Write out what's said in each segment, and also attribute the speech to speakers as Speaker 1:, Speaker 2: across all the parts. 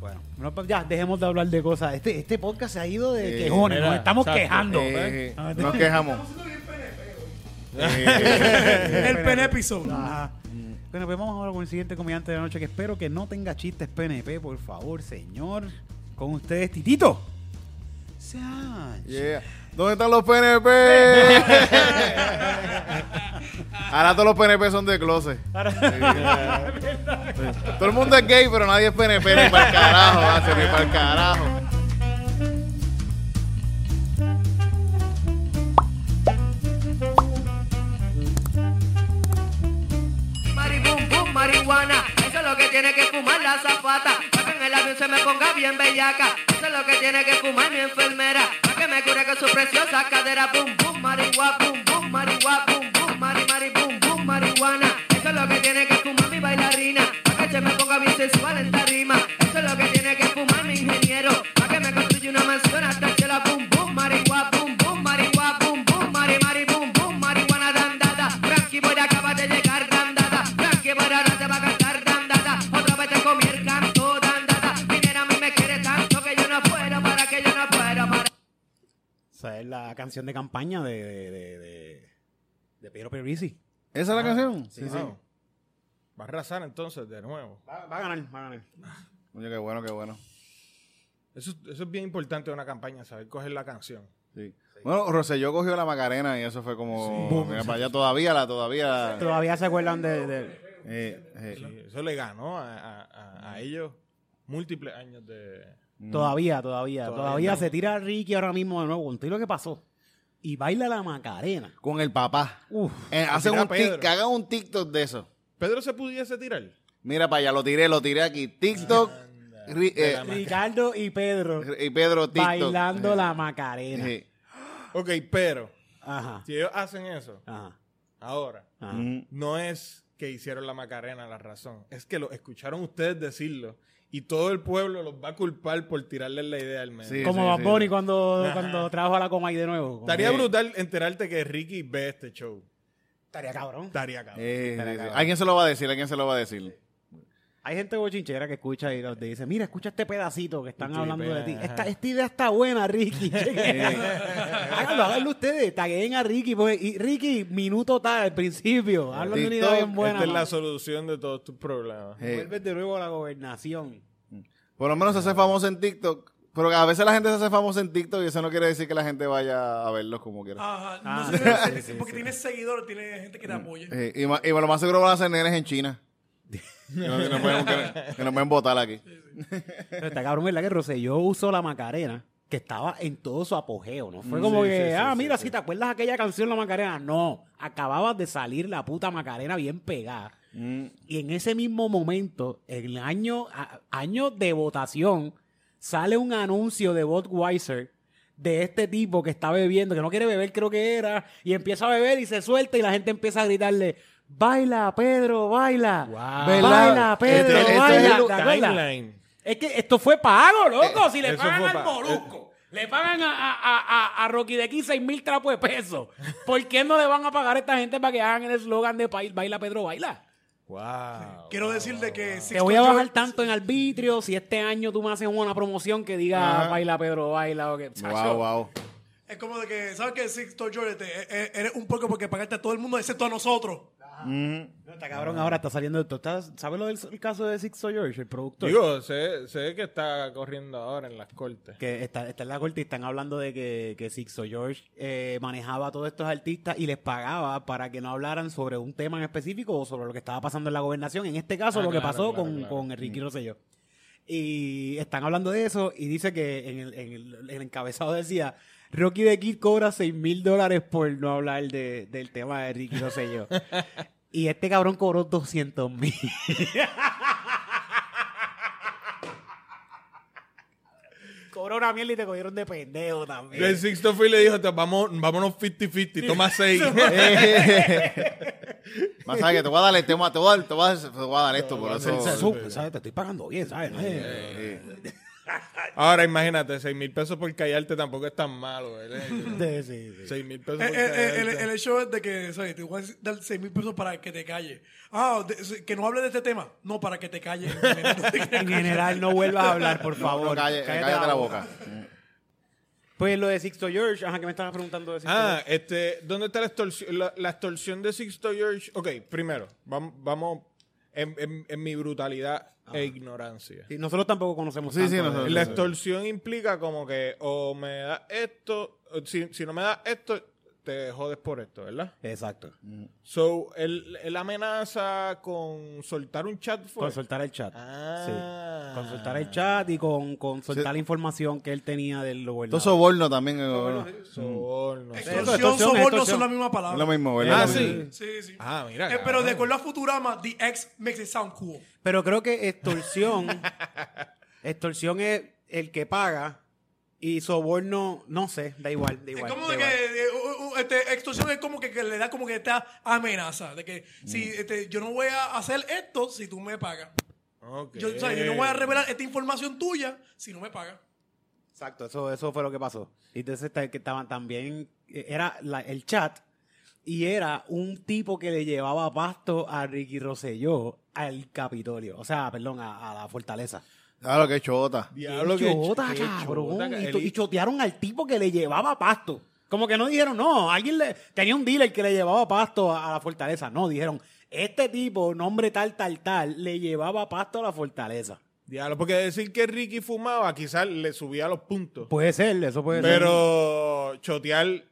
Speaker 1: Bueno, no, pues ya, dejemos de hablar de cosas. Este, este podcast se ha ido de
Speaker 2: Eh,
Speaker 1: quejones,
Speaker 3: mira,
Speaker 1: nos estamos
Speaker 3: exacto.
Speaker 1: quejando.
Speaker 2: Eh,
Speaker 1: Ah,
Speaker 2: nos quejamos. Eh,
Speaker 4: El Penepisode.
Speaker 1: Ajá. Bueno, pues vamos ahora con el siguiente comediante de la noche que espero que no tenga chistes PNP, por favor, señor. Con ustedes, Titito. Sánchez.
Speaker 2: Yeah. ¿Dónde están los PNP? Ahora todos los PNP son de closet. Sí. Todo el mundo es gay, pero nadie es PNP ni para el carajo, hace ni para el carajo.
Speaker 5: Maribum, bum, marihuana. Eso es lo que tiene que fumar la zapata. Para que en el avión se me ponga bien bellaca. Eso es lo que tiene que fumar mi enfermera. Para que me cure con su preciosa cadera. Bum, bum, marihuana, bum, bum, marihuana, bum, bum, mari, mari, bum, bum, marihuana. Eso es lo que tiene que fumar mi bailarina. Para que se me ponga bien sensual en tarima. Eso es lo que tiene que fumar mi ingeniero. Para que me construya una mansión hasta el cielo. Bum, bum, marihuana, bum, bum, marihuana, bum, bum, mari, mari, bum, bum, marihuana, dandada. Frankie voy acaba de llegar, dandada. Frankie voy ahora te va a cantar, dandada. Otra vez te comí el canto, dandada. Minera a mí me quiere tanto que yo no puedo, para que yo no puedo, para...
Speaker 1: O sea, es la canción de campaña de, de, de, de- de Pedro Pierisi.
Speaker 2: ¿Esa es la canción? Sí, sí.
Speaker 3: Wow. Va a arrasar entonces de nuevo.
Speaker 1: Va, va a ganar, va a ganar.
Speaker 2: Oye, qué bueno, qué bueno.
Speaker 3: Eso, eso es bien importante de una campaña, saber coger la canción.
Speaker 2: Sí. Bueno, Roselló cogió la Macarena y eso fue como. Mira, para allá todavía la, todavía la-
Speaker 1: Todavía se acuerdan de... de-
Speaker 2: eh, eh,
Speaker 3: Sí, eso le ganó a, a- a- a ellos múltiples años de...
Speaker 1: Todavía, Mm. todavía, todavía.
Speaker 3: no.
Speaker 1: se tira Ricky ahora mismo de nuevo. Un tiro que pasó. Y baila la Macarena.
Speaker 2: Con el papá.
Speaker 1: Uf.
Speaker 2: Eh, hacen
Speaker 3: Mira,
Speaker 2: un tic-
Speaker 3: Pedro.
Speaker 2: que hagan un TikTok de eso.
Speaker 3: ¿Pedro se pudiese tirar?
Speaker 2: Mira para allá, lo tiré, lo tiré aquí. TikTok. ri-
Speaker 3: De
Speaker 2: eh,
Speaker 3: la ma-
Speaker 1: Ricardo y Pedro
Speaker 2: y Pedro TikTok. Eh,
Speaker 1: bailando la Macarena.
Speaker 2: Sí.
Speaker 3: Ok, pero
Speaker 1: Ajá.
Speaker 3: si ellos hacen eso
Speaker 1: Ajá.
Speaker 3: ahora,
Speaker 1: ajá.
Speaker 2: Mm,
Speaker 3: no es que hicieron la Macarena la razón, es que lo escucharon ustedes decirlo y todo el pueblo los va a culpar por tirarles la idea al medio.
Speaker 2: Sí.
Speaker 1: Como Bad Bunny
Speaker 2: sí.
Speaker 1: cuando,
Speaker 3: Ajá.
Speaker 1: cuando trajo a la Comay de nuevo. Como-
Speaker 3: Estaría
Speaker 2: Sí.
Speaker 3: brutal enterarte que Ricky ve este show.
Speaker 1: Estaría cabrón.
Speaker 3: Estaría cabrón.
Speaker 2: Eh, sí, sí. ¿Alguien se lo va a decir? ¿Alguien se lo va a decir?
Speaker 1: Hay gente bochinchera que escucha y los dice, mira, escucha este pedacito que están
Speaker 3: Sí,
Speaker 1: hablando de ti.
Speaker 3: ajá.
Speaker 1: Esta, esta idea está buena, Ricky. háganlo, háganlo ustedes. Taguen a Ricky. porque- y Ricky, minuto tal, al principio. Hablan de una idea
Speaker 2: TikTok,
Speaker 1: bien buena.
Speaker 3: Esta es la
Speaker 1: mano.
Speaker 3: solución de todos tus problemas.
Speaker 2: Eh,
Speaker 1: Vuelves de nuevo a la gobernación.
Speaker 2: Por lo menos se hace famoso en TikTok. Pero a veces la gente se hace famosa en TikTok y eso no quiere decir que la gente vaya a verlos como quiera.
Speaker 4: Ajá,
Speaker 1: Ah,
Speaker 4: no sé, no
Speaker 1: sí,
Speaker 4: sé,
Speaker 1: sí,
Speaker 4: porque
Speaker 1: sí.
Speaker 4: tienes seguidores, tienes gente que te apoya.
Speaker 2: Eh, y, ma- y lo más seguro van a hacer nenes en China. no, que, nos pueden, que- que nos pueden botar aquí.
Speaker 1: Pero está cabrón, ¿verdad? Que Rosselló usó la Macarena, que estaba en todo su apogeo, ¿no? Fue como que, ah, mira, si te acuerdas aquella canción, la Macarena. No, acababa de salir la puta Macarena bien pegada. Y en ese mismo momento, en el año, a- año de votación, sale un anuncio de Budweiser de este tipo que está bebiendo, que no quiere beber, creo que era, y empieza a beber y se suelta y la gente empieza a gritarle, baila, Pedro, baila,
Speaker 2: ¿Verdad?
Speaker 1: baila,
Speaker 2: Este-
Speaker 1: Pedro,
Speaker 2: este es
Speaker 1: baila.
Speaker 2: el-
Speaker 1: ¿Te acuerdas?
Speaker 3: Timeline.
Speaker 1: Es que esto fue pago, loco. si le
Speaker 3: Eh, eso
Speaker 1: pagan
Speaker 3: fue
Speaker 1: al
Speaker 3: pa-
Speaker 1: Molusco, le pagan a, a, a, a Rocky de aquí 6 mil trapos de pesos, ¿por qué no le van a pagar a esta gente para que hagan el eslogan de pa- Baila Pedro Baila?
Speaker 3: Wow.
Speaker 4: Quiero decirte que si
Speaker 1: Te voy a bajar tanto en arbitrio si este año tú me haces una promoción que diga Baila Pedro Baila o que.
Speaker 2: Wow, wow.
Speaker 4: Es como de que, ¿sabes qué? Sixto George, te- e- e- eres un poco porque pagaste a todo el mundo excepto a nosotros.
Speaker 2: Mm-hmm.
Speaker 1: Está cabrón, ahora está saliendo esto. ¿Sabes lo del caso de Sixto George, el productor?
Speaker 3: Digo, sé, sé que está corriendo ahora en las cortes.
Speaker 1: Que está, está en la corte y están hablando de que, que Sixto George eh, manejaba a todos estos artistas y les pagaba para que no hablaran sobre un tema en específico o sobre lo que estaba pasando en la gobernación. En este caso,
Speaker 3: Ah,
Speaker 1: lo que
Speaker 3: claro,
Speaker 1: pasó
Speaker 3: claro,
Speaker 1: con,
Speaker 3: claro. Mm.
Speaker 1: con Enrique Rosselló. Y están hablando de eso y dice que en el, en el- el encabezado decía, Rocky de Kid cobra 6 mil dólares por no hablar de- del tema de Ricky Rosselló. y este cabrón cobró 200 mil. cobró una mierda y te cogieron de pendejo también.
Speaker 3: Eh. El Sixto Phil le dijo, "Te- vamos, vámonos 50-50, toma 6. Eh.
Speaker 2: Más sabes que te voy a dar el tema, te voy a dar, te voy a dar- te voy a dar esto por
Speaker 1: Se- se-
Speaker 2: eso.
Speaker 1: su- ¿sabes? Te estoy pagando bien, ¿sabes?
Speaker 2: Eh,
Speaker 3: Ahora imagínate, 6 mil pesos por callarte tampoco es tan malo, ¿verdad?
Speaker 6: Sí, sí, sí.
Speaker 3: 6 mil pesos
Speaker 4: Eh,
Speaker 3: por
Speaker 4: eh, el, el
Speaker 3: callarte.
Speaker 4: hecho es de que, ¿sabes? Te voy a dar 6 mil pesos para que te calles. Ah, de- que no hable de este tema. No, para que te calles.
Speaker 6: En general, no vuelvas a hablar, por favor.
Speaker 2: No, calle- cállate, la boca.
Speaker 6: Pues lo de Sixto George, ajá, que me estabas preguntando de Sixto
Speaker 3: Ah,
Speaker 6: George.
Speaker 3: este, ¿dónde está la extorsión, la, la extorsión de Sixto George? Ok, primero, vam- vamos, en, en- en mi brutalidad e ignorancia.
Speaker 6: Sí, nosotros tampoco conocemos
Speaker 2: Sí,
Speaker 6: tanto
Speaker 2: sí,
Speaker 6: de-
Speaker 2: nosotros.
Speaker 3: La extorsión implica como que o me das esto, o si, si no me das esto, te jodes por esto, ¿verdad?
Speaker 6: Exacto.
Speaker 3: So, él, él amenaza con soltar un chat. ¿fue?
Speaker 6: Con
Speaker 2: Pues,
Speaker 6: soltar el chat.
Speaker 3: Ah.
Speaker 6: Sí. Con soltar el chat y con, con soltar
Speaker 2: Sí.
Speaker 6: la información que él tenía del
Speaker 2: Todo
Speaker 6: gobernador.
Speaker 2: soborno también. eh,
Speaker 6: Mm.
Speaker 3: Soborno.
Speaker 6: Eso,
Speaker 4: Extorsión,
Speaker 6: extorsión,
Speaker 4: soborno
Speaker 6: extorsión.
Speaker 4: son la misma palabra.
Speaker 2: Es lo mismo, ¿verdad?
Speaker 3: Ah,
Speaker 2: Lo mismo.
Speaker 3: sí.
Speaker 4: Sí, sí.
Speaker 3: Ah, mira,
Speaker 4: Eh, pero de
Speaker 3: cabrón.
Speaker 4: acuerdo a Futurama, The X makes it sound cool.
Speaker 6: Pero creo que extorsión. extorsión es el que paga y soborno, no sé, da igual, da igual.
Speaker 4: es como
Speaker 6: da
Speaker 4: de que
Speaker 6: igual.
Speaker 4: eh, uh, uh, este, extorsión es como que, que le da como que esta amenaza de que si este, yo no voy a hacer esto si tú me pagas.
Speaker 3: Ok.
Speaker 4: Yo, o sea, yo no voy a revelar esta información tuya si no me pagas.
Speaker 6: Exacto, eso, eso fue lo que pasó. Y entonces ta- que estaban también, eh, era la- el chat y era un tipo que le llevaba pasto a Ricky Rosselló al Capitolio, o sea, perdón, a, a la fortaleza.
Speaker 2: Claro, Ah, que chota.
Speaker 3: Diablo,
Speaker 6: Qué
Speaker 3: qué
Speaker 6: chota,
Speaker 3: qué
Speaker 6: cabrón.
Speaker 3: chota,
Speaker 6: y,
Speaker 3: él-
Speaker 6: to- y chotearon al tipo que le llevaba pasto. Como que no dijeron, no, alguien le, tenía un dealer que le llevaba pasto a, a la fortaleza. No, dijeron, este tipo, nombre tal, tal, tal, le llevaba pasto a la fortaleza.
Speaker 3: Diablo, porque decir que Ricky fumaba quizás le subía los puntos.
Speaker 6: Puede ser, eso puede ser.
Speaker 3: Pero chotear,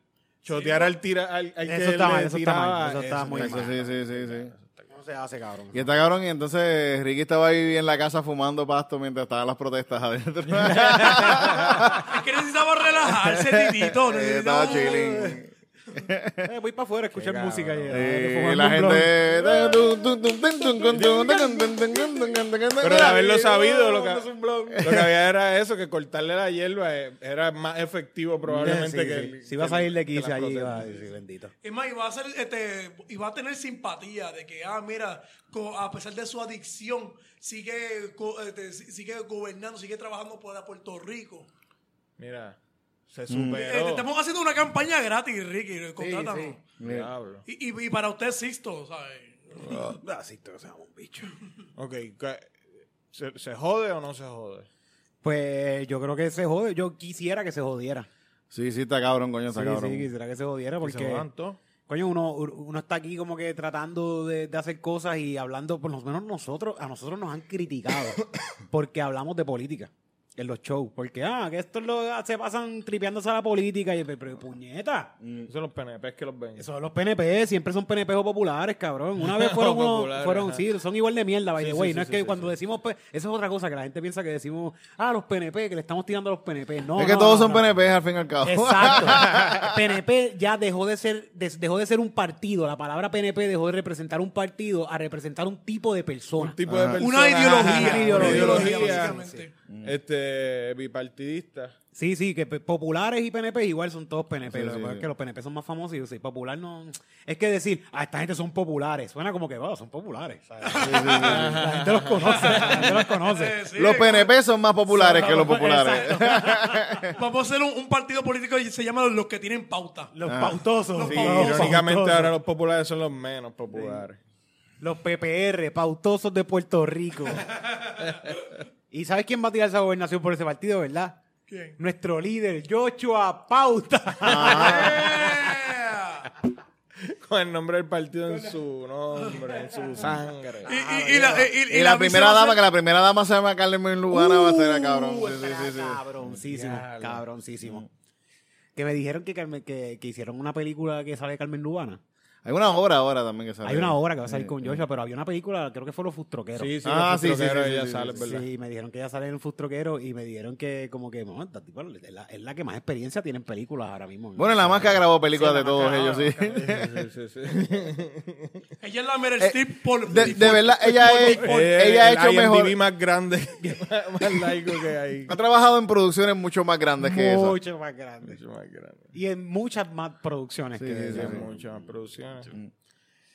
Speaker 3: chotear al tira, al, al
Speaker 6: Eso
Speaker 3: que
Speaker 6: está
Speaker 3: le
Speaker 6: mal, eso está mal,
Speaker 3: tiraba,
Speaker 6: eso está muy
Speaker 2: Eso
Speaker 6: mal.
Speaker 2: sí, sí, sí, sí.
Speaker 6: No se hace, cabrón.
Speaker 2: Y está cabrón, y entonces Ricky estaba ahí en la casa fumando pasto mientras estaban las protestas adentro. Eh,
Speaker 4: Es que necesitaba relajarse, titito.
Speaker 2: estaba
Speaker 4: necesitaba-
Speaker 2: chilling.
Speaker 6: Eh, voy para afuera a escuchar música. Y,
Speaker 3: ah,
Speaker 6: eh,
Speaker 2: Eh,
Speaker 6: fumando
Speaker 2: la
Speaker 6: un blon.
Speaker 2: gente.
Speaker 3: Pero de haberlo sabido, lo
Speaker 2: Es un blog.
Speaker 3: que, lo que había era eso, que cortarle la hierba eh, era más efectivo probablemente
Speaker 6: Sí,
Speaker 3: que...
Speaker 6: sí.
Speaker 3: el-
Speaker 6: Si va a salir de
Speaker 3: que la
Speaker 6: 15 allí,
Speaker 3: protesta.
Speaker 6: va a decir bendito.
Speaker 4: Es más, iba a, ser, este, iba a tener simpatía de que, ah, mira, co- a pesar de su adicción, sigue, co- este, si- sigue gobernando, sigue trabajando para Puerto Rico.
Speaker 3: Mira,
Speaker 6: Mm.
Speaker 3: se
Speaker 4: Eh, te
Speaker 3: superó.
Speaker 4: estamos haciendo una campaña gratis, Ricky, contrátanos.
Speaker 6: sí.
Speaker 3: Diablo.
Speaker 4: Y, y- y para usted, Sixto, eh, ¿sabes?
Speaker 6: Ah, sí, te un bicho.
Speaker 3: Ok, ca- ¿se, se jode o no se jode?
Speaker 6: Pues yo creo que se jode. Yo quisiera que se jodiera.
Speaker 2: Sí, sí, está cabrón, coño, está
Speaker 6: Sí,
Speaker 2: cabrón.
Speaker 6: sí, quisiera que se jodiera
Speaker 3: ¿Que se
Speaker 6: porque...
Speaker 3: jodan todos?
Speaker 6: Coño, uno, uno está aquí como que tratando de, de hacer cosas y hablando, por lo menos nosotros, a nosotros nos han criticado porque hablamos de política en los shows. Porque, ah, que estos lo- se pasan tripeándose a la política y, pero, pero, puñeta.
Speaker 3: Son los PNP que los ven.
Speaker 6: Esos son los PNP, siempre son PNP populares, cabrón. Una vez fueron unos-
Speaker 3: Populares,
Speaker 6: fueron,
Speaker 3: ajá.
Speaker 6: sí, son igual de mierda, by
Speaker 3: Sí,
Speaker 6: the
Speaker 3: sí,
Speaker 6: way.
Speaker 3: sí,
Speaker 6: no es
Speaker 3: sí,
Speaker 6: que
Speaker 3: sí,
Speaker 6: cuando decimos, pe- eso es otra cosa que la gente piensa que decimos, ah, los PNP, que le estamos tirando a los PNP. No,
Speaker 2: es que
Speaker 6: no,
Speaker 2: todos
Speaker 6: no,
Speaker 2: son
Speaker 6: no.
Speaker 2: PNP al fin y al cabo.
Speaker 6: Exacto. PNP ya dejó de ser de- dejó de ser un partido. La palabra PNP dejó de representar un partido a representar un tipo de persona.
Speaker 3: Un tipo de persona,
Speaker 4: Una ideología.
Speaker 3: ajá,
Speaker 6: una ideología,
Speaker 4: básicamente.
Speaker 3: este, bipartidista.
Speaker 6: Sí, sí, que pe- populares y PNP igual son todos PNP.
Speaker 2: Sí,
Speaker 6: lo que
Speaker 2: sí,
Speaker 6: pasa
Speaker 2: sí.
Speaker 6: es que los PNP son más famosos y yo soy popular no. Es que decir, ah, esta gente son populares. Suena como que, wow, son populares. ¿sabes? La gente los conoce, la gente los conoce.
Speaker 4: Eh, sí,
Speaker 2: Los PNP son más populares que los populares.
Speaker 6: Exacto.
Speaker 4: Vamos a hacer un, un partido político y se llama Los que tienen pauta.
Speaker 6: Los pautosos.
Speaker 3: Ah. Sí,
Speaker 6: los pautosos.
Speaker 3: irónicamente ahora los populares son los menos populares.
Speaker 6: Los PPR, pautosos de Puerto Rico. ¿Y sabes quién va a tirar esa gobernación por ese partido, verdad?
Speaker 4: ¿Quién?
Speaker 6: Nuestro líder, Joshua Pauta.
Speaker 2: Ah,
Speaker 4: Yeah.
Speaker 3: Con el nombre del partido en su nombre, en su sangre.
Speaker 4: Y, y- y la, y- y-
Speaker 2: Y
Speaker 4: y
Speaker 2: la
Speaker 4: vice va
Speaker 2: primera
Speaker 4: a
Speaker 2: dama,
Speaker 4: ser-
Speaker 2: que la primera dama se llama Carmen Lugana, va a ser la cabrón.
Speaker 6: Uh,
Speaker 2: Sí, sí,
Speaker 6: estará
Speaker 2: sí, Mm. sí.
Speaker 6: Cabroncísimo,
Speaker 3: Diablo.
Speaker 6: cabroncísimo. Que me dijeron que, Carmen- que, que hicieron una película que sale de Carmen Lubana.
Speaker 2: Hay una obra ahora también que sale.
Speaker 6: Hay una obra que va a salir con
Speaker 2: Sí.
Speaker 6: Joshua, pero había una película, creo que fue Los Fustroqueros.
Speaker 3: Sí, sí,
Speaker 2: Ah,
Speaker 3: los
Speaker 2: sí, sí,
Speaker 3: troqueros
Speaker 2: sí, sí,
Speaker 3: ya
Speaker 2: sí,
Speaker 3: salen, ¿verdad?
Speaker 6: Sí, me dijeron que ella sale en Fustroquero y me dijeron que como que, "Bueno, esta tipa es la, es la que más experiencia tiene en películas ahora mismo.
Speaker 2: Bueno, la máscara grabó películas
Speaker 3: Sí,
Speaker 2: de
Speaker 3: la
Speaker 2: todos
Speaker 3: Maca,
Speaker 2: ellos,
Speaker 3: la
Speaker 2: sí.
Speaker 3: Maca, sí, sí, sí.
Speaker 4: Ella es la Meryl
Speaker 2: Eh,
Speaker 4: Streep por...
Speaker 2: De, de verdad, ella, es, ella ha
Speaker 3: Eh, el
Speaker 2: hecho
Speaker 3: IMDb
Speaker 2: mejor.
Speaker 3: más grande, más más largo que hay.
Speaker 2: Ha trabajado en producciones mucho más grandes que esa.
Speaker 6: Mucho más grande.
Speaker 3: Mucho más grande.
Speaker 6: Y en muchas más producciones
Speaker 2: Sí,
Speaker 6: que
Speaker 2: sí,
Speaker 6: esa.
Speaker 2: sí.
Speaker 3: Tiene muchas más producciones.
Speaker 2: En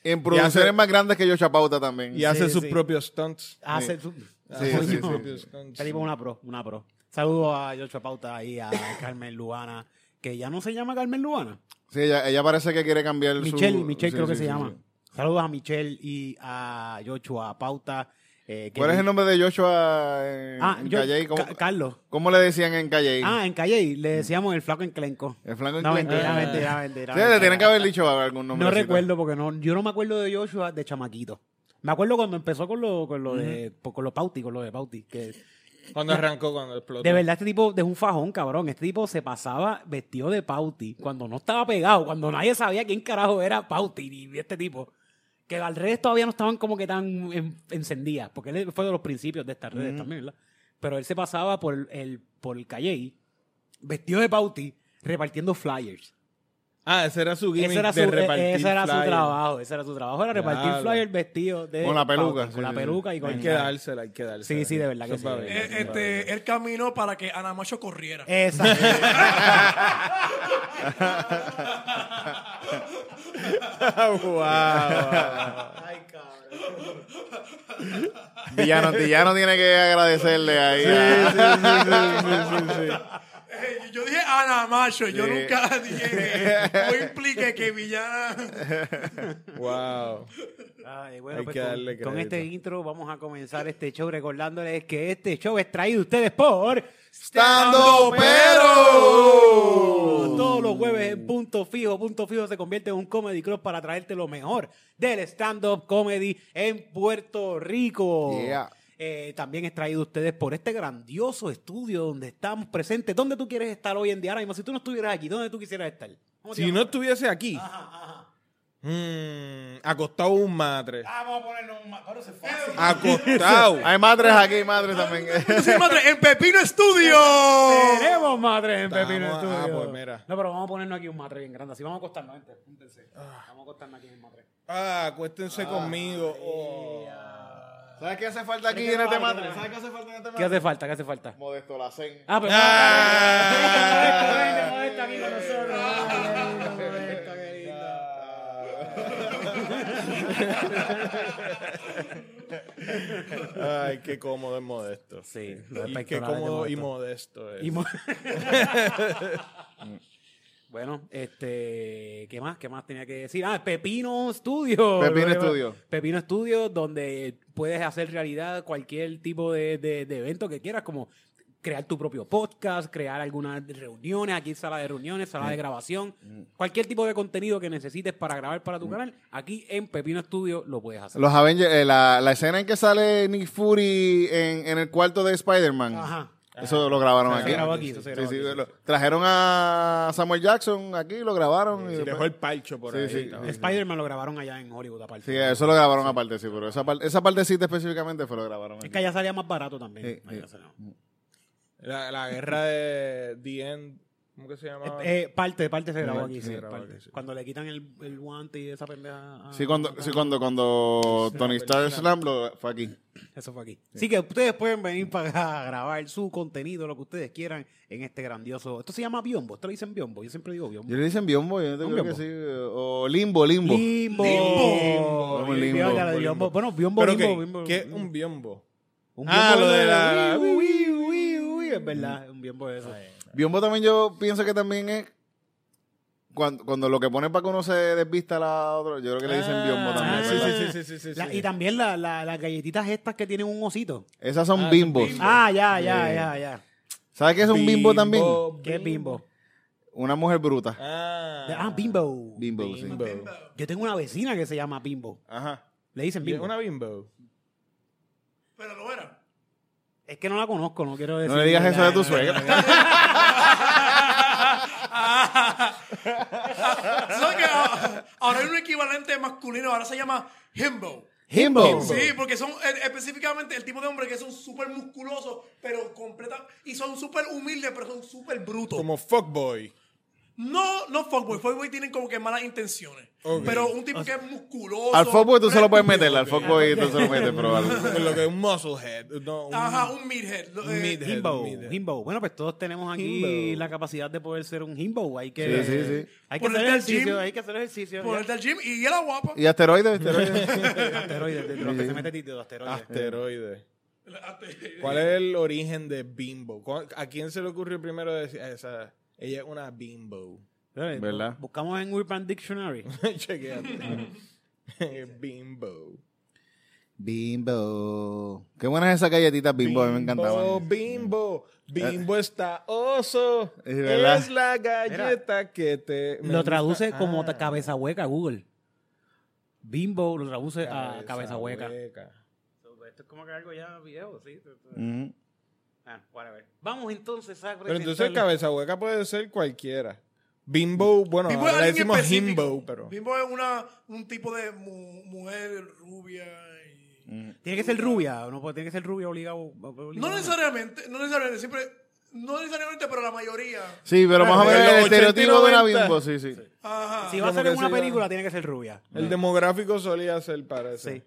Speaker 3: hace-
Speaker 2: producciones más grandes que yo Chapauta también.
Speaker 3: Y hace
Speaker 6: Sí,
Speaker 3: sus
Speaker 6: sí.
Speaker 3: propios stunts.
Speaker 6: Hace su-
Speaker 2: sí,
Speaker 6: Ah, Coño.
Speaker 2: sí, sí.
Speaker 6: Esta tipa es una pro, una pro. Saludos a Yocho Pauta y a Carmen Luana, que ya no se llama Carmen Luana.
Speaker 2: Sí, ella, ella parece que quiere cambiar su...
Speaker 6: Michelle, Michelle
Speaker 2: sí,
Speaker 6: creo que
Speaker 2: sí,
Speaker 6: se
Speaker 2: sí,
Speaker 6: llama.
Speaker 2: sí.
Speaker 6: Saludos a Michelle y a Yochoa Pauta. eh, que-
Speaker 2: ¿Cuál es el nombre de Joshua en,
Speaker 6: Ah,
Speaker 2: en
Speaker 6: yo-
Speaker 2: Calle? ¿Cómo,
Speaker 6: Ca- Carlos.
Speaker 2: cómo le decían en Calle?
Speaker 6: Ah, en Calle le decíamos el flaco enclenco.
Speaker 2: El flaco
Speaker 6: No,
Speaker 2: enclenco.
Speaker 6: mentira,
Speaker 2: Ah.
Speaker 6: mentira, mentira.
Speaker 2: Sí,
Speaker 6: mentira.
Speaker 2: le tienen que haber dicho algún nombre.
Speaker 6: No recuerdo porque no, yo no me acuerdo de Joshua de chamaquito. Me acuerdo cuando empezó con lo, con lo de con lo Pauti, con lo de Pauti. Que
Speaker 3: Cuando arrancó, cuando explotó.
Speaker 6: de verdad este tipo es un fajón, cabrón. Este tipo se pasaba vestido de Pauti cuando no estaba pegado, cuando nadie sabía quién carajo era Pauti ni este tipo. Que las redes todavía no estaban como que tan en- encendidas, porque él fue de los principios de estas redes también, ¿verdad? Pero él se pasaba por el, por el calle vestido de Pauti repartiendo flyers.
Speaker 3: Ah, ese era su gimmick
Speaker 6: Ese era, su,
Speaker 3: de
Speaker 1: eh,
Speaker 3: repartir
Speaker 6: e- ese era su
Speaker 3: flyers.
Speaker 6: trabajo, ese era su trabajo, era repartir
Speaker 3: Diablo.
Speaker 6: flyers vestidos de...
Speaker 2: Con la peluca,
Speaker 6: pauta,
Speaker 2: sí,
Speaker 6: con la
Speaker 2: sí,
Speaker 6: peluca y con
Speaker 3: Hay
Speaker 6: el
Speaker 3: que
Speaker 6: traje.
Speaker 3: dársela, hay que dársela.
Speaker 6: Sí, sí, de verdad que
Speaker 3: Eso
Speaker 6: sí.
Speaker 3: es para
Speaker 6: Eh,
Speaker 3: ver.
Speaker 4: Eh, este, él caminó para que Ana Macho corriera.
Speaker 2: Eh.
Speaker 6: Esa.
Speaker 2: Villano, Villano tiene que agradecerle ahí. a-
Speaker 4: Eh, yo- yo dije Ana Macho, yo
Speaker 2: Sí.
Speaker 4: nunca dije, no implique que Villana...
Speaker 3: Wow.
Speaker 6: Ay, bueno,
Speaker 3: Hay
Speaker 6: pues
Speaker 3: que
Speaker 6: con-
Speaker 3: darle
Speaker 6: con,
Speaker 3: crédito.
Speaker 6: este intro vamos a comenzar este show recordándoles que este show es traído a ustedes por
Speaker 2: Estando pero.
Speaker 6: Todos los jueves en Punto Fijo. Punto Fijo se convierte en un comedy club para traerte lo mejor del stand-up comedy en Puerto Rico.
Speaker 2: Yeah.
Speaker 6: Eh, también es traído a ustedes por este grandioso estudio donde estamos presentes. ¿Dónde tú quieres estar hoy en día? Ahora mismo, si tú no estuvieras aquí, ¿dónde tú quisieras estar? ¿Cómo te
Speaker 3: Si no
Speaker 6: llamas?
Speaker 3: estuviese aquí. mm, acostado un madre.
Speaker 4: Ah, Vamos a ponernos un pero se
Speaker 3: Acostado.
Speaker 2: Hay madres aquí, hay madres también.
Speaker 4: en Pepino Studio.
Speaker 6: Tenemos madres en
Speaker 3: Estamos-
Speaker 6: Pepino
Speaker 3: ah,
Speaker 6: Studio.
Speaker 3: pues mira.
Speaker 6: No, pero vamos a ponernos aquí un madre bien grande. Así vamos a acostarnos, gente. Júntense. Vamos a acostarnos aquí en el madre.
Speaker 3: Ah, acuéstense conmigo. Oh.
Speaker 2: ¿Sabes qué hace falta aquí
Speaker 6: Pero
Speaker 2: en
Speaker 6: que
Speaker 2: este
Speaker 6: no vale,
Speaker 2: madre?
Speaker 6: no vale.
Speaker 2: ¿Sabes qué hace falta en este
Speaker 6: ¿Qué
Speaker 2: madre?
Speaker 6: hace falta? ¿Qué hace falta?
Speaker 2: Modesto la zen.
Speaker 6: Ah, pero.
Speaker 3: Ah.
Speaker 6: Modesto, aquí con nosotros. Ay, qué lindo, Modesto, qué lindo.
Speaker 3: Ay, qué cómodo es modesto.
Speaker 6: Sí,
Speaker 3: Y qué cómodo y modesto es.
Speaker 6: Y mo- bueno, este, ¿qué más? ¿Qué más tenía que decir? Ah, Pepino Studio.
Speaker 2: Pepino
Speaker 6: Lo-
Speaker 2: Studio.
Speaker 6: Pepino Studio, donde puedes hacer realidad cualquier tipo de, de- de evento que quieras, como crear tu propio podcast, crear algunas reuniones, aquí sala de reuniones, sala de
Speaker 2: Mm.
Speaker 6: grabación, cualquier tipo de contenido que necesites para grabar para tu
Speaker 2: Mm.
Speaker 6: canal, aquí en Pepino Studio lo puedes hacer.
Speaker 2: Los Avengers, eh, la, la escena en que sale Nick Fury en, en el cuarto de Spider-Man.
Speaker 6: Ajá.
Speaker 2: Eso lo grabaron
Speaker 6: Se
Speaker 2: aquí.
Speaker 6: grabó aquí, eso se
Speaker 2: Sí,
Speaker 6: grabó
Speaker 2: sí,
Speaker 6: aquí.
Speaker 2: lo- trajeron a Samuel Jackson aquí, lo grabaron. y
Speaker 6: pues.
Speaker 3: Se dejó
Speaker 2: después-
Speaker 3: el palcho por
Speaker 2: Sí,
Speaker 3: ahí.
Speaker 2: sí.
Speaker 3: cabrón.
Speaker 6: Spider-Man lo grabaron allá en Hollywood aparte.
Speaker 2: Sí, eso lo grabaron aparte, sí, pero esa, par- esa partecita específicamente fue lo grabaron.
Speaker 6: Es
Speaker 2: aquí.
Speaker 6: que allá salía más barato también.
Speaker 2: Sí,
Speaker 6: Allá
Speaker 2: sí.
Speaker 6: salía-
Speaker 3: La, la guerra de The End. ¿Cómo que se llamaba?
Speaker 6: Eh, eh, parte, parte se grabó
Speaker 2: Sí,
Speaker 6: aquí,
Speaker 2: sí,
Speaker 6: sí,
Speaker 3: grabó
Speaker 6: parte.
Speaker 3: aquí, Ah, sí.
Speaker 6: Cuando le quitan el, el guante y esa pendeja. ah, a-
Speaker 2: Sí, cuando,
Speaker 6: a-
Speaker 2: sí, cuando, cuando Tony Stark
Speaker 3: Slam.
Speaker 2: Slam lo, fue aquí.
Speaker 6: Eso fue aquí. Así que ustedes pueden venir para acá a grabar su contenido, lo que ustedes quieran, en este grandioso. Esto se llama biombo. Ustedes lo dicen biombo. Yo siempre digo biombo.
Speaker 2: Yo le dicen biombo, yo
Speaker 6: ¿Un
Speaker 2: creo que
Speaker 6: biombo?
Speaker 2: sí. eh, O limbo, limbo.
Speaker 6: Limbo.
Speaker 4: Limbo.
Speaker 2: Como
Speaker 6: Limbo.
Speaker 2: limbo,
Speaker 6: Ya lo de
Speaker 3: limbo.
Speaker 6: biombo. Bueno, biombo,
Speaker 3: Pero,
Speaker 6: limbo,
Speaker 3: ¿qué?
Speaker 6: bimbo,
Speaker 3: ¿Qué?
Speaker 6: bimbo.
Speaker 3: Un biombo.
Speaker 6: Un
Speaker 3: Ah,
Speaker 6: biombo
Speaker 3: lo de la-
Speaker 6: uy, uy, uy, uy, Es verdad, un biombo de eso.
Speaker 2: Biombo también yo pienso que también es cuando, cuando lo que ponen para que uno se desvista a la otra, yo creo que le dicen biombo también.
Speaker 6: sí,
Speaker 2: ¿verdad?
Speaker 6: Ah, sí,
Speaker 3: sí, sí, sí,
Speaker 6: La-
Speaker 3: sí.
Speaker 6: Y también la- la- las galletitas estas que tienen un osito.
Speaker 2: Esas son
Speaker 3: Ah,
Speaker 2: bimbos.
Speaker 3: bimbo.
Speaker 6: Ah, ya, ya, ya, ya.
Speaker 2: ¿Sabes qué es un bimbo, también?
Speaker 6: ¿Qué es bimbo?
Speaker 2: Una mujer bruta.
Speaker 3: Ah,
Speaker 6: Ah, bimbo.
Speaker 2: Bimbo,
Speaker 3: Bimbo.
Speaker 2: sí.
Speaker 6: Yo tengo una vecina que se llama Bimbo.
Speaker 2: Ajá.
Speaker 6: Le dicen Bimbo.
Speaker 3: Una bimbo.
Speaker 4: Pero lo era.
Speaker 6: Es que no la conozco, no quiero decir.
Speaker 2: No le digas eso de tu
Speaker 6: suegra.
Speaker 2: suegra.
Speaker 4: ¿Sabes qué? Ah, Ahora hay un equivalente masculino, ahora se llama himbo.
Speaker 2: Himbo.
Speaker 4: Sí, porque son eh, específicamente el tipo de hombres que son súper musculosos, pero completa y son súper humildes, pero son súper brutos.
Speaker 3: Como fuckboy.
Speaker 4: No, no fuckboy. Fuckboy tienen como que malas intenciones.
Speaker 3: Ok.
Speaker 4: Pero un tipo que es musculoso.
Speaker 2: Al fuckboy tú
Speaker 4: pero
Speaker 2: se lo
Speaker 4: es
Speaker 2: puedes
Speaker 4: estúpido.
Speaker 2: meter, al fuckboy tú se lo metes, pero al-
Speaker 3: lo que es un musclehead. No, un-
Speaker 4: Ajá, un meathead. lo- eh,
Speaker 3: Meathead.
Speaker 6: Himbo,
Speaker 3: Mira.
Speaker 6: himbo. Bueno, pues todos tenemos aquí
Speaker 3: Himbo.
Speaker 6: la capacidad de poder ser un himbo. Hay que,
Speaker 2: Sí, sí, sí.
Speaker 6: Hay
Speaker 4: Ponerte
Speaker 6: que hacer
Speaker 4: al
Speaker 6: ejercicio,
Speaker 4: gym.
Speaker 6: hay que hacer ejercicio.
Speaker 4: Ponerte al gym y era guapa.
Speaker 2: Y asteroides, asteroides.
Speaker 6: Asteroides, de los que se mete tito,
Speaker 2: Ah,
Speaker 6: asteroides.
Speaker 3: Asteroide. ¿Cuál es el origen de bimbo? ¿Cuál- ¿A quién se le ocurrió primero decir "Ah, esa? Ella es una bimbo.
Speaker 6: ¿Sabes?
Speaker 2: ¿Verdad?
Speaker 6: Buscamos en Urban Dictionary.
Speaker 3: Chequeate. bimbo.
Speaker 2: Bimbo. Qué buenas esas galletitas Bimbo, a mí me
Speaker 3: Oh,
Speaker 2: encantaban.
Speaker 3: bimbo. Bimbo está oso.
Speaker 2: Es verdad.
Speaker 3: Es la galleta que te. me
Speaker 6: lo
Speaker 3: gusta.
Speaker 6: traduce como
Speaker 3: Ah,
Speaker 6: ta- cabeza hueca Google. Bimbo lo traduce a Ah, cabeza hueca. pues, Esto es como que algo ya viejo, sí. Ah,
Speaker 2: Ujú.
Speaker 6: Vamos entonces a
Speaker 4: Pues
Speaker 3: Pero entonces cabeza hueca puede ser cualquiera. Bimbo, bueno,
Speaker 4: Bimbo es
Speaker 3: ahora le
Speaker 4: alguien
Speaker 3: decimos
Speaker 4: específico.
Speaker 3: himbo, pero.
Speaker 4: Bimbo es una, un tipo de mu- mujer rubia y...
Speaker 2: Mm.
Speaker 6: Tiene que ser rubia, ¿o no? Porque tiene que ser rubia obligado. obligado.
Speaker 4: No necesariamente, no necesariamente, siempre... No necesariamente, pero la mayoría.
Speaker 2: Sí, pero más o
Speaker 3: Pero en
Speaker 2: menos el
Speaker 3: los 80 y
Speaker 2: estereotipo de una
Speaker 3: 90.
Speaker 2: Bimbo, sí, sí.
Speaker 4: Ajá.
Speaker 6: Si va a
Speaker 3: Como
Speaker 6: ser en
Speaker 3: que
Speaker 6: una
Speaker 3: sí,
Speaker 6: película,
Speaker 3: ¿no?
Speaker 6: tiene que ser rubia.
Speaker 3: El demográfico solía ser para eso.
Speaker 6: Sí.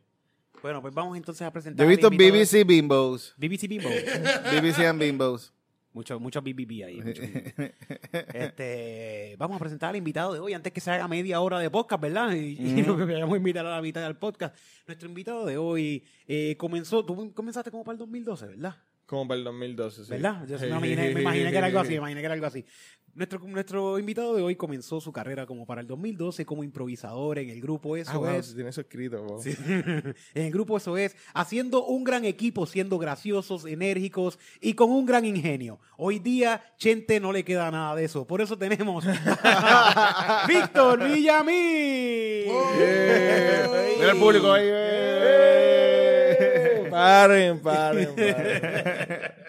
Speaker 6: Bueno, pues vamos entonces a presentar.
Speaker 2: Yo he
Speaker 6: al
Speaker 2: visto
Speaker 6: invitado.
Speaker 2: BBC Bimbos.
Speaker 6: BBC Bimbo.
Speaker 2: BBC and Bimbos.
Speaker 6: mucho, mucho BBB ahí. mucho BBB. Este, vamos a presentar al invitado de hoy antes que se haga media hora de podcast, ¿verdad? Y, y lo que queríamos invitar a la mitad del podcast. Nuestro invitado de hoy eh, comenzó, tú comenzaste como para el 2012, ¿verdad?
Speaker 3: Como para el 2012. sí.
Speaker 6: ¿Verdad? Yo sí me, imaginé, me imaginé que era algo así, me imaginé que era algo así. Nuestro, nuestro invitado de hoy comenzó su carrera como para el 2012 como improvisador en el grupo Eso
Speaker 3: Ah, wow,
Speaker 6: es.
Speaker 3: tú tienes eso escrito, wow.
Speaker 6: Sí. en el grupo Eso es, haciendo un gran equipo, siendo graciosos, enérgicos y con un gran ingenio. Hoy día, Chente no le queda nada de eso. Por eso tenemos a Víctor Villamil.
Speaker 3: Eh,
Speaker 2: Mira el público ahí. eh.
Speaker 3: Paren, paren, paren.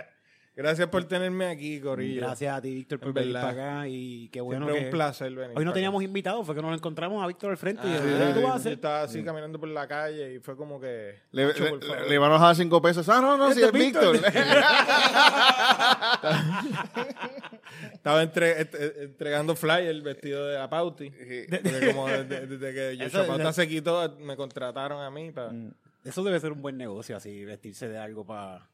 Speaker 3: Gracias por tenerme aquí, Corillo.
Speaker 6: Gracias a ti, Víctor, por
Speaker 3: En
Speaker 6: venir
Speaker 3: verdad.
Speaker 6: para acá y qué bueno
Speaker 3: Siempre
Speaker 6: que-
Speaker 3: un placer venir.
Speaker 6: Hoy no
Speaker 3: para acá.
Speaker 6: teníamos invitados, fue que nos encontramos a Víctor al frente y
Speaker 3: Ah,
Speaker 6: yo, "Mira, ¿qué tú vas a
Speaker 3: yo
Speaker 6: hacer?
Speaker 3: estaba así caminando por la calle y fue como que.
Speaker 2: Le,
Speaker 3: Chacho,
Speaker 2: le-
Speaker 3: por favor.
Speaker 2: le van a bajar cinco pesos. Ah, no, no,
Speaker 6: Este
Speaker 2: sí, es
Speaker 6: es Víctor.
Speaker 2: Víctor.
Speaker 3: Estaba entre- et- et- entregando flyer vestido de Apauti. Porque como de- de- desde que Yoshua
Speaker 6: Eso-
Speaker 3: Pauta se quitó, me contrataron a mí para
Speaker 6: Mm. Eso debe ser un buen negocio, así, vestirse de algo para...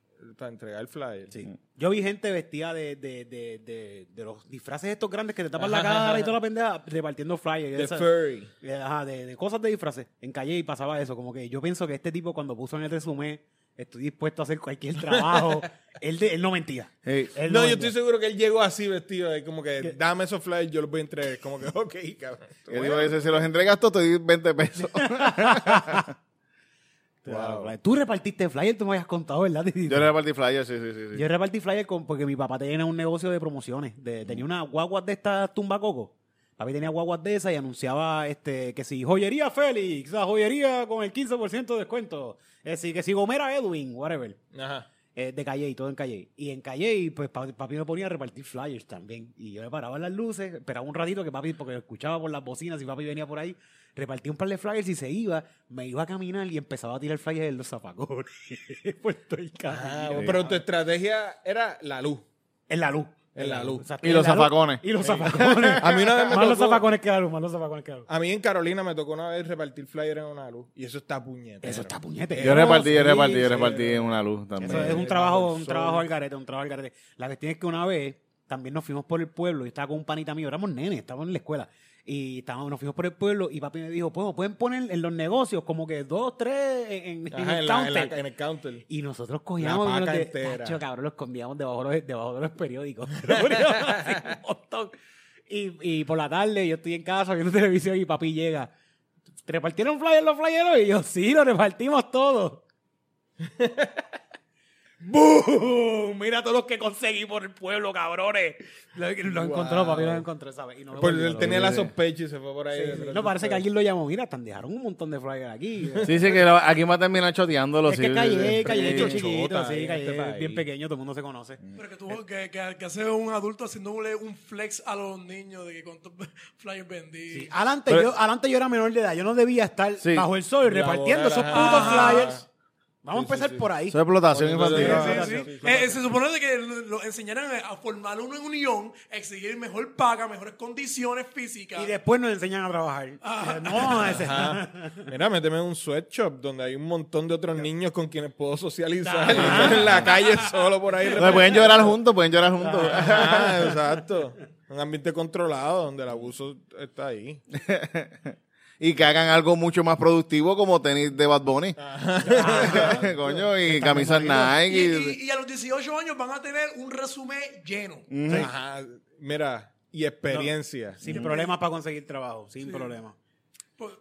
Speaker 3: entregar flyer.
Speaker 6: Yo vi gente vestida de, de, de, de, de los disfraces estos grandes que te tapan la
Speaker 3: Ajá,
Speaker 6: cara
Speaker 3: ajá,
Speaker 6: y toda la pendeja, repartiendo flyers.
Speaker 3: The
Speaker 6: Esa-
Speaker 3: Furry.
Speaker 6: eh, ajá, de, de cosas de disfraces. En calle y pasaba eso, como que yo pienso que este tipo cuando puso en el resumen, estoy dispuesto a hacer cualquier trabajo, él, de- él no mentía.
Speaker 2: Hey.
Speaker 6: Él
Speaker 3: Eh, No, yo
Speaker 6: mentía.
Speaker 3: estoy seguro que él llegó así vestido, ahí como que dame esos flyers, yo los voy a entregar. Como que, ok, cabrón.
Speaker 2: Yo digo, dice, si los entregas tú, te doy 20 pesos.
Speaker 6: Claro,
Speaker 3: Wow.
Speaker 6: flyers. Tú repartiste flyers, tú me habías contado, ¿verdad?
Speaker 2: Yo le repartí flyers, sí, sí, sí. sí.
Speaker 6: Yo repartí flyer con, porque mi papá tenía un negocio de promociones. de- tenía una guaguas de estas tumbacoco. Papi tenía guaguas de esas y anunciaba este, que si joyería Félix, la joyería con el 15% de descuento. Es decir, que si Gomera Edwin, whatever.
Speaker 3: Ajá.
Speaker 6: eh, de Calle y todo en Calle. Y en Calle, pues pa- papi me ponía a repartir flyers también. Y yo le paraba las luces, esperaba un ratito que papi, porque lo escuchaba por las bocinas y papi venía por ahí, repartía un par de flyers y se iba, me iba a caminar y empezaba a tirar flyers en los zapacones. por todo el
Speaker 3: Ah,
Speaker 6: camino.
Speaker 3: pero tu estrategia era la luz.
Speaker 6: En la luz.
Speaker 3: En la luz.
Speaker 6: Exacto,
Speaker 2: Y
Speaker 6: en
Speaker 2: los
Speaker 6: la luz.
Speaker 2: zafacones.
Speaker 6: Y los zafacones.
Speaker 3: A mí una vez me
Speaker 6: Más los
Speaker 3: tocó-
Speaker 6: zafacones que la luz, más los zafacones que la luz.
Speaker 3: A mí en Carolina me tocó una vez repartir flyer en una luz. Y eso está puñetero.
Speaker 6: Eso está puñete.
Speaker 2: Yo repartí, yo
Speaker 6: Sí,
Speaker 2: repartí,
Speaker 6: sí.
Speaker 2: yo repartí en una luz también.
Speaker 6: Eso es un
Speaker 3: Eh,
Speaker 6: trabajo,
Speaker 3: bajo el
Speaker 6: un
Speaker 3: sol.
Speaker 6: trabajo al garete, un trabajo al garete. La cuestión es que una vez también nos fuimos por el pueblo, yo estaba con un panita mío, éramos nenes, estábamos en la escuela. Y estábamos, nos fuimos por el pueblo y papi me dijo, bueno, pueden poner en los negocios como que dos, tres en, en- en
Speaker 3: Ajá,
Speaker 6: el
Speaker 3: en, la- en la-
Speaker 6: counter.
Speaker 3: en el counter.
Speaker 6: Y nosotros cogíamos
Speaker 3: La
Speaker 6: y nos
Speaker 3: paca
Speaker 6: de-
Speaker 3: entera.
Speaker 6: Tacho, cabrón, los escondíamos debajo de los, debajo de los periódicos. Los poníamos así, un montón. y, y por la tarde yo estoy en casa viendo televisión y papi llega. ¿Te repartieron flyers los flyeros? Y yo, sí, lo repartimos todo. ¡Bum! Mira todos los que conseguí por el pueblo, cabrones. Los los encontró, papi los encontró, ¿sabes? Y no lo
Speaker 3: Por-
Speaker 6: volvió,
Speaker 3: él
Speaker 6: lo
Speaker 3: tenía
Speaker 6: volvió.
Speaker 3: la sospecha y se fue por ahí.
Speaker 6: Ah, Sí, sí.
Speaker 3: detrás
Speaker 6: No,
Speaker 3: de
Speaker 6: parece que
Speaker 3: ustedes.
Speaker 6: alguien lo llamó. Mira, están dejaron un montón de flyers aquí.
Speaker 2: Sí, sí, que lo- aquí va a terminar choteándolo.
Speaker 6: Es
Speaker 2: sí,
Speaker 6: que
Speaker 2: sí,
Speaker 6: calle,
Speaker 2: sí.
Speaker 6: calle,
Speaker 3: Sí.
Speaker 6: chiquito,
Speaker 3: Chota,
Speaker 6: sí,
Speaker 3: en
Speaker 6: calle,
Speaker 3: este país.
Speaker 6: bien pequeño, todo el mundo se conoce.
Speaker 4: Pero que,
Speaker 6: Eh,
Speaker 4: tú, que, que, que hace un adulto haciéndole un flex a los niños de que cuántos flyers vendí.
Speaker 6: Sí, Adelante,
Speaker 2: Pero-
Speaker 6: yo, adelante yo era menor de edad, yo no debía estar
Speaker 2: Sí.
Speaker 6: bajo el sol
Speaker 3: Laboral,
Speaker 6: repartiendo esos putos
Speaker 3: ajá.
Speaker 6: flyers. Vamos a empezar por ahí.
Speaker 2: Eso es explotación infantil.
Speaker 3: Sí,
Speaker 4: Sí,
Speaker 3: sí,
Speaker 4: sí.
Speaker 3: sí.
Speaker 4: Eh, se supone de que lo lo enseñaran a- a formar una unión, exigir mejor paga, mejores condiciones físicas.
Speaker 6: Y después nos enseñan a trabajar. No, ese-
Speaker 3: Ajá. Mira, méteme en un sweatshop donde hay un montón de otros niños con quienes puedo socializar. y estar en la calle solo por ahí.
Speaker 2: No, pueden llorar juntos, pueden llorar juntos.
Speaker 3: Ajá, exacto. Un ambiente controlado donde el abuso está ahí.
Speaker 2: y que hagan algo mucho más productivo como tenis de Bad Bunny. Coño, y camisas
Speaker 4: Y,
Speaker 2: Nike.
Speaker 4: y- y a los 18 años van a tener un resumen lleno.
Speaker 6: Mm.
Speaker 3: Ajá. Mira, y experiencia.
Speaker 6: Sin problemas para conseguir trabajo. Sin problemas.
Speaker 4: Por-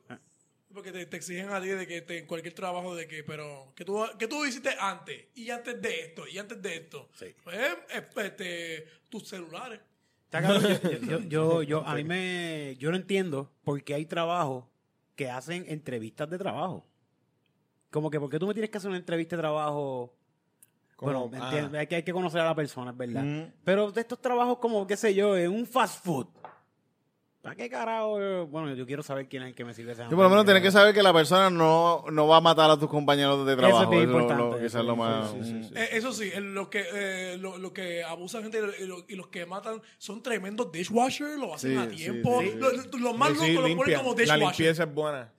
Speaker 4: Porque te, te exigen a ti de que te- en cualquier trabajo de que, pero, que tú, que tú hiciste antes? Y antes de esto, y antes de esto. Pues, eh, este, tus celulares.
Speaker 6: Está cabrón, Yo, yo, yo, yo- a mí me, yo no entiendo por qué hay trabajos que hacen entrevistas de trabajo. Como que, ¿por qué tú me tienes que hacer una entrevista de trabajo?
Speaker 3: Como-
Speaker 6: bueno,
Speaker 3: ah.
Speaker 6: entiendo, hay, que, hay que conocer a la persona, es verdad.
Speaker 2: Mm.
Speaker 6: Pero de estos trabajos como, qué sé yo, en un fast food. ¿Para qué carajo? eh? Bueno, yo quiero saber quién es el que me sirve esa
Speaker 2: Yo por lo menos tienes que saber que la persona no, no va a matar a tus compañeros de trabajo.
Speaker 6: bien
Speaker 2: lo- lo-
Speaker 6: importante,
Speaker 2: quizás
Speaker 6: eso
Speaker 2: lo
Speaker 6: sí,
Speaker 2: más.
Speaker 6: sí, sí, sí.
Speaker 4: Eh, eso sí, eh, los que, eh, lo- los que abusan gente y, lo- y los que matan son tremendos dishwashers, lo hacen
Speaker 2: Sí,
Speaker 4: a
Speaker 2: sí,
Speaker 4: tiempo.
Speaker 2: sí, sí.
Speaker 4: Lo- lo- los más
Speaker 3: Sí, sí,
Speaker 4: locos los ponen
Speaker 3: limpia.
Speaker 4: como
Speaker 3: La
Speaker 4: dishwasher.
Speaker 3: limpieza es buena.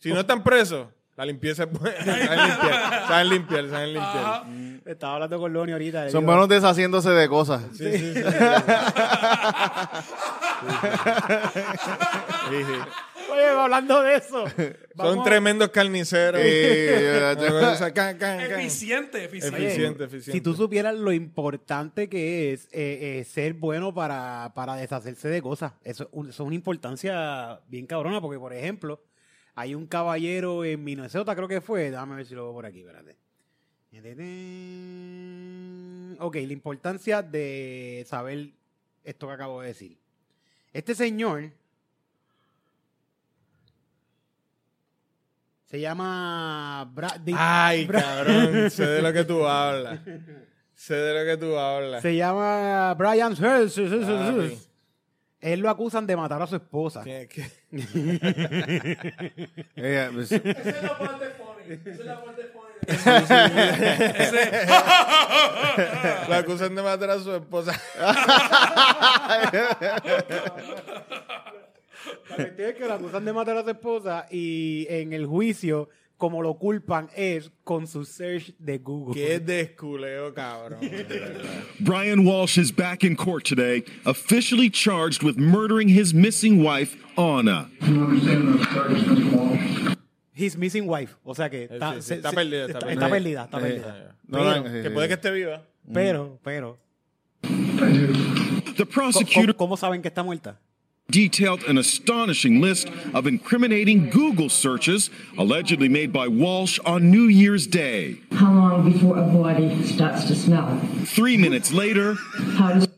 Speaker 3: Si no están presos, la limpieza es buena. Saben limpiar, saben limpiar, saben limpiar.
Speaker 4: Ajá.
Speaker 6: Estaba hablando con Loni ahorita. le
Speaker 2: Son
Speaker 6: digo,
Speaker 2: buenos deshaciéndose de cosas.
Speaker 3: Sí, sí, sí. sí, sí. Sí, sí.
Speaker 6: Oye, hablando de eso. vamos
Speaker 3: Son
Speaker 6: a-
Speaker 3: tremendos carniceros.
Speaker 2: Eh,
Speaker 3: Una cosa, can, can, can.
Speaker 4: Eficiente, eficiente.
Speaker 6: Oye,
Speaker 3: Eficiente, eficiente.
Speaker 6: Si tú supieras lo importante que es eh, eh, ser bueno para, para deshacerse de cosas, eso, es un- eso es una importancia bien cabrona, porque por ejemplo, hay un caballero en Minnesota, creo que fue, déjame ver si lo veo por aquí, espérate. Ok, la importancia de saber esto que acabo de decir. Este señor se llama Brad
Speaker 3: Ay, cabrón, sé de lo que tú hablas. Sé de lo que tú hablas.
Speaker 6: Se llama Brian Hurst.
Speaker 3: Papi.
Speaker 6: Él lo acusan de matar a su esposa.
Speaker 3: Tiene que-
Speaker 2: eh, pues,
Speaker 4: Esa es la parte funny. Esa es la parte funny. Ese-
Speaker 3: Lo acusan de matar a su esposa.
Speaker 6: Ah. La cuestión es que lo acusan de matar a su esposa y en el juicio, como lo culpan, es con su search de Google.
Speaker 3: Qué desculeo, cabrón.
Speaker 7: Brian Walsh is back in court today, officially charged with murdering his missing wife, Anna.
Speaker 8: You understand those charges, Mr. Walsh?
Speaker 6: He's missing wife. O sea que está,
Speaker 3: Eh, sí, sí,
Speaker 6: se-
Speaker 3: está
Speaker 6: se-
Speaker 3: perdida, está
Speaker 6: Está,
Speaker 3: perdida.
Speaker 6: está perdida. Está
Speaker 2: Eh,
Speaker 6: perdida.
Speaker 2: no, no,
Speaker 6: Pero-
Speaker 2: eh,
Speaker 3: que puede que esté viva.
Speaker 6: Pero, pero.
Speaker 8: I do.
Speaker 6: ¿cómo-
Speaker 7: The prosecutor
Speaker 6: ¿Cómo saben que está muerta?
Speaker 7: detailed an astonishing list of incriminating Google searches allegedly made by Walsh on New Year's Day.
Speaker 9: How long before a body starts to smell?
Speaker 7: Three minutes later,
Speaker 9: How to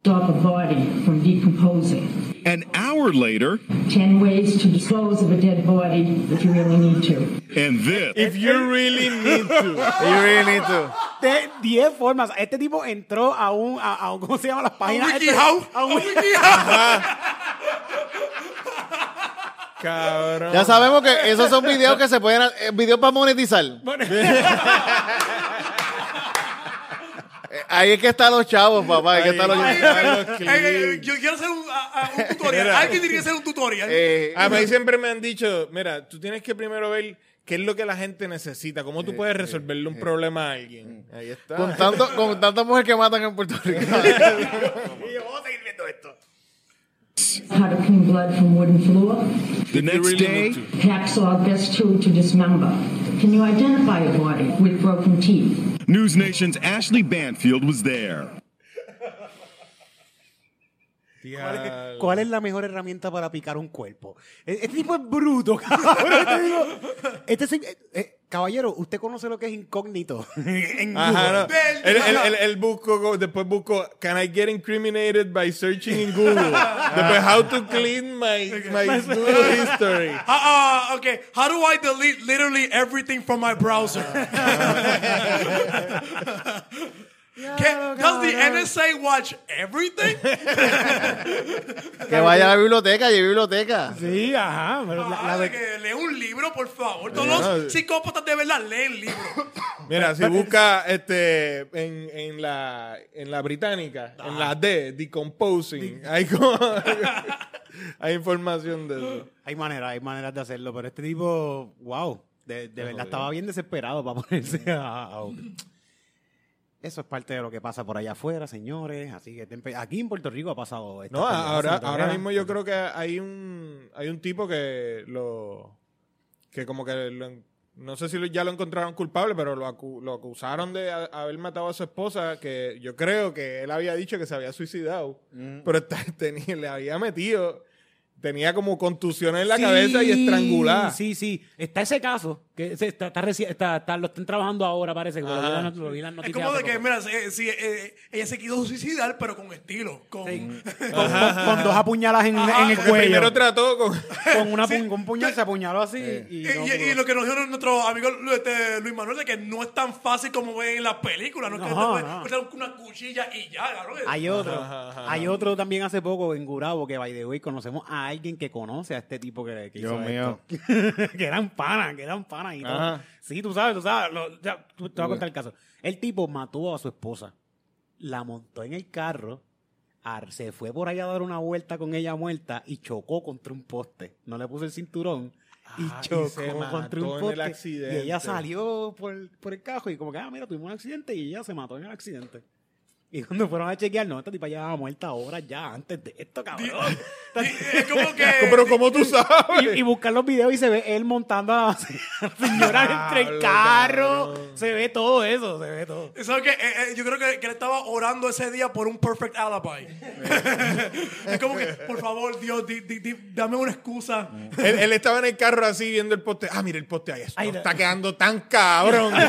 Speaker 9: stop a body from decomposing?
Speaker 7: an hour later,
Speaker 9: Ten ways to dispose of a dead body if you really need to.
Speaker 7: and this.
Speaker 3: If you really need to.
Speaker 2: you really need to.
Speaker 6: De 10 formas. Este tipo entró a un, a, a un- ¿cómo se llama las páginas?
Speaker 4: wiki
Speaker 6: Este-
Speaker 4: how?
Speaker 6: a un-
Speaker 3: Cabrón.
Speaker 2: Ya sabemos que esos son videos que se pueden. ha- eh, videos para monetizar. Eh, Ahí es que están los chavos, papá. Ahí es que están los
Speaker 3: Ay, los
Speaker 4: Eh, eh, eh,
Speaker 3: clips.
Speaker 4: Yo quiero hacer un, a- a- un tutorial.
Speaker 3: Mira.
Speaker 4: Alguien tiene que hacer un tutorial.
Speaker 2: Eh,
Speaker 3: A mí Ah, siempre me han dicho, mira, tú tienes que primero ver qué es lo que la gente necesita, cómo tú puedes resolverle un problema a alguien. Ahí está.
Speaker 2: con, tanto, con tanta mujer que matan en Puerto Rico.
Speaker 9: How to clean blood from wooden floor?
Speaker 7: The next day,
Speaker 9: Hacksaw best tool to dismember. Can you identify a body with broken teeth?
Speaker 7: News Nation's Ashley Banfield was there.
Speaker 3: Diablo.
Speaker 6: ¿Cuál es la mejor herramienta para picar un cuerpo? E- Este tipo es bruto, cabrón. Te digo, Este sí- eh, eh, caballero, usted conoce lo que es incógnito. En Google.
Speaker 3: Ajá, no.
Speaker 4: Del-
Speaker 3: Él, él- él- él buscó, go- después buscó, can I get incriminated by searching in Google? después, how to clean my, my Google history.
Speaker 4: Ah, ah, okay. How do I delete literally everything from my browser? ¿Qué? Does the NSA watch everything?
Speaker 2: Que vaya a la biblioteca, y hay biblioteca.
Speaker 6: Sí, ajá. pero la- la
Speaker 4: Ah,
Speaker 6: de-
Speaker 4: de que lee un libro, por favor. Todos los psicópatas de verdad leen libros.
Speaker 3: Mira, si busca este en, en la en la británica, en la D, decomposing, hay, como- hay información de eso.
Speaker 6: Hay maneras, hay maneras de hacerlo, pero este tipo, wow, de, de verdad estaba bien desesperado para ponerse a, a- Eso es parte de lo que pasa por allá afuera, señores. Así que tempe- aquí en Puerto Rico ha pasado esto.
Speaker 3: No, ahora, ahora mismo yo creo que hay un hay un tipo que lo que como que lo en- no sé si lo- ya lo encontraron culpable, pero lo, acu- lo acusaron de a- haber matado a su esposa, que yo creo que él había dicho que se había suicidado,
Speaker 6: Mm.
Speaker 3: pero está- tenía- le había metido, tenía como contusiones en la cabeza y estrangulada.
Speaker 6: Sí, sí. Está ese caso. que se- está, está reci- está- está- lo están trabajando ahora, parece. Que lo vi en la not- lo vi en las
Speaker 4: Es
Speaker 6: noticias
Speaker 4: como de
Speaker 6: hace
Speaker 4: que,
Speaker 6: poco.
Speaker 4: mira, se- si, eh, ella se quiso suicidar, pero con estilo. Con,
Speaker 6: con, con- con dos apuñaladas en,
Speaker 4: Ajá,
Speaker 6: en el
Speaker 4: porque
Speaker 6: cuello.
Speaker 3: Primero trató con...
Speaker 6: Con una pu- con un puñal se apuñaló así. Y,
Speaker 4: Y, pues,
Speaker 6: no
Speaker 4: y-
Speaker 6: pudo.
Speaker 4: y lo que nos dijeron nuestro amigo Lu- este, Luis Manuel de que no es tan fácil como ven en las películas. No, es que
Speaker 6: No,
Speaker 4: te puedes
Speaker 6: no.
Speaker 4: cortar una cuchilla y ya, cabrón.
Speaker 6: Hay otro, hay otro también hace poco en Gurabo que, by the way, conocemos a alguien que conoce a este tipo que, que hizo
Speaker 2: Dios mío.
Speaker 6: esto. que eran panas, que eran panas y todo. Sí, tú sabes, tú sabes. lo- ya, tú- te voy a contar el caso. El tipo mató a su esposa, la montó en el carro, ar- se fue por ahí a dar una vuelta con ella muerta y chocó contra un poste. No le puso el cinturón. Y
Speaker 3: Ah, y
Speaker 6: chocó
Speaker 3: se
Speaker 6: contra un
Speaker 3: mató en el
Speaker 6: poste.
Speaker 3: accidente.
Speaker 6: Y ella salió por, el- por el cajo y como que, ah, mira, tuvimos un accidente y ella se mató en el accidente. Y cuando fueron a chequear, no, esta tipa llevaba muerta horas ya antes de esto, cabrón.
Speaker 4: Y es como que.
Speaker 3: Pero como tú sabes.
Speaker 6: Y, y buscar los videos y se ve él montando a la señora entre
Speaker 3: Diablo,
Speaker 6: el carro.
Speaker 3: cabrón.
Speaker 6: Se ve todo eso, se ve todo.
Speaker 4: ¿Sabes qué? Eh, eh, yo creo que, que él estaba orando ese día por un perfect alibi. es como que, por favor, Dios, di- di- di- dame una excusa.
Speaker 3: Él, él estaba en el carro así viendo el poste. Ah, mira el poste ahí. Esto
Speaker 6: Ahí
Speaker 3: está
Speaker 6: está.
Speaker 3: quedando tan cabrón.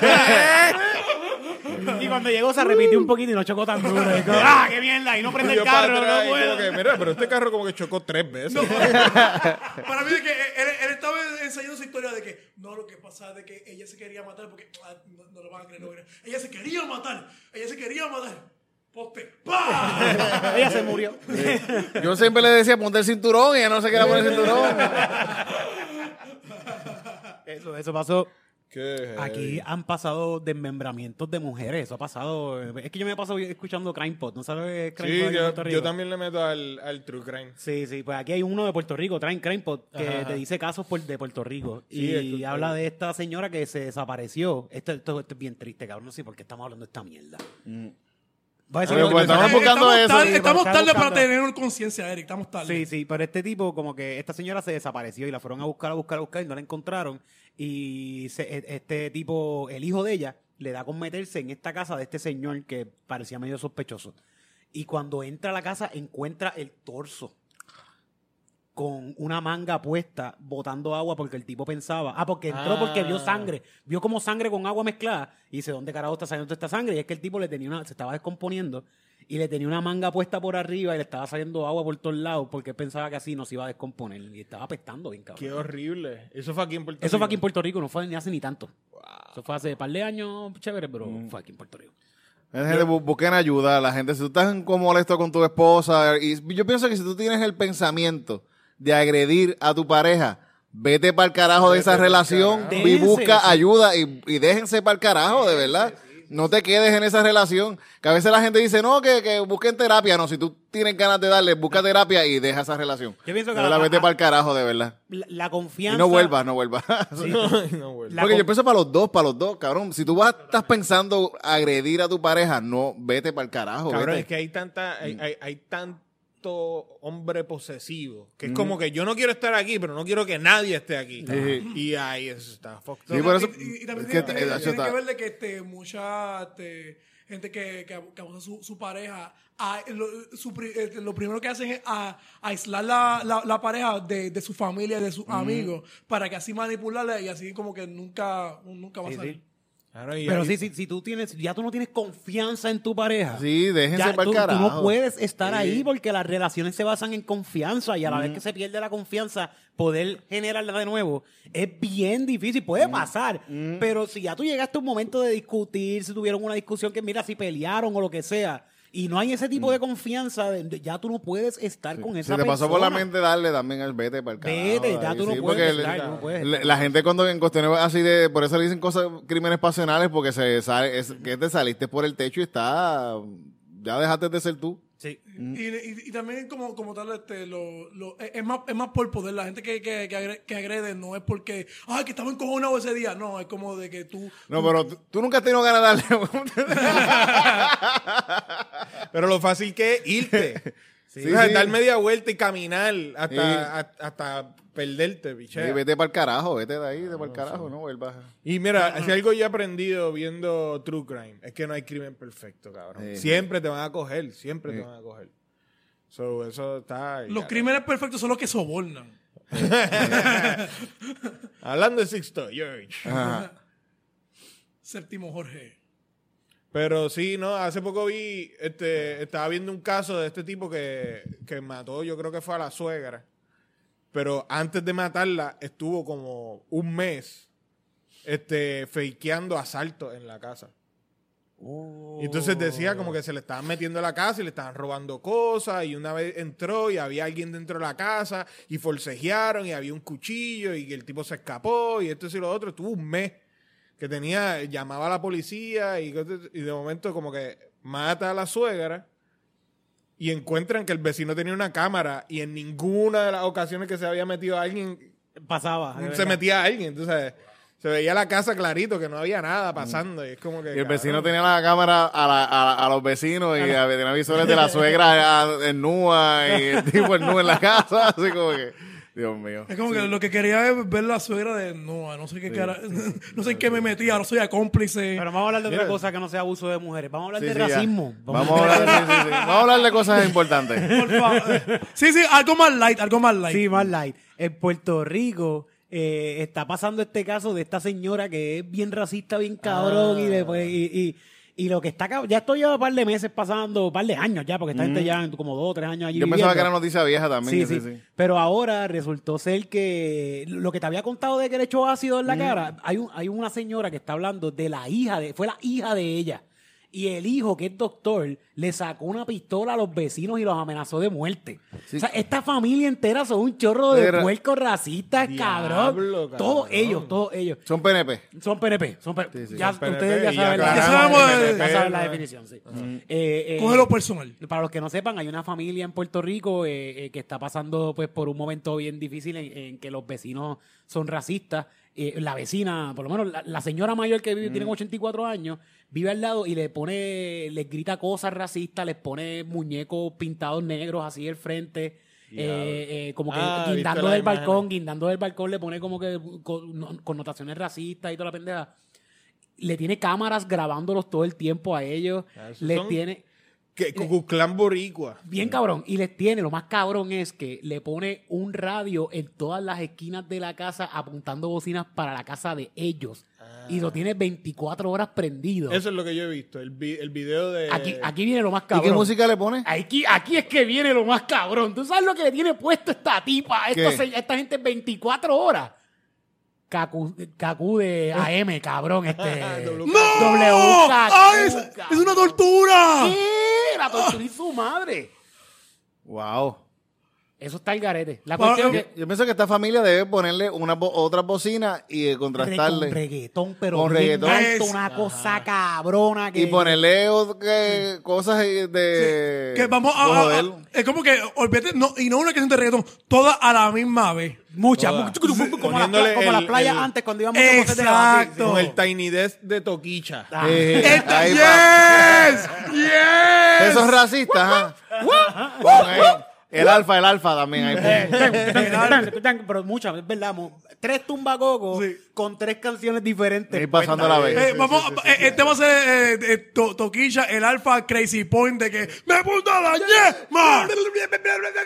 Speaker 6: Y cuando llegó se repitió un poquito y no chocó tan duro. Y como, ¡Ah, qué mierda! Y no prende
Speaker 3: Y yo
Speaker 6: el
Speaker 3: para
Speaker 6: carro,
Speaker 3: atrás, y
Speaker 6: no
Speaker 3: como
Speaker 6: puedo.
Speaker 3: que, mira, pero este carro como que chocó tres veces.
Speaker 4: Para mí, de que él, él estaba enseñando su historia de que no, lo que pasa es de que ella se quería matar porque ah, no, no lo van a creer, no lo van a creer. Ella se quería matar, ella se quería matar. Poste, ¡pah!
Speaker 6: Ella se murió.
Speaker 2: Yo siempre le decía ponte el cinturón y ella no se quería poner el cinturón.
Speaker 6: Eso, eso pasó.
Speaker 3: ¿Qué?
Speaker 6: Aquí han pasado desmembramientos de mujeres. Eso ha pasado. Es que yo me paso escuchando Crime Pod. ¿No sabes Crime
Speaker 3: Sí,
Speaker 6: Pod? aquí en
Speaker 3: yo,
Speaker 6: Puerto
Speaker 3: yo
Speaker 6: Rico?
Speaker 3: también le meto al, al True Crime.
Speaker 6: Sí, sí, pues aquí hay uno de Puerto Rico, Train Crime Pod, que te dice casos por- de Puerto Rico.
Speaker 3: Sí,
Speaker 6: y
Speaker 3: escucha.
Speaker 6: habla de esta señora que se desapareció. Esto, esto, esto es bien triste, cabrón. No sé por qué estamos hablando de esta mierda. Va a ser
Speaker 2: Porque,
Speaker 6: lo-
Speaker 2: Mm. pues,
Speaker 6: lo-
Speaker 2: estamos
Speaker 4: Eh,
Speaker 2: buscando
Speaker 4: estamos
Speaker 2: eso,
Speaker 4: tarde-
Speaker 2: sí,
Speaker 4: estamos
Speaker 6: estamos
Speaker 4: tarde para
Speaker 6: buscando-
Speaker 4: tener una conciencia, Eric, estamos tarde.
Speaker 6: Sí, sí, pero este tipo, como que esta señora se desapareció y la fueron a buscar, a buscar, a buscar y no la encontraron. Y se- e- este tipo, el hijo de ella, le da con meterse en esta casa de este señor que parecía medio sospechoso. Y cuando entra a la casa, encuentra el torso con una manga puesta, botando agua porque el tipo pensaba. Ah, porque entró
Speaker 3: Ah.
Speaker 6: porque vio sangre. Vio como sangre con agua mezclada. Y dice, ¿dónde carajo está saliendo toda esta sangre? Y es que el tipo le tenía una, se estaba descomponiendo y le tenía una manga puesta por arriba y le estaba saliendo agua por todos lados porque él pensaba que así no se iba a descomponer. Y estaba apestando bien, cabrón.
Speaker 3: Qué horrible. Eso fue aquí en Puerto
Speaker 6: Eso fue aquí en
Speaker 3: Rico.
Speaker 6: Puerto Rico, no fue ni hace ni tanto. Eso fue hace par de años, chévere, pero fue aquí en Puerto Rico.
Speaker 2: La gente, bu- busquen ayuda. La gente, si tú estás como molesto con tu esposa, y yo pienso que si tú tienes el pensamiento de agredir a tu pareja, vete para el carajo de esa relación
Speaker 6: carajo.
Speaker 2: y
Speaker 6: Déjense,
Speaker 2: busca
Speaker 6: sí.
Speaker 2: ayuda y, y déjense para el carajo, de verdad. No te quedes en esa relación. Que a veces la gente dice, no, que, que busquen terapia. No, si tú tienes ganas de darle, busca terapia y deja esa relación.
Speaker 6: Yo pienso que
Speaker 2: De verdad,
Speaker 6: la-
Speaker 2: vete para el carajo, de verdad.
Speaker 6: La, la
Speaker 2: Y
Speaker 6: confianza.
Speaker 2: no vuelvas, no vuelvas.
Speaker 3: Ay, no, güey.
Speaker 6: La
Speaker 2: Porque yo
Speaker 6: con-
Speaker 2: pienso para los dos, para los dos, cabrón. Si tú vas, estás pensando agredir a tu pareja, no, vete para el carajo.
Speaker 3: Cabrón,
Speaker 2: vete.
Speaker 3: es que hay tanta,
Speaker 6: Mm.
Speaker 3: hay, hay- hay tanto hombre posesivo que
Speaker 6: Mm.
Speaker 3: es como que yo no quiero estar aquí, pero no quiero que nadie esté aquí. Y ahí eso está fucked
Speaker 2: Sí,
Speaker 3: up.
Speaker 2: por eso-
Speaker 4: y, y- y también
Speaker 2: es que
Speaker 4: tiene,
Speaker 2: te- eh,
Speaker 4: tiene-
Speaker 2: eso
Speaker 4: tiene
Speaker 2: está-
Speaker 4: que ver de que este, mucha este, gente que, que, ab- que abusa su, su pareja, a- lo, su pri- este, lo primero que hacen es a- aislar la, la, la pareja de, de su familia, de sus amigos, para que así manipularla y así como que nunca, nunca va a
Speaker 6: Sí,
Speaker 4: salir.
Speaker 6: sí.
Speaker 3: Claro, y
Speaker 6: Pero
Speaker 3: ahí-
Speaker 6: sí, si, si tú tienes, ya tú no tienes confianza en tu pareja.
Speaker 2: Sí, déjense
Speaker 6: ya
Speaker 2: pa'l
Speaker 6: tú, tú no
Speaker 2: carajo.
Speaker 6: puedes estar ahí porque las relaciones se basan en confianza y a la vez que se pierde la confianza, poder generarla de nuevo es bien difícil. Puede pasar, pero si ya tú llegaste a un momento de discutir, si tuvieron una discusión que mira, si pelearon o lo que sea. Y no hay ese tipo de confianza, de- de- ya tú no puedes estar con
Speaker 2: Si
Speaker 6: esa
Speaker 2: te pasó por la
Speaker 6: persona.
Speaker 2: mente darle también al vete para el carajo.
Speaker 6: Vete, ya
Speaker 2: ahí,
Speaker 6: tú no
Speaker 2: sí,
Speaker 6: puedes
Speaker 2: porque
Speaker 6: estar,
Speaker 2: le-
Speaker 6: no puedes
Speaker 2: la, la gente cuando en cuestiones así de, por eso le dicen cosas, crímenes pasionales, porque se sale, es, que te saliste por el techo y está, ya dejaste de ser tú.
Speaker 6: Sí.
Speaker 4: Y, y- y también como, como tal, este, lo, lo- es, es más, es más por poder. La gente que, que, que, agre- que agrede no es porque, ay, que estaba encojonado ese día. No, es como de que tú...
Speaker 2: No, pero tú, tú nunca has tenido ganas de darle.
Speaker 3: Pero lo fácil que es irte.
Speaker 2: pues. Sí,
Speaker 3: O sea,
Speaker 2: sí.
Speaker 3: dar media vuelta y caminar hasta,
Speaker 2: Sí.
Speaker 3: a- hasta perderte, biche.
Speaker 2: Sí, pues, vete para el carajo, vete de ahí, de para el carajo, no vuelvas.
Speaker 3: Y mira, si algo yo he aprendido viendo True Crime, es que no hay crimen perfecto, cabrón.
Speaker 2: Sí.
Speaker 3: Siempre te van a coger, siempre te van a coger. So, eso está... ahí,
Speaker 4: Los
Speaker 3: cabrón.
Speaker 4: crímenes perfectos son los que sobornan.
Speaker 3: Hablando de Sixto George.
Speaker 4: Séptimo Jorge.
Speaker 3: Pero sí, no, hace poco vi, este, estaba viendo un caso de este tipo que, que mató, yo creo que fue a la suegra. Pero antes de matarla, estuvo como un mes este, fakeando asaltos en la casa. Y entonces decía como que se le estaban metiendo a la casa y le estaban robando cosas. Y una vez entró y había alguien dentro de la casa y forcejearon y había un cuchillo y que el tipo se escapó y esto y lo otro. Estuvo un mes que tenía, llamaba a la policía y, cosas- y de momento como que mata a la suegra y encuentran que el vecino tenía una cámara y en ninguna de las ocasiones que se había metido alguien
Speaker 6: Pasaba. Ah, de
Speaker 3: se
Speaker 6: verdad.
Speaker 3: metía alguien. Entonces se veía la casa clarito que no había nada pasando y es como que...
Speaker 2: Y el vecino
Speaker 3: cabrón.
Speaker 2: tenía la cámara a, la- a- a los vecinos y a- tenía visores de la suegra a- en nua y el tipo en nua en la casa, así como que, Dios mío.
Speaker 4: Es como que lo que quería es ver la suegra de, no, a no sé qué cara- no sé en qué me metí, ahora soy acómplice.
Speaker 6: Pero vamos a hablar de otra cosa que no sea abuso de mujeres. Vamos a hablar
Speaker 2: Sí,
Speaker 6: de
Speaker 2: sí, ya.
Speaker 6: racismo.
Speaker 2: Vamos, a hablar, sí, sí, sí. Vamos a hablar de cosas importantes.
Speaker 4: Por favor. sí, sí, algo más light, algo más light.
Speaker 6: Sí, más light. En Puerto Rico eh, está pasando este caso de esta señora que es bien racista, bien cabrón, y después, y, y- y lo que está cab- ya esto lleva un par de meses pasando, un par de años ya, porque esta gente ya como dos o tres años allí.
Speaker 2: Yo pensaba
Speaker 6: viviendo.
Speaker 2: que era noticia vieja también.
Speaker 6: Sí, sí, Pero ahora resultó ser que lo que te había contado de que le echó ácido
Speaker 2: Mm.
Speaker 6: en la cara, hay, un, hay una señora que está hablando de la hija, de, fue la hija de ella. Y el hijo, que es doctor, le sacó una pistola a los vecinos y los amenazó de muerte.
Speaker 2: Sí.
Speaker 6: O sea, esta familia entera son un chorro de
Speaker 2: Era-
Speaker 6: puercos racistas,
Speaker 3: Diablo,
Speaker 6: cabrón. Todos
Speaker 3: cabrón.
Speaker 6: ellos, todos ellos.
Speaker 2: Son PNP.
Speaker 6: Son PNP, son PNP.
Speaker 2: Sí, sí.
Speaker 6: Ya,
Speaker 3: Son PNP,
Speaker 6: ustedes ya
Speaker 3: y
Speaker 6: saben, la,
Speaker 3: aclaramos
Speaker 6: ya
Speaker 4: que
Speaker 6: saben
Speaker 3: PNP,
Speaker 6: la
Speaker 3: ¿no?
Speaker 6: definición. Sí. Eh, eh,
Speaker 4: Cógelo personal.
Speaker 6: para los que no sepan, hay una familia en Puerto Rico eh, eh, que está pasando pues por un momento bien difícil en, en que los vecinos son racistas. Eh, la vecina, por lo menos la, la señora mayor que vive,
Speaker 3: Mm.
Speaker 6: tiene 84 años, vive al lado y le pone, les grita cosas racistas, les pone muñecos pintados negros así del frente. eh, eh, como que
Speaker 3: Ah, he visto
Speaker 6: guindando
Speaker 3: las
Speaker 6: del
Speaker 3: imágenes.
Speaker 6: balcón, guindando del balcón le pone como que con- no- connotaciones racistas y toda la pendeja. Le tiene cámaras grabándolos todo el tiempo a ellos.
Speaker 3: Ah, esos
Speaker 6: Les
Speaker 3: son-
Speaker 6: tiene.
Speaker 3: Que Cucuclán Boricua.
Speaker 6: Bien cabrón. Y les tiene, lo más cabrón es que le pone un radio en todas las esquinas de la casa apuntando bocinas para la casa de ellos. Y lo tiene 24 horas prendido.
Speaker 3: Eso es lo que yo he visto. El, vi- el video de.
Speaker 6: aquí, aquí viene lo más
Speaker 2: ¿Y
Speaker 6: cabrón.
Speaker 2: qué música le pones?
Speaker 6: Aquí, aquí es que viene lo más cabrón. ¿Tú sabes lo que le tiene puesto esta tipa, a esta,
Speaker 2: ¿Qué?
Speaker 6: se- a esta gente 24 horas? Kaku, Kaku de AM, cabrón. Este,
Speaker 3: W.
Speaker 6: W, Kaku,
Speaker 4: ¡Ay, es,
Speaker 6: cabrón.
Speaker 4: es una tortura!
Speaker 6: ¿Qué? La tortura y su madre.
Speaker 2: Wow.
Speaker 6: Eso está el garete. La
Speaker 4: Bueno,
Speaker 6: cuestión
Speaker 4: eh,
Speaker 6: es que-
Speaker 2: Yo pienso que esta familia debe ponerle una bo- otra bocina y eh,
Speaker 6: Con
Speaker 2: contrastarle.
Speaker 6: reggaetón, pero
Speaker 2: Con
Speaker 6: bien
Speaker 2: reggaetón.
Speaker 6: alto, una cosa cabrona. Que,
Speaker 2: Y ponerle o- que- cosas eh, de.
Speaker 4: que vamos a, a-
Speaker 2: joder.
Speaker 4: a- Es como que, olvídate, no, y no una canción de reggaetón, todas a la misma vez.
Speaker 6: muchas,
Speaker 3: Todas.
Speaker 6: muchas, como, las- como
Speaker 3: Poniéndole
Speaker 6: las
Speaker 3: el-
Speaker 6: playas
Speaker 3: el-
Speaker 6: antes cuando íbamos a Cocotera,
Speaker 4: Exacto.
Speaker 6: así,
Speaker 3: Con el Tiny Desk de Toquicha.
Speaker 6: Ah.
Speaker 2: Eh,
Speaker 4: Esta-
Speaker 2: ahí va.
Speaker 4: ¡Yes! ¡Yes!
Speaker 2: Esos racistas, ajá. Con el- El alfa, el alfa también. ahí.
Speaker 6: sí. pero muchas, es verdad. mo- Tres tumbacocos
Speaker 4: Sí.
Speaker 6: con tres canciones diferentes.
Speaker 2: Ir pasando la vez.
Speaker 4: Eh, vamos, eh, este va a ser eh, eh, to- Toquilla, el alfa Crazy Point de que ¡Me puta la yema!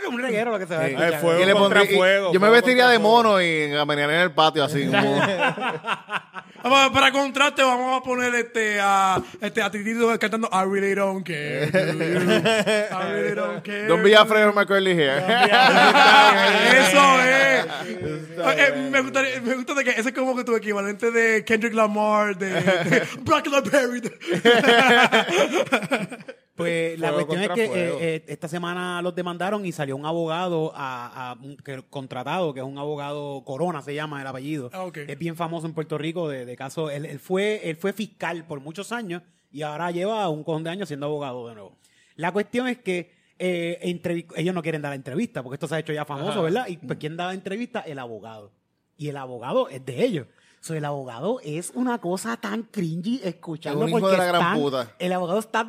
Speaker 6: Un reguero lo que se va a
Speaker 2: Sí.
Speaker 6: escuchar.
Speaker 3: Eh, fuego
Speaker 2: Y le
Speaker 3: contra
Speaker 2: pondría- y-
Speaker 3: fuego,
Speaker 2: Yo me
Speaker 3: fuego
Speaker 2: vestiría
Speaker 3: contra
Speaker 2: de
Speaker 3: fuego.
Speaker 2: mono y caminaría en el patio así. como-
Speaker 4: Vamos, para contraste, vamos a poner este a este a Titito cantando I really don't care. dude. I really don't care.
Speaker 2: Don't be afraid of my curly hair.
Speaker 4: Eso es. Eh, eh, me, gustaría- me gusta de que ese es como que tu equivalente de Kendrick Lamar, de, de Black Berry.
Speaker 1: Pues la
Speaker 3: Fuego
Speaker 1: cuestión es
Speaker 3: contra
Speaker 1: que
Speaker 3: fuego.
Speaker 1: eh, eh, esta semana los demandaron y salió un abogado a, a un- que- contratado, que es un abogado Corona, se llama el apellido.
Speaker 4: Ah, ok.
Speaker 1: Es bien famoso en Puerto Rico de, de caso. Él, él fue, él fue fiscal por muchos años y ahora lleva un cojón de años siendo abogado de nuevo. La cuestión es que eh, entrevi- ellos no quieren dar entrevista porque esto se ha hecho ya famoso, ¿verdad? Y pues, ¿quién da entrevista? El abogado. Y el abogado es de ellos. So, el abogado es una cosa tan cringy escucharlo
Speaker 2: Es un hijo
Speaker 1: porque
Speaker 2: de la gran
Speaker 1: están-
Speaker 2: puta.
Speaker 1: el abogado está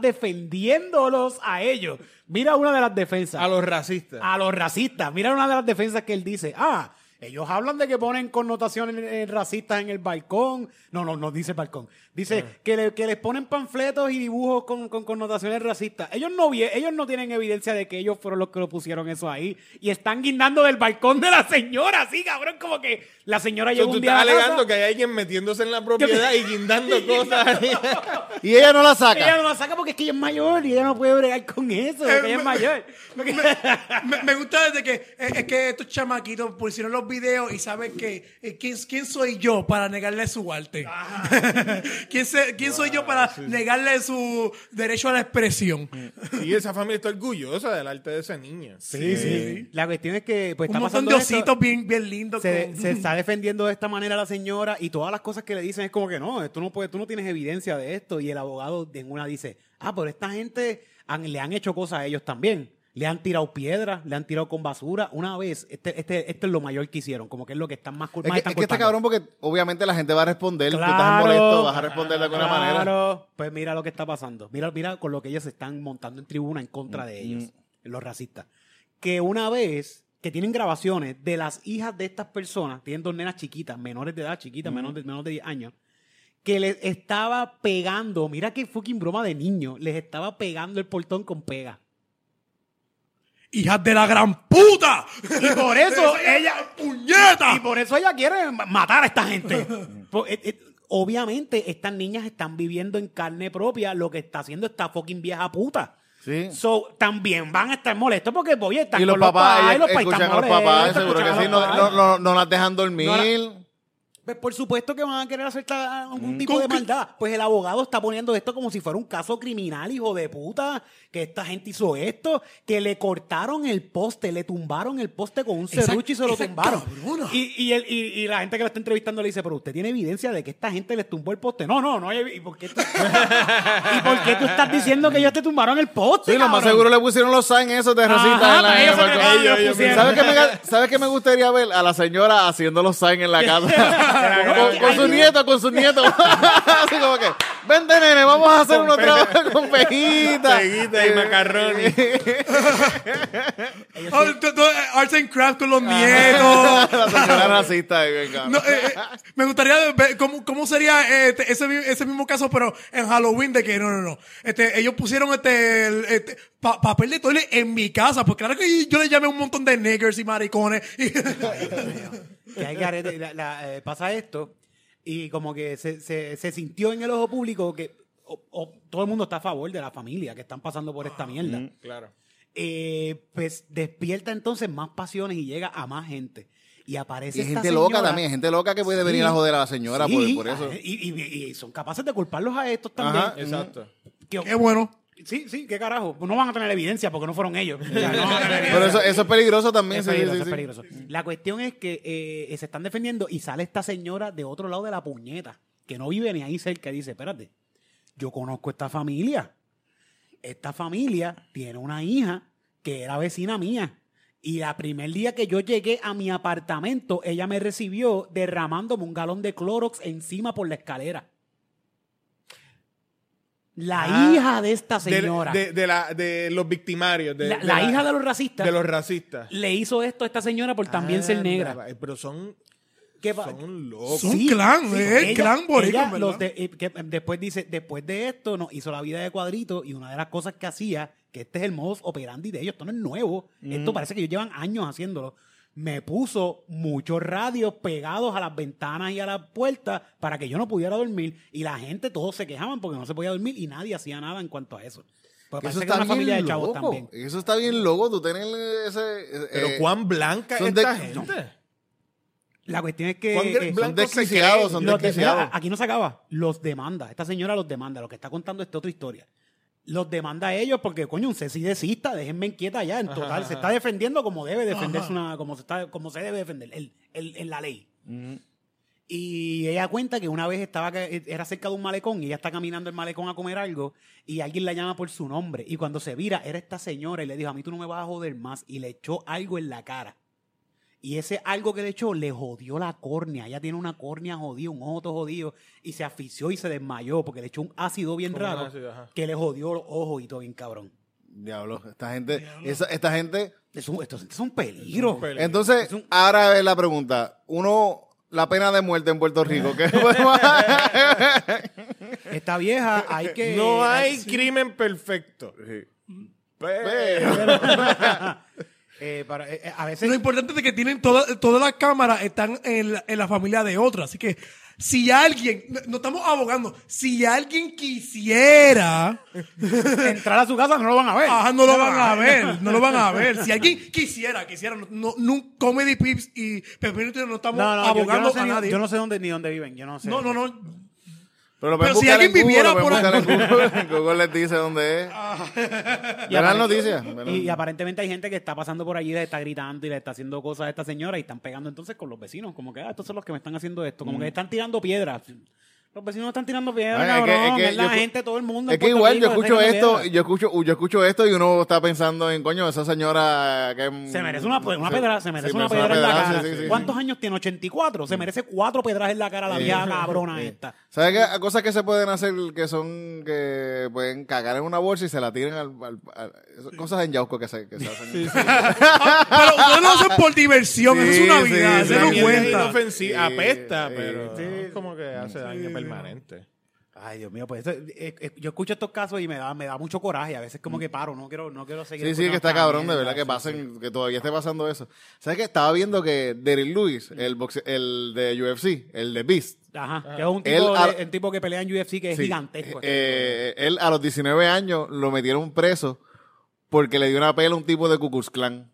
Speaker 1: defendiéndolos a ellos. Mira una de las defensas.
Speaker 3: A los racistas.
Speaker 1: A los racistas. Mira una de las defensas que él dice. Ah, ellos hablan de que ponen connotaciones eh, racistas en el balcón. No, no, no dice balcón. Dice
Speaker 3: Ah.
Speaker 1: que, le- que les ponen panfletos y dibujos con, con connotaciones racistas. Ellos no, vi- ellos no tienen evidencia de que ellos fueron los que lo pusieron eso ahí. Y están guindando del balcón de la señora. Así, cabrón, como que la señora
Speaker 3: Entonces,
Speaker 1: llegó
Speaker 3: tú
Speaker 1: un día
Speaker 3: estás
Speaker 1: a la casa-
Speaker 3: alegando que hay alguien metiéndose en la propiedad y guindando cosas.
Speaker 2: y ella no la
Speaker 1: Ella
Speaker 2: saca.
Speaker 1: no la saca porque es que ella es mayor y ella no puede bregar con eso.
Speaker 4: Eh,
Speaker 1: porque ella
Speaker 4: me-
Speaker 1: es mayor. Porque-
Speaker 4: me, me gusta desde que eh, es que estos chamaquitos pusieron los videos y saben que eh, ¿quién, quién soy yo para negarle su arte. ¿Quién, se- quién soy yo para negarle su derecho a la expresión?
Speaker 1: Mm,
Speaker 3: y esa familia está orgullosa del arte de esa niña.
Speaker 1: Sí,
Speaker 6: pues,
Speaker 1: sí. La cuestión es que pues, está
Speaker 4: Un montón
Speaker 1: pasando
Speaker 4: de
Speaker 1: esto.
Speaker 4: ositos bien, bien lindos.
Speaker 1: Se,
Speaker 4: con-
Speaker 1: se está defendiendo de esta manera la señora y todas las cosas que le dicen es como que no, tú no, puedes, tú no tienes evidencia de esto. Y el abogado en una dice, ah, pero esta gente han- le han hecho cosas a ellos también. Le han tirado piedras, le han tirado con basura. Una vez, este, este, esto es lo mayor que hicieron, como que es lo que están más cul-
Speaker 2: Es
Speaker 1: más
Speaker 2: que,
Speaker 1: están
Speaker 2: es que está
Speaker 1: culpando.
Speaker 2: cabrón porque obviamente la gente va a responder. Tú estás
Speaker 1: Claro.
Speaker 2: molesto, vas a responder de alguna manera.
Speaker 1: Claro, pues mira lo que está pasando. Mira, mira con lo que ellos se están montando en tribuna en contra
Speaker 2: Mm,
Speaker 1: de ellos, los racistas. Que una vez que tienen grabaciones de las hijas de estas personas, tienen dos nenas chiquitas, menores de edad, chiquitas, menos, de, menos de 10 años, que les estaba pegando, mira qué fucking broma de niño, les estaba pegando el portón con pega.
Speaker 4: ¡Hijas de la gran puta!
Speaker 1: Y por eso ella,
Speaker 2: Ah.
Speaker 4: ¡Puñeta!
Speaker 1: Y por eso ella quiere ma- matar a esta gente. Por- eh, eh, obviamente, estas niñas están viviendo en carne propia lo que está haciendo esta fucking vieja puta.
Speaker 2: Sí.
Speaker 1: So, también van a estar molestos porque, oye, están
Speaker 2: Y los
Speaker 1: con los
Speaker 2: papás,
Speaker 1: papás,
Speaker 2: ellas
Speaker 1: y los papás
Speaker 2: escuchan
Speaker 1: están
Speaker 2: a los papás,
Speaker 1: molestos,
Speaker 2: seguro que
Speaker 1: escuchan a
Speaker 2: sí.
Speaker 1: los
Speaker 2: No,
Speaker 1: papás.
Speaker 2: no, no, no las dejan dormir.
Speaker 1: No la- Pues por supuesto que van a querer hacer ta- algún tipo
Speaker 4: Con
Speaker 1: de
Speaker 4: que-
Speaker 1: maldad. Pues el abogado está poniendo esto como si fuera un caso criminal, hijo de puta. Que esta gente hizo esto, que le cortaron el poste, le tumbaron el poste con un
Speaker 4: Esa-
Speaker 1: serrucho y se lo
Speaker 4: esa
Speaker 1: tumbaron.
Speaker 4: cabrona.
Speaker 1: Y, y, el- y- y la gente que lo está entrevistando le dice, pero usted tiene evidencia de que esta gente les tumbó el poste. No, no, no hay evi- ¿Y por qué tú, ¿Y por qué tú estás diciendo que ellos te tumbaron el poste?
Speaker 2: Sí, lo más
Speaker 1: cabrón?
Speaker 2: seguro le pusieron los signs esos de
Speaker 1: Ajá,
Speaker 2: racista. en la-
Speaker 1: ellos
Speaker 2: en
Speaker 1: se
Speaker 2: el balcón.
Speaker 1: treparon y los pusieron.
Speaker 2: ¿Sabes qué, me, ¿Sabes qué me gustaría ver? A la señora haciendo los signs en la casa. con, con su nieto, con su nieto. Así como que, vente nene, vamos a hacer unos trabajos con pejita.
Speaker 3: Peguita y macarrones.
Speaker 4: Oh, t- t- Arts and Crafts con los nietos.
Speaker 2: la señora racista. ahí, venga.
Speaker 4: No, eh, eh, me gustaría ver cómo, cómo sería eh, este, ese, mi- ese mismo caso, pero en Halloween, de que no, no, no. Este, ellos pusieron este, el- este, pa- papel de toile en mi casa, pues claro que yo le llamé a un montón de niggers y maricones. Y-
Speaker 1: que hay garete, la- la, eh, pasa esto y como que se, se- se sintió en el ojo público que o- o todo el mundo está a favor de la familia que están pasando por
Speaker 2: Ah,
Speaker 1: esta mierda.
Speaker 3: Claro.
Speaker 1: Eh, pues despierta entonces más pasiones y llega a más gente. Y aparece
Speaker 2: Y
Speaker 1: esta
Speaker 2: gente loca
Speaker 1: señora-
Speaker 2: también, gente loca que puede
Speaker 1: Sí.
Speaker 2: venir a joder a la señora
Speaker 1: Sí, Ah,
Speaker 2: por, por eso.
Speaker 1: Y, y- y son capaces de culparlos a estos también.
Speaker 2: Ajá.
Speaker 3: Exacto.
Speaker 1: Que-
Speaker 4: Qué bueno.
Speaker 1: sí, sí, qué carajo. No van a tener evidencia porque no fueron ellos. O sea, no van a tener
Speaker 2: Pero eso, eso es peligroso también.
Speaker 1: Es
Speaker 2: sí,
Speaker 1: peligroso,
Speaker 2: sí,
Speaker 1: es
Speaker 2: sí.
Speaker 1: peligroso. La cuestión es que eh, se están defendiendo y sale esta señora de otro lado de la puñeta, que no vive ni ahí cerca, y dice, espérate, yo conozco esta familia. Esta familia tiene una hija que era vecina mía. Y la primer día que yo llegué a mi apartamento, ella me recibió derramándome un galón de Clorox encima por la escalera. La
Speaker 3: Ah,
Speaker 1: hija de esta
Speaker 3: De,
Speaker 1: señora,
Speaker 3: de- de la, de los victimarios. De,
Speaker 1: la, la hija de los racistas,
Speaker 3: de los racistas.
Speaker 1: le hizo esto a esta señora por también
Speaker 2: Ah,
Speaker 1: ser
Speaker 3: Anda,
Speaker 1: negra.
Speaker 3: va- Pero son,
Speaker 1: ¿Qué pa-
Speaker 3: son locos.
Speaker 4: Son clan, eh,
Speaker 1: Ella-
Speaker 4: clan boricua,
Speaker 1: ella
Speaker 4: ¿verdad?
Speaker 1: los de- eh, que, eh, después dice, después de esto nos hizo la vida de cuadrito y una de las cosas
Speaker 2: Mm.
Speaker 1: que hacía, que este es el modus operandi de ellos, esto no es nuevo, esto parece que ellos llevan años haciéndolo. me puso muchos radios pegados a las ventanas y a las puertas para que yo no pudiera dormir. Y la gente, todos se quejaban porque no se podía dormir y nadie hacía nada en cuanto a eso. Pues
Speaker 2: Eso
Speaker 1: parece que
Speaker 2: está
Speaker 1: era una
Speaker 2: bien
Speaker 1: familia de chavos
Speaker 2: loco.
Speaker 1: también.
Speaker 2: Eso está bien loco, tú tenés ese... eh,
Speaker 3: Pero
Speaker 2: eh,
Speaker 3: cuán blanca es
Speaker 2: son
Speaker 3: esta
Speaker 2: de-
Speaker 3: gente.
Speaker 1: La cuestión es que...
Speaker 3: ¿Cuán
Speaker 1: eh,
Speaker 2: son
Speaker 3: blanco se
Speaker 2: desquiciados,
Speaker 3: creen?
Speaker 2: son
Speaker 1: Los de-
Speaker 2: desquiciados.
Speaker 1: mira, aquí no se acaba. Los demanda. Esta señora los demanda. Lo que está contando es otra historia. Los demanda a ellos porque, coño, un ceci desista, déjenme en quieta ya. En total, se está defendiendo como debe defenderse una, como se está, como se debe defender, el- el- en la ley. Y ella cuenta que una vez estaba que- eh, era cerca de un malecón y ella está caminando el malecón a comer algo y alguien la llama por su nombre. Y cuando se vira, era esta señora y le dijo, a mí tú no me vas a joder más. Y le echó algo en la cara. Y ese algo que le echó le jodió la córnea. Ella tiene una córnea jodida, un ojo todo jodido. Y se asfixió y se desmayó porque le echó un ácido bien
Speaker 3: Como un
Speaker 1: raro
Speaker 3: ácido, ajá.
Speaker 1: que le jodió los ojos y todo bien cabrón.
Speaker 2: Diablo, esta gente... esa- esta gente...
Speaker 1: Es un, esto, esto es un peligro.
Speaker 3: peligro.
Speaker 2: Entonces, ahora es la pregunta. Uno, la pena de muerte en Puerto Rico. ¿qué podemos-
Speaker 1: Esta vieja hay que...
Speaker 3: no hay
Speaker 1: sí.
Speaker 3: crimen perfecto. Pero-
Speaker 2: Pero-
Speaker 1: Eh, para- eh, eh, a veces...
Speaker 4: Lo importante es que tienen toda- todas las cámaras están en la, en la familia de otra. Así que si alguien, no- no estamos abogando, si alguien quisiera,
Speaker 1: entrar a su casa no lo van a ver.
Speaker 4: ajá, Ah, no lo van a ver, no lo van a ver. Si alguien quisiera, quisiera, no, no, no- Comedy Pips y Pepino no estamos
Speaker 1: No, no, yo- yo,
Speaker 4: abogando
Speaker 1: no sé,
Speaker 4: a
Speaker 1: ni-
Speaker 4: nadie.
Speaker 1: yo no sé dónde ni dónde viven. Yo no sé.
Speaker 4: no, no, no.
Speaker 2: Pero, lo pueden
Speaker 4: Pero si
Speaker 2: buscar
Speaker 4: alguien
Speaker 2: en Google,
Speaker 4: viviera
Speaker 2: lo pueden
Speaker 4: por
Speaker 2: buscar en Google. Google les dice dónde es.
Speaker 1: Ah. Y
Speaker 2: Verán
Speaker 1: aparent-
Speaker 2: noticias.
Speaker 1: Y, y aparentemente hay gente que está pasando por allí, le está gritando y le está haciendo cosas a esta señora y están pegando entonces con los vecinos. Como que, ah, estos son los que me están haciendo esto. Como que están tirando piedras. Los vecinos no están tirando piedras,
Speaker 2: Ay, Mm. es que-
Speaker 1: cabrón. Es,
Speaker 2: es que
Speaker 1: la
Speaker 2: yo escu-
Speaker 1: gente, todo el mundo. en
Speaker 2: Es que
Speaker 1: Puerto
Speaker 2: igual
Speaker 1: Rico
Speaker 2: yo
Speaker 1: está
Speaker 2: escucho
Speaker 1: tirando
Speaker 2: esto,
Speaker 1: piedras.
Speaker 2: yo escucho, yo escucho esto y uno está pensando en coño, esa señora que
Speaker 1: Se merece una, pues, una
Speaker 2: sí,
Speaker 1: pedra, se merece
Speaker 2: sí,
Speaker 1: una pedra en la
Speaker 2: pedrada,
Speaker 1: cara.
Speaker 2: sí, Mm. sí, sí,
Speaker 1: ¿Cuántos
Speaker 2: sí.
Speaker 1: años tiene? 84. Se merece cuatro pedras en la cara la vieja cabrona esta.
Speaker 2: Eh, ¿Sabes qué? Hay Cosas que se pueden hacer que son que pueden cagar en una bolsa y se la tiran al, al- al- eso- cosas en Yauco que se, que se hacen.
Speaker 4: Pero ustedes lo hacen por diversión, eso es una
Speaker 2: Sí,
Speaker 4: vida,
Speaker 2: sí, sí,
Speaker 4: se lo
Speaker 2: sí.
Speaker 3: También es
Speaker 4: cuenta.
Speaker 3: inofensiva,
Speaker 2: Sí,
Speaker 3: apesta,
Speaker 2: sí,
Speaker 3: pero
Speaker 2: sí.
Speaker 3: no es como que hace daño permanente.
Speaker 1: Ay, Dios mío, pues eso- eh, eh, yo escucho estos casos y me da, me da mucho coraje. A veces como que paro, no quiero, no quiero seguir.
Speaker 2: Mm. Sí, sí,
Speaker 1: escuchando
Speaker 2: que está
Speaker 1: esta
Speaker 2: cabrón, de
Speaker 1: mierda,
Speaker 2: verdad, que
Speaker 1: sí, sí.
Speaker 2: pasen, que todavía esté pasando eso. ¿Sabes qué? Estaba viendo que Derrick Lewis, el, boxe- el de UFC, el de Beast,
Speaker 1: Ajá, que es un
Speaker 2: Él
Speaker 1: tipo, de-
Speaker 2: ha-
Speaker 1: un tipo que pelea en UFC que es
Speaker 2: Ah. Eh, Sí.
Speaker 1: gigantesco.
Speaker 2: Eh, él a los 19 años lo metieron preso porque le dio una pela a un tipo de Ku Klux Klan.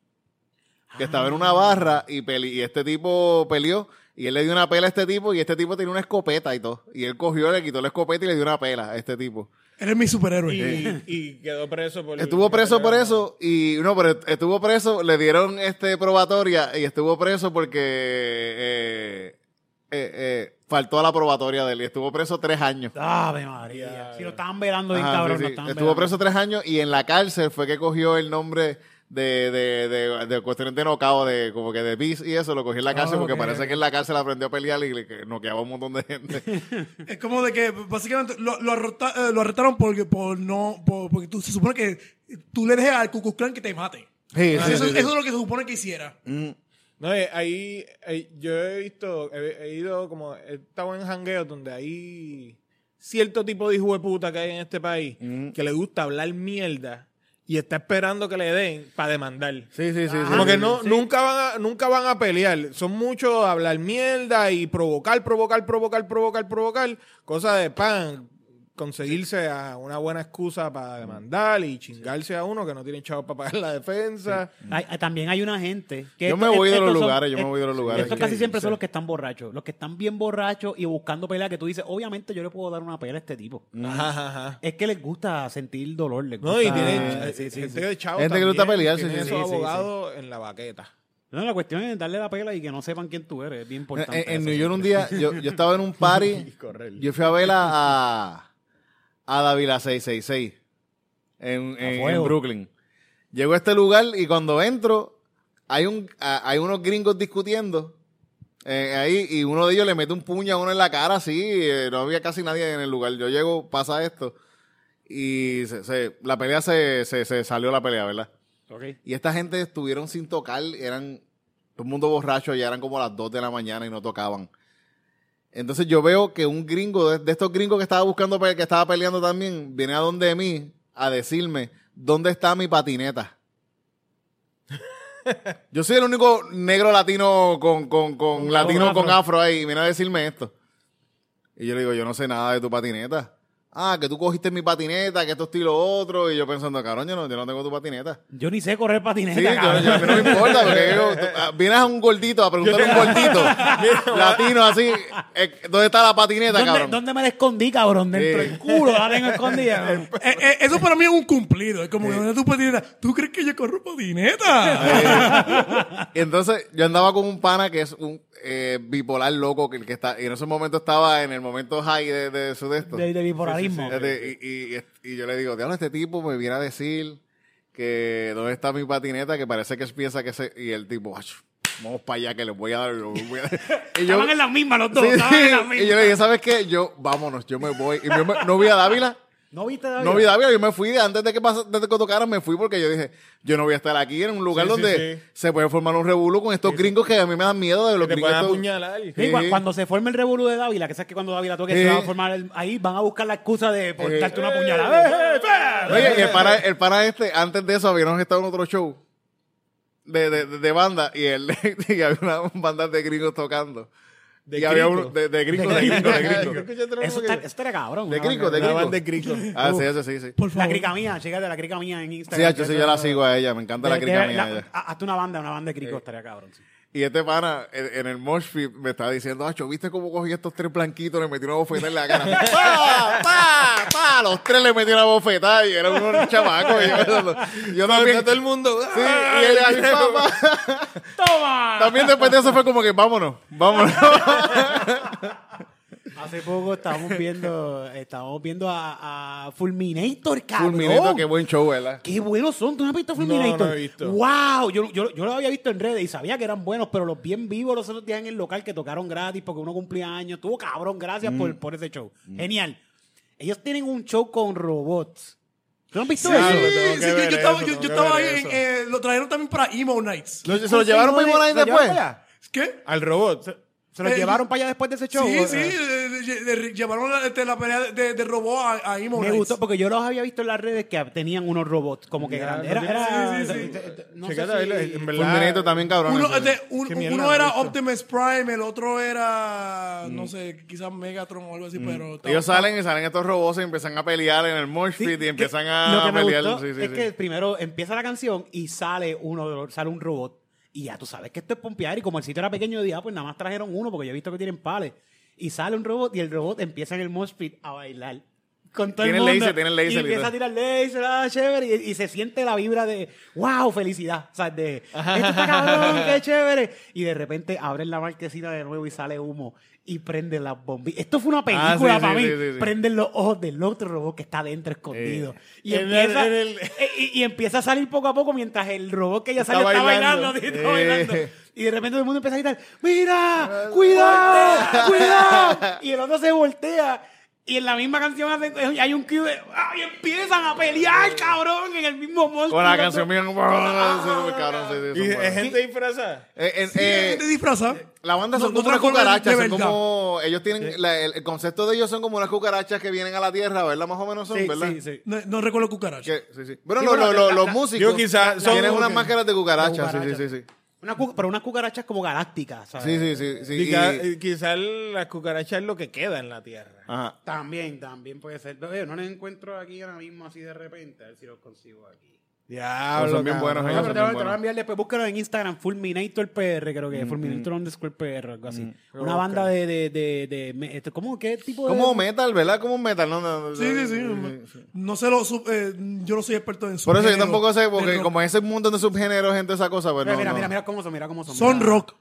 Speaker 2: Que estaba en una barra y, pele- y este tipo peleó y él le dio una pela a este tipo y este tipo tenía una escopeta y todo. Y él cogió, le quitó la escopeta y le dio una pela a este tipo.
Speaker 4: Eres mi superhéroe.
Speaker 3: Y, y quedó preso por
Speaker 2: Estuvo preso por eso y no, pero estuvo preso, le dieron este probatoria y estuvo preso porque eh, eh, eh, faltó a la probatoria de él y estuvo preso tres años.
Speaker 1: Ave María. Si lo estaban velando bien,
Speaker 2: Ajá,
Speaker 1: cabrón.
Speaker 2: sí,
Speaker 1: lo
Speaker 2: sí.
Speaker 1: estaban
Speaker 2: Estuvo
Speaker 1: velando.
Speaker 2: preso tres años y en la cárcel fue que cogió el nombre de, de, de, de cuestiones de nocao, de como que de bis y eso, lo cogió en la cárcel porque
Speaker 1: Ah, ok.
Speaker 2: parece que en la cárcel aprendió a pelear y le que noqueaba a un montón de gente.
Speaker 4: Es como de que básicamente lo, lo, arrota- eh, lo arrestaron porque por no por- porque tú se supone que tú le dejes al Ku Klux Klan que te mate.
Speaker 2: Sí,
Speaker 1: Ah,
Speaker 2: sí,
Speaker 4: eso,
Speaker 2: sí, sí.
Speaker 4: eso es lo que se supone que hiciera.
Speaker 3: No, eh, ahí, ahí yo he visto, he, he ido como, he estado en jangueos donde hay cierto tipo de hijo de puta que hay en este país
Speaker 2: Mm.
Speaker 3: que le gusta hablar mierda y está esperando que le den para demandar.
Speaker 2: Sí, sí, sí.
Speaker 3: Como que no, nunca, van a, nunca van a pelear. Son muchos hablar mierda y provocar, provocar, provocar, provocar, provocar. Cosa de pan. Conseguirse a una buena excusa para demandar y chingarse a uno que no tiene chavo para pagar la defensa.
Speaker 1: Hay- hay- también hay una gente. Que
Speaker 2: Yo
Speaker 1: esto-
Speaker 2: me voy de
Speaker 1: estos
Speaker 2: los
Speaker 1: son-
Speaker 2: lugares, yo me
Speaker 1: est-
Speaker 2: voy de los lugares.
Speaker 1: Estos
Speaker 2: Sí,
Speaker 1: casi
Speaker 2: sí,
Speaker 1: siempre
Speaker 2: sí.
Speaker 1: son los que están borrachos. Los que están bien borrachos y buscando pelea que tú dices, obviamente yo le puedo dar una pelea a este tipo.
Speaker 3: Ajá, ajá, ajá.
Speaker 1: Es que les gusta sentir dolor. Les
Speaker 3: No, y
Speaker 1: gusta-
Speaker 2: Ah,
Speaker 3: tiene eh,
Speaker 1: Sí, sí,
Speaker 3: gente
Speaker 1: sí.
Speaker 3: de chavo.
Speaker 2: Gente que le gusta
Speaker 3: también,
Speaker 2: pelear, sí,
Speaker 3: tiene
Speaker 2: sí,
Speaker 3: esos
Speaker 1: sí, sí,
Speaker 3: abogados en la baqueta.
Speaker 1: No, la cuestión es darle la pela y que no sepan quién tú eres. Es bien
Speaker 2: En,
Speaker 1: importante.
Speaker 2: en
Speaker 1: eso.
Speaker 2: New York un día, yo, yo estaba en un party,
Speaker 3: correr.
Speaker 2: yo fui a ver a, a, a Davila 666 en, en- en
Speaker 1: fuego.
Speaker 2: Brooklyn. Llego a este lugar y cuando entro, hay, un, a- hay unos gringos discutiendo eh, ahí y uno de ellos le mete un puño a uno en la cara así, eh, no había casi nadie en el lugar. Yo llego, pasa esto y se- se- la pelea se, se, se salió la pelea, ¿verdad?
Speaker 1: Ok.
Speaker 2: Y esta gente estuvieron sin tocar, eran todo el mundo borracho, ya eran como las 2 de la mañana y no tocaban. Entonces yo veo que un gringo, de, de estos gringos que estaba buscando, pe- que estaba peleando también, viene a donde de mí a decirme, ¿dónde está mi patineta? Yo soy el único negro latino con, con, con latino
Speaker 6: afro.
Speaker 2: con afro ahí. Y viene a decirme esto. Y yo le digo, yo no sé nada de tu patineta. Ah, que tú cogiste mi patineta, que esto y lo otro. Y yo pensando, cabrón, yo no, yo no tengo tu patineta.
Speaker 6: Yo ni sé correr patineta.
Speaker 2: Sí, yo,
Speaker 6: cabrón.
Speaker 2: yo- a mí no me importa, porque yo- tú- ah, vienes a un gordito a preguntarle a un gordito latino así, eh, ¿dónde está la patineta,
Speaker 6: ¿Dónde,
Speaker 2: cabrón?
Speaker 6: dónde me la escondí, cabrón? Dentro
Speaker 2: Sí.
Speaker 6: del culo la tengo escondida. ¿no?
Speaker 4: Eh, eh, eso para mí es un cumplido. Es como que ¿dónde tu patineta? ¿Tú crees que yo corro patineta?
Speaker 2: Y Eh, entonces yo andaba con un pana que es un eh, bipolar loco, que, el que está, y en ese momento estaba en el momento high de, de su de esto.
Speaker 6: De, de bipolarismo.
Speaker 2: Fíjate, y, y- y yo le digo, diablo, este tipo me viene a decir que dónde está mi patineta, que parece que piensa que se... Y el tipo, "Ach, vamos para allá, que les voy a dar... les voy a dar". Y yo-
Speaker 6: Estaban en las mismas los dos.
Speaker 2: Sí,
Speaker 6: estaban en las
Speaker 2: sí.
Speaker 6: mismas.
Speaker 2: Y yo le dije, ¿sabes qué? Yo, vámonos, yo me voy. Y yo me- no vi a Dávila.
Speaker 6: ¿No viste, David?
Speaker 2: No vi a Dávila, yo me fui de- antes de que pasara, antes de que tocaran, me fui porque yo dije, yo no voy a estar aquí en un lugar
Speaker 3: Sí, sí,
Speaker 2: donde
Speaker 3: sí.
Speaker 2: se puede formar un revuelo con estos gringos que a mí me dan miedo de
Speaker 3: Que
Speaker 2: los
Speaker 3: te
Speaker 2: gringos.
Speaker 3: pueden
Speaker 2: estos-
Speaker 3: apuñalar.
Speaker 6: Sí,
Speaker 2: Sí.
Speaker 6: cua- Cuando se forme el revolú de Dávila, que sabes que cuando Dávila toque se
Speaker 2: Sí.
Speaker 6: va a formar el- ahí, van a buscar la excusa de por
Speaker 2: Eh.
Speaker 6: darte una puñalada. ¡Eh, eh, eh!
Speaker 2: Oye, y el para, el para este, antes de eso habíamos estado en otro show de, de, de- de banda y, él, y había una banda de gringos tocando.
Speaker 3: De
Speaker 2: y había
Speaker 3: gringos.
Speaker 2: uno- de, de gringos,
Speaker 6: De
Speaker 2: de gringos, de
Speaker 3: gringos.
Speaker 2: gringos.
Speaker 6: Eso está- eso estaría eh! Este cabrón.
Speaker 2: De
Speaker 6: una
Speaker 2: crico,
Speaker 6: banda.
Speaker 2: de
Speaker 3: La
Speaker 2: crico.
Speaker 3: banda de crico.
Speaker 2: Ah, sí, eso sí, sí.
Speaker 4: Por favor.
Speaker 6: La crica mía, chécate la crica mía en
Speaker 2: Sí,
Speaker 6: Instagram.
Speaker 2: yo, sí, yo la sigo a ella, me encanta la
Speaker 6: De-
Speaker 2: crica
Speaker 6: de-
Speaker 2: mía.
Speaker 6: la-
Speaker 2: ella.
Speaker 6: ha- Hazte una banda, una banda de crico, estaría cabrón. sí.
Speaker 2: Y este pana en, en el mosh pit me estaba diciendo, Acho, ¿viste cómo cogí estos tres blanquitos? Le metí una bofetada en la cara. ¡Pa! ¡Pa! ¡Pa! Los tres le metí una bofetada y era uno chamaco. Y yo, yo también.
Speaker 3: Todo el mundo. ¡Ah!
Speaker 2: Sí, y él ahí, "Pa, pa".
Speaker 6: ¡Toma!
Speaker 2: También después de eso fue como que vámonos, vámonos.
Speaker 6: Hace poco estábamos viendo, estábamos viendo a, a Fulminator, cabrón.
Speaker 2: Fulminito, qué buen show, ¿verdad?
Speaker 6: Qué buenos son. ¿Tú no has visto Fulminator?
Speaker 3: No, no he visto.
Speaker 6: ¡Wow! Yo, yo, yo los había visto en redes y sabía que eran buenos, pero los bien vivos los otros días en el local que tocaron gratis porque uno cumplía años. Tuvo cabrón, gracias
Speaker 3: Mm.
Speaker 6: por, por ese show. Genial. Ellos tienen un show con robots. ¿Tú no has visto
Speaker 3: Sí.
Speaker 6: eso?
Speaker 3: Tengo que
Speaker 4: Sí, yo, yo
Speaker 3: ver
Speaker 4: estaba,
Speaker 3: eso,
Speaker 4: yo- yo
Speaker 3: tengo que
Speaker 4: estaba ahí,
Speaker 3: ver
Speaker 4: en,
Speaker 3: eso.
Speaker 4: eh, lo trajeron también para Emo Nights.
Speaker 2: Lo- ¿Se lo llevaron para Imonay
Speaker 6: ¿Se lo
Speaker 2: después?
Speaker 6: llevaron para allá?
Speaker 4: ¿Qué?
Speaker 3: Al robot.
Speaker 6: ¿Se los
Speaker 4: Eh,
Speaker 6: llevaron para allá después de ese show?
Speaker 4: Sí,
Speaker 6: Eh,
Speaker 4: sí, eh, lle- lle- llevaron la, este, la pelea de, de robot a, a Emo
Speaker 6: Me
Speaker 4: Nights.
Speaker 6: gustó porque yo los había visto en las redes que tenían unos robots como que
Speaker 3: Ya, no
Speaker 6: grandes. Era, era,
Speaker 3: tiene- sí, sí, sí.
Speaker 6: no
Speaker 3: Checate
Speaker 6: sé
Speaker 3: ahí,
Speaker 6: si-
Speaker 3: en verdad.
Speaker 2: Fulminito también, cabrón.
Speaker 4: Uno,
Speaker 2: ese.
Speaker 4: este, un-
Speaker 3: Qué
Speaker 4: un-
Speaker 3: mierda,
Speaker 4: uno era
Speaker 3: maestro.
Speaker 4: Optimus Prime, el otro era, no sé, quizás Megatron o algo así, pero... estaba-
Speaker 2: Ellos salen y salen estos robots y empiezan a pelear en el mosh
Speaker 6: Sí,
Speaker 2: pit y
Speaker 6: que-
Speaker 2: empiezan a
Speaker 6: lo que me
Speaker 2: pelear.
Speaker 6: gustó
Speaker 2: sí, sí,
Speaker 6: es
Speaker 2: sí.
Speaker 6: que primero empieza la canción y sale uno de los- sale un robot y ya tú sabes que esto es pompear y como el sitio era pequeño yo dije ah, pues nada más trajeron uno porque yo he visto que tienen pales y sale un robot y el robot empieza en el mosh pit a bailar con todo
Speaker 2: Tiene
Speaker 6: el mundo
Speaker 2: laser, tiene laser
Speaker 6: y
Speaker 2: y
Speaker 6: empieza
Speaker 2: todo.
Speaker 6: a tirar laser ah, chévere y, y se siente la vibra de wow felicidad o sea de esto está cabrón qué chévere y de repente abren la marquesina de nuevo y sale humo y prenden las bombillas esto fue una
Speaker 2: Ah, sí,
Speaker 6: película
Speaker 2: sí,
Speaker 6: para mí
Speaker 2: sí, sí, sí.
Speaker 6: prenden los ojos del otro robot que está adentro escondido y,
Speaker 3: Eh, En el-
Speaker 6: empieza,
Speaker 3: en el-
Speaker 6: eh, y, y empieza a salir poco a poco mientras el robot que ya
Speaker 3: Está
Speaker 6: salió está
Speaker 3: bailando.
Speaker 6: bailando. sí, está
Speaker 2: Eh.
Speaker 6: bailando. Y de repente todo el mundo empieza a gritar,
Speaker 3: Ah,
Speaker 6: mira, cuidado, cuidado. Y el otro se voltea. Y en la misma canción hace- hay un cue de... ¡Ah! Y empiezan a
Speaker 3: Eh.
Speaker 6: pelear, cabrón, en el mismo monstruo.
Speaker 2: Con la canción mía. cabrón, sí, sí,
Speaker 3: Y
Speaker 2: son
Speaker 3: es
Speaker 2: buenos.
Speaker 3: gente disfrazada.
Speaker 2: Eh, en-
Speaker 4: Sí,
Speaker 2: eh,
Speaker 4: gente disfrazada.
Speaker 2: La banda son
Speaker 4: No- no
Speaker 2: como unas
Speaker 4: transforman
Speaker 2: cucarachas,
Speaker 4: de
Speaker 2: son
Speaker 4: verdad.
Speaker 2: como ellos tienen la- el, el concepto de ellos son como unas cucarachas que vienen a la tierra, ¿verdad? Más o menos son,
Speaker 6: Sí,
Speaker 2: ¿verdad?
Speaker 6: sí, sí.
Speaker 4: No, no recuerdo cucaracha.
Speaker 2: Que- sí, sí. Bueno,
Speaker 6: Sí,
Speaker 2: lo- lo-
Speaker 6: bueno, la-
Speaker 2: lo-
Speaker 6: la-
Speaker 2: los
Speaker 6: la-
Speaker 2: músicos
Speaker 3: yo quizá- son-
Speaker 2: tienen unas
Speaker 3: ok.
Speaker 2: máscaras de cucarachas, sí, sí,
Speaker 6: cucarachas.
Speaker 2: sí, sí.
Speaker 6: Una cu- pero unas cucarachas como galácticas, ¿sabes?
Speaker 2: Sí, sí, sí, sí,
Speaker 3: Quizás
Speaker 2: y-
Speaker 3: la cucaracha es lo que queda en la tierra.
Speaker 2: ajá.
Speaker 6: También, también puede ser. Oye, no les encuentro aquí ahora mismo así de repente. A ver si los consigo aquí.
Speaker 3: Diablo.
Speaker 2: Son bien buenos
Speaker 6: No,
Speaker 2: ellos. son
Speaker 6: pero te, lo- te
Speaker 2: bien
Speaker 6: lo voy a
Speaker 2: buenos.
Speaker 6: enviar después. Búscalo en Instagram, Fulminator PR, creo
Speaker 2: Mm,
Speaker 6: que es. Fulminator underscore PR, algo así. Una banda de, de, de, de- me- esto- ¿Cómo? ¿Qué tipo de...?
Speaker 2: Como metal, ¿verdad? Como un metal, no, no, no,
Speaker 4: Sí, sí, sí. No sé lo... sub- eh, yo no soy experto en
Speaker 2: Por eso yo
Speaker 4: subgénero
Speaker 2: tampoco sé,
Speaker 4: de
Speaker 2: porque
Speaker 4: rock.
Speaker 2: como ese montón de subgéneros, gente, esa cosa, pues
Speaker 6: Mira,
Speaker 2: no,
Speaker 6: mira,
Speaker 2: no.
Speaker 6: mira, mira cómo son, mira cómo son.
Speaker 4: Son
Speaker 6: mira.
Speaker 4: rock.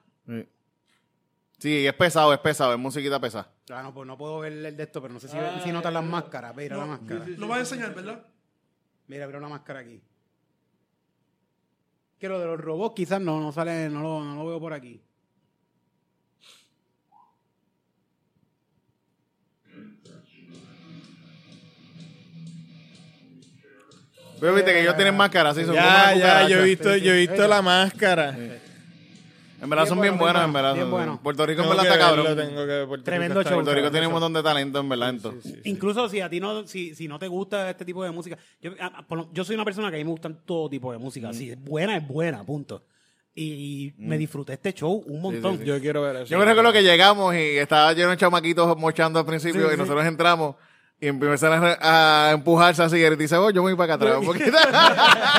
Speaker 2: Sí, es pesado, es pesado, es musiquita pesada.
Speaker 6: Ah, no, pues no puedo ver el de esto, pero no sé si,
Speaker 2: Ah,
Speaker 6: si notan las máscaras. Mira la máscara.
Speaker 4: Lo vas a enseñar, ¿verdad?
Speaker 6: Mira, mira una máscara aquí. Que lo de los robots quizás no, no sale, no lo, no lo veo por aquí.
Speaker 2: Pero viste que ellos tienen máscaras, sí, son como
Speaker 3: Ya,
Speaker 2: unas
Speaker 3: ya, yo he
Speaker 2: cucarachas.
Speaker 3: visto, yo he visto la máscara.
Speaker 2: En verdad son bien
Speaker 6: Bien bueno,
Speaker 2: buenos, en verdad.
Speaker 6: bien bueno.
Speaker 2: Puerto Rico en
Speaker 3: Tengo
Speaker 2: verdad
Speaker 3: que
Speaker 2: está
Speaker 3: verlo,
Speaker 2: cabrón.
Speaker 3: tengo que ver, Puerto
Speaker 6: Tremendo
Speaker 3: está-
Speaker 6: show.
Speaker 2: Puerto Rico tiene un
Speaker 6: Eso.
Speaker 2: montón de talento, en verdad. entonces.
Speaker 6: Incluso si a ti no, si, si no te gusta este tipo de música, yo, a- a- por lo- yo soy una persona que a mí me gustan todo tipo de música. Si es buena, es buena, punto. y me disfruté este show un montón.
Speaker 3: Yo quiero ver eso.
Speaker 2: Yo me recuerdo que llegamos y estaba lleno de chamaquitos mochando al principio y nosotros entramos y empezaron a, a empujarse así y él dice, oh, yo voy para acá atrás un poquito.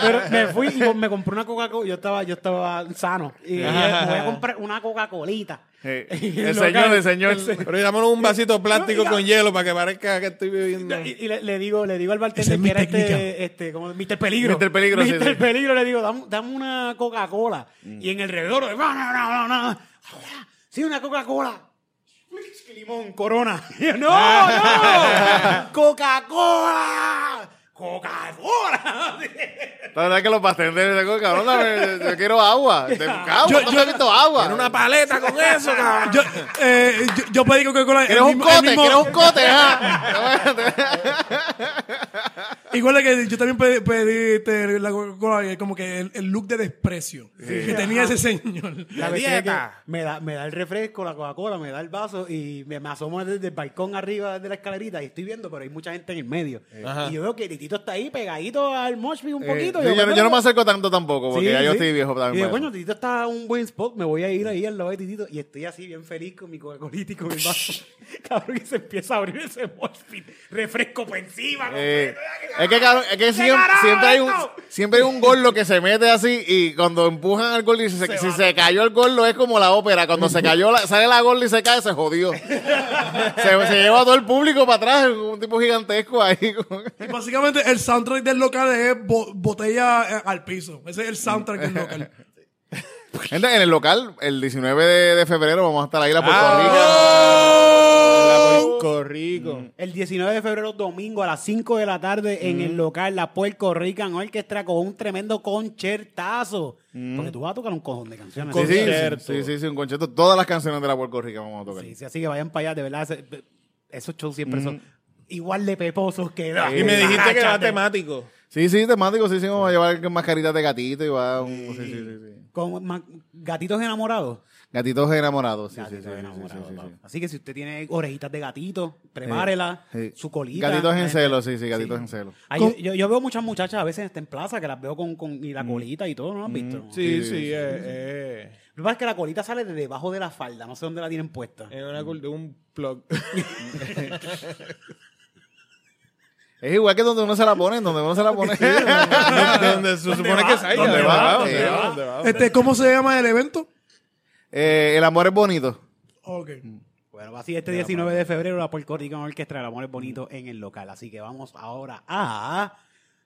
Speaker 6: Pero me fui y me compré una Coca-Cola. Yo estaba, yo estaba sano. Y eh, me voy a comprar una Coca-Colita.
Speaker 2: Sí.
Speaker 6: Y
Speaker 2: Eh, El
Speaker 6: local-
Speaker 2: señor, el señor.
Speaker 3: Pero dámonos un vasito plástico
Speaker 6: No,
Speaker 3: con hielo para que parezca que estoy viviendo.
Speaker 2: Mm.
Speaker 6: Y, y le, le digo, le digo al bartender
Speaker 1: Esa es mi
Speaker 6: que era
Speaker 1: técnica.
Speaker 6: este, este, como Mr. Peligro.
Speaker 2: Mr. Peligro, sí,
Speaker 6: Mr.
Speaker 2: sí. Mm.
Speaker 6: Peligro, le digo, dame, dame una Coca-Cola. Y en el rededor, no, no, no, no, no. Ahora, Sí, una Coca-Cola. Limón, corona. Y yo, no, no. Coca-Cola. Coca-Cola.
Speaker 2: La verdad es que los bartenders, digo, "Oh, cabrón, dame- yo quiero agua. De cabrón,
Speaker 1: Yo-
Speaker 2: no
Speaker 1: yo-
Speaker 2: me he visto agua.
Speaker 3: paleta con eso, cabrón.
Speaker 1: Yo, eh, yo, yo pedí Coca-Cola. el
Speaker 2: ¿Quieres un
Speaker 1: mismo- el
Speaker 2: cote?
Speaker 1: mismo-
Speaker 2: ¿Quieres un cote? ajá?
Speaker 1: Igual que yo también pedí, pedí, este, la Coca-Cola, eh, como que el, el look de desprecio que tenía ese señor.
Speaker 6: La cuestión es que
Speaker 3: dieta.
Speaker 6: me da, me da el refresco, la Coca-Cola, me da el vaso y me, me asomo desde el balcón arriba de la escalerita y estoy viendo, pero hay mucha gente en el medio.
Speaker 2: Eh.
Speaker 6: Y yo veo que Titito está ahí pegadito al Moshby un poquito.
Speaker 2: Sí, Eh, yo, no- yo no me acerco tanto tampoco porque
Speaker 6: Sí,
Speaker 2: ya yo
Speaker 6: sí.
Speaker 2: estoy viejo
Speaker 6: Y
Speaker 2: también.
Speaker 6: digo,
Speaker 2: para eso.
Speaker 6: coño, Titito está en un buen spot, me voy a ir ahí al lado de Titito y estoy así bien feliz con mi Coca-Colita y con el vaso. Cabrón, que se empieza a abrir ese Moshby, refresco por encima.
Speaker 2: Eh,
Speaker 6: completo.
Speaker 2: es que, cabrón, es que
Speaker 6: ¡Qué
Speaker 2: siempre,
Speaker 6: carajo
Speaker 2: siempre hay un,
Speaker 6: esto!
Speaker 2: siempre hay un gordo que se mete así y cuando empujan al gordo y si se, si se cayó el gordo es como la ópera. Cuando se cayó, la- sale la gorda y se cae, se jodió. se, se lleva a todo el público para atrás, un tipo gigantesco ahí. como que-
Speaker 1: Y básicamente el soundtrack del local es bo- botella eh, al piso. Ese es el soundtrack del local.
Speaker 2: Gente, en el local, el 19 de, de febrero vamos a estar ahí en la Puerto
Speaker 3: Ah,
Speaker 2: Rico.
Speaker 3: Puerto Rico.
Speaker 6: El 19 de febrero, domingo, a las 5 de la tarde, en
Speaker 2: Mm.
Speaker 6: el local La Puerto Rican Orquestra con un tremendo concertazo. Porque tú vas a tocar un cojón de canciones.
Speaker 2: Mm. Sí, sí,
Speaker 3: Concierto.
Speaker 2: sí, sí, sí, un concierto. Todas las canciones de la Puerto Rico vamos a tocar.
Speaker 6: Sí, sí, así que vayan para allá, de verdad. ese- Esos shows siempre
Speaker 2: Mm.
Speaker 6: son igual de peposos que...
Speaker 3: Y me dijiste que era
Speaker 6: Barachas de-
Speaker 3: temático.
Speaker 2: Sí, sí, temático, sí, sí, vamos a llevar mascaritas de gatito y va un... Sí, sí, sí, sí.
Speaker 6: Con ma- gatitos enamorados.
Speaker 2: Gatitos enamorados, sí, sí,
Speaker 6: Gatitos
Speaker 2: sí, sí, sí,
Speaker 6: enamorados,
Speaker 2: sí, sí,
Speaker 6: papá.
Speaker 2: sí.
Speaker 6: Así que si usted tiene orejitas de gatito, prepárela,
Speaker 2: Sí.
Speaker 6: su colita.
Speaker 2: Gatitos en
Speaker 6: eh,
Speaker 2: celo, sí, sí, gatitos en celo.
Speaker 6: Ay, eh. yo, yo- yo veo muchas muchachas a veces hasta en plaza que las veo con, con- y la
Speaker 2: Mm.
Speaker 6: colita y todo, ¿no? ¿Has visto? no?
Speaker 3: Sí, sí, eh, eh.
Speaker 6: Lo que pasa es que la colita sale de debajo de la falda, no sé dónde la tienen puesta.
Speaker 3: Es una cul- un plug.
Speaker 2: Es igual que donde uno se la pone, donde uno se la pone.
Speaker 3: donde, donde se supone que salga.
Speaker 2: ¿Dónde
Speaker 3: ¿verdad?
Speaker 2: va?
Speaker 3: ¿Dónde
Speaker 2: ¿Dónde
Speaker 3: va?
Speaker 2: va?
Speaker 3: ¿Dónde va?
Speaker 1: Este, ¿Cómo se llama el evento?
Speaker 2: Eh, el amor es bonito.
Speaker 1: Ok.
Speaker 6: Bueno, así este 19 de febrero la Puerto Rican Orquestra del Amor es Bonito en el local. Así que vamos ahora a...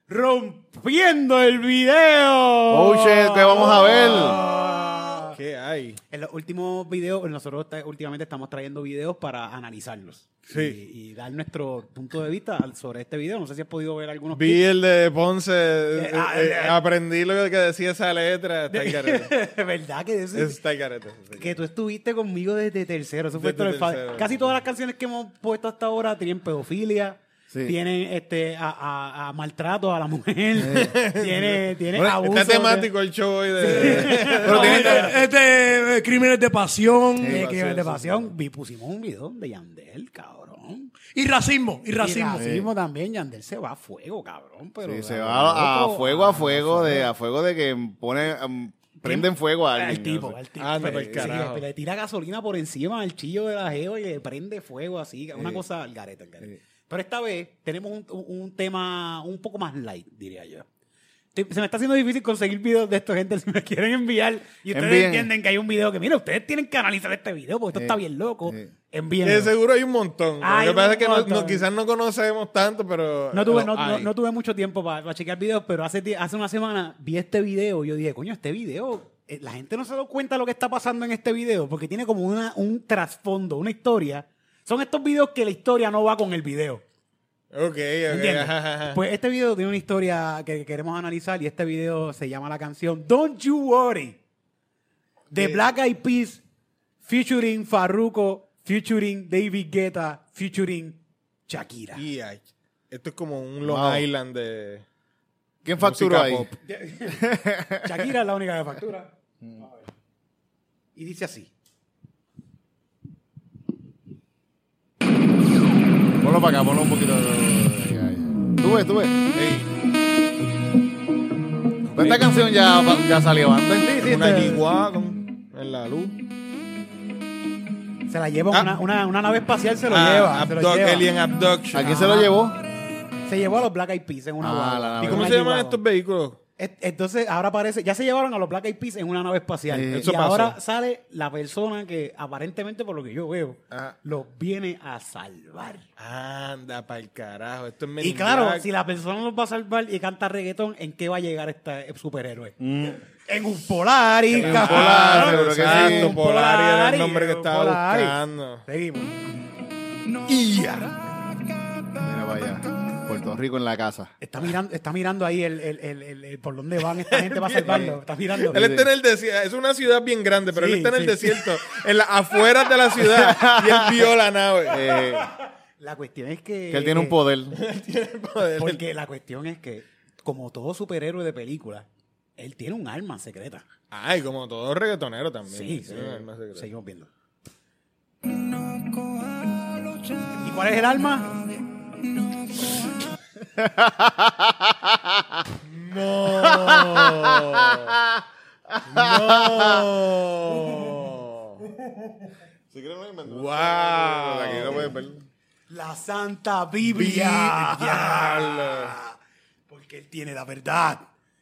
Speaker 6: ¡Rompiendo el video!
Speaker 2: Oh, shit, ¿qué vamos a ver?
Speaker 6: Ah.
Speaker 3: ¿Qué hay?
Speaker 6: En los últimos videos, nosotros está- últimamente estamos trayendo videos para analizarlos.
Speaker 3: Sí.
Speaker 6: Y, y dar nuestro punto de vista al- sobre este video. No sé si has podido ver algunos
Speaker 3: Vi el de Ponce. eh,
Speaker 6: ah,
Speaker 3: eh,
Speaker 6: eh,
Speaker 3: aprendí lo que decía esa letra. Está ahí careta.
Speaker 6: clips. ¿Verdad que es-
Speaker 3: Está ahí careta.
Speaker 6: Que tú estuviste conmigo desde tercero. Eso fue
Speaker 3: Desde
Speaker 6: todo el fa-
Speaker 3: tercero.
Speaker 6: Casi todas las canciones que hemos puesto hasta ahora tienen pedofilia.
Speaker 2: Sí.
Speaker 6: Tienen este, a, a- a maltrato a la mujer. tiene tiene
Speaker 2: Bueno,
Speaker 6: abuso.
Speaker 3: Está
Speaker 6: de-
Speaker 3: temático el show hoy de...
Speaker 1: Pero tiene este, eh, crímenes de pasión
Speaker 6: de,
Speaker 1: eh,
Speaker 6: que- de pasión. Vi- Pusimos un video de Yandel, cabrón.
Speaker 1: y racismo. Y
Speaker 6: Y
Speaker 1: racismo.
Speaker 6: racismo también. Yandel se va a fuego, cabrón. Pero
Speaker 2: Sí, se
Speaker 6: a lo
Speaker 2: va a,
Speaker 6: loco, ah,
Speaker 2: fuego, a fuego, de, a fuego de que pone, um, prenden fuego a alguien.
Speaker 6: Al tipo,
Speaker 2: Ah, no sé.
Speaker 6: al tipo.
Speaker 3: Anda pa'l
Speaker 6: Sí,
Speaker 3: carajo.
Speaker 6: le- le tira gasolina por encima al chillo de la geo y le prende fuego así. Una cosa al garete, al garete. Pero esta vez tenemos un, un- un tema un poco más light, diría yo. Te- Se me está haciendo difícil conseguir videos de esta gente. Si me quieren enviar y ustedes
Speaker 2: Envíen.
Speaker 6: entienden que hay un video que, mira, ustedes tienen que analizar este video porque esto
Speaker 2: Sí.
Speaker 6: está bien loco.
Speaker 2: Sí.
Speaker 6: Envíen.
Speaker 3: Que seguro hay un montón.
Speaker 6: Hay
Speaker 3: lo que pasa
Speaker 6: un
Speaker 3: es que no-
Speaker 6: montón.
Speaker 3: no- quizás no conocemos tanto, pero...
Speaker 6: No tuve,
Speaker 3: pero
Speaker 6: no, no-
Speaker 3: hay.
Speaker 6: no tuve mucho tiempo para checar videos, pero hace, tie- hace una semana vi este video y yo dije, coño, este video, eh, la gente no se da cuenta lo que está pasando en este video porque tiene como una, un trasfondo, una historia. Son estos videos que la historia no va con el video.
Speaker 3: Ok, ok.
Speaker 6: ¿Entiendes?
Speaker 3: ajá, ajá.
Speaker 6: Pues este video tiene una historia que queremos analizar y este video se llama la canción Don't You Worry de Black Eyed Peas featuring Farruko, featuring David Guetta, featuring Shakira.
Speaker 3: Y ay, esto es como un Long
Speaker 2: Wow.
Speaker 3: Island de...
Speaker 2: ¿Quién facturó ahí?
Speaker 3: música pop.
Speaker 6: Shakira es la única que factura.
Speaker 3: Mm.
Speaker 6: A ver. Y dice así.
Speaker 2: Ponlo para acá, ponlo un poquito. Ahí, ahí. Tú ves, tú ves. Ey. Pero Pues esta canción ya, ya salió antes.
Speaker 6: Sí, sí,
Speaker 3: Una
Speaker 6: este-
Speaker 3: yigua con- en la luz.
Speaker 6: Se la lleva
Speaker 3: Ah.
Speaker 6: una, una, una nave espacial, se lo
Speaker 3: Ah,
Speaker 6: lleva. Se, lo
Speaker 3: abduct-
Speaker 6: lleva.
Speaker 3: Alien Abduction.
Speaker 2: ¿A quién se
Speaker 6: Ah.
Speaker 2: lo llevó?
Speaker 6: Se llevó a los Black Eyed Peas en una
Speaker 2: Ah, la
Speaker 6: guagua.
Speaker 2: nave.
Speaker 3: ¿Y
Speaker 6: En
Speaker 3: cómo
Speaker 6: una
Speaker 3: se llaman
Speaker 6: guagua.
Speaker 3: estos vehículos?
Speaker 6: Et- Entonces, ahora parece, ya se llevaron a los Black Eyed Peas en una nave espacial.
Speaker 2: Eh,
Speaker 6: y
Speaker 3: eso pasó.
Speaker 6: ahora sale la persona que aparentemente, por lo que yo veo,
Speaker 3: Ah.
Speaker 6: los viene a salvar.
Speaker 3: Anda, para el carajo. Esto es Men
Speaker 6: Y
Speaker 3: in
Speaker 6: claro,
Speaker 3: Black.
Speaker 6: si la persona los va a salvar y canta reggaetón, ¿en qué va a llegar este superhéroe?
Speaker 3: Mm.
Speaker 6: En un Polaris,
Speaker 2: En un
Speaker 6: cabrón.
Speaker 2: Polaris, seguro que sí.
Speaker 6: Exacto,
Speaker 3: Exacto, Polaris era el nombre que
Speaker 6: un
Speaker 3: estaba
Speaker 6: Polaris.
Speaker 3: buscando.
Speaker 6: Seguimos.
Speaker 2: Mira para allá. Puerto Rico en la casa.
Speaker 6: Está mirando, está mirando ahí el, el, el, el- el- por dónde van esta gente va a salvarlo. Está mirando.
Speaker 3: Él está en el desierto, es una ciudad bien grande, pero
Speaker 6: Sí,
Speaker 3: él está en el
Speaker 6: sí.
Speaker 3: desierto, en las afueras de la ciudad, y él vio la nave.
Speaker 2: Eh,
Speaker 6: La cuestión es que.
Speaker 2: que él tiene un poder.
Speaker 6: eh, Porque la cuestión es que, como todo superhéroe de película, él tiene un arma secreta.
Speaker 3: Ay, como todo reggaetonero también.
Speaker 6: Sí, sí.
Speaker 3: Tiene un alma secreta.
Speaker 6: Seguimos viendo. ¿Y cuál es el arma?
Speaker 3: ¡No!
Speaker 2: Si quieren, no
Speaker 3: Wow. Aquí no pueden
Speaker 6: La Santa Biblia.
Speaker 3: Diablo.
Speaker 6: Porque él tiene la verdad.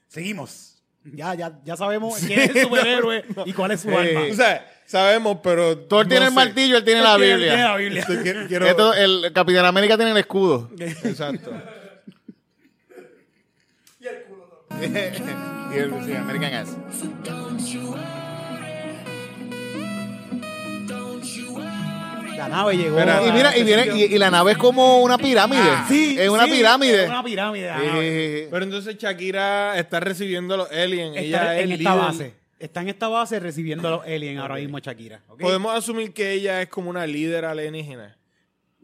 Speaker 6: Seguimos. Ya, ya, ya sabemos quién es el superhéroe y cuál es su arma.
Speaker 3: Eh, O sea, sabemos, pero.
Speaker 2: Thor tiene
Speaker 3: no
Speaker 2: el
Speaker 3: sé.
Speaker 2: martillo, él tiene la
Speaker 6: Él tiene- él tiene
Speaker 2: Biblia.
Speaker 6: la Biblia.
Speaker 3: Esto quiero- quiero-
Speaker 2: Esto, el Capitán América tiene el escudo.
Speaker 3: Exacto.
Speaker 4: Y el culo también.
Speaker 2: y el sí, American Ass.
Speaker 6: La nave llegó.
Speaker 3: Espera,
Speaker 2: Y mira, y, viene, y, y la nave es como una pirámide.
Speaker 6: Ah, Sí,
Speaker 2: Es una
Speaker 6: sí,
Speaker 2: pirámide.
Speaker 6: Es una pirámide. la
Speaker 2: Sí,
Speaker 6: nave.
Speaker 2: sí, sí.
Speaker 3: Pero entonces Shakira está recibiendo a los aliens.
Speaker 6: está
Speaker 3: Ella es
Speaker 6: en esta
Speaker 3: líder.
Speaker 6: base. Está en esta base recibiendo a los aliens ahora mismo Shakira. ¿ok?
Speaker 3: Podemos asumir que ella es como una líder alienígena.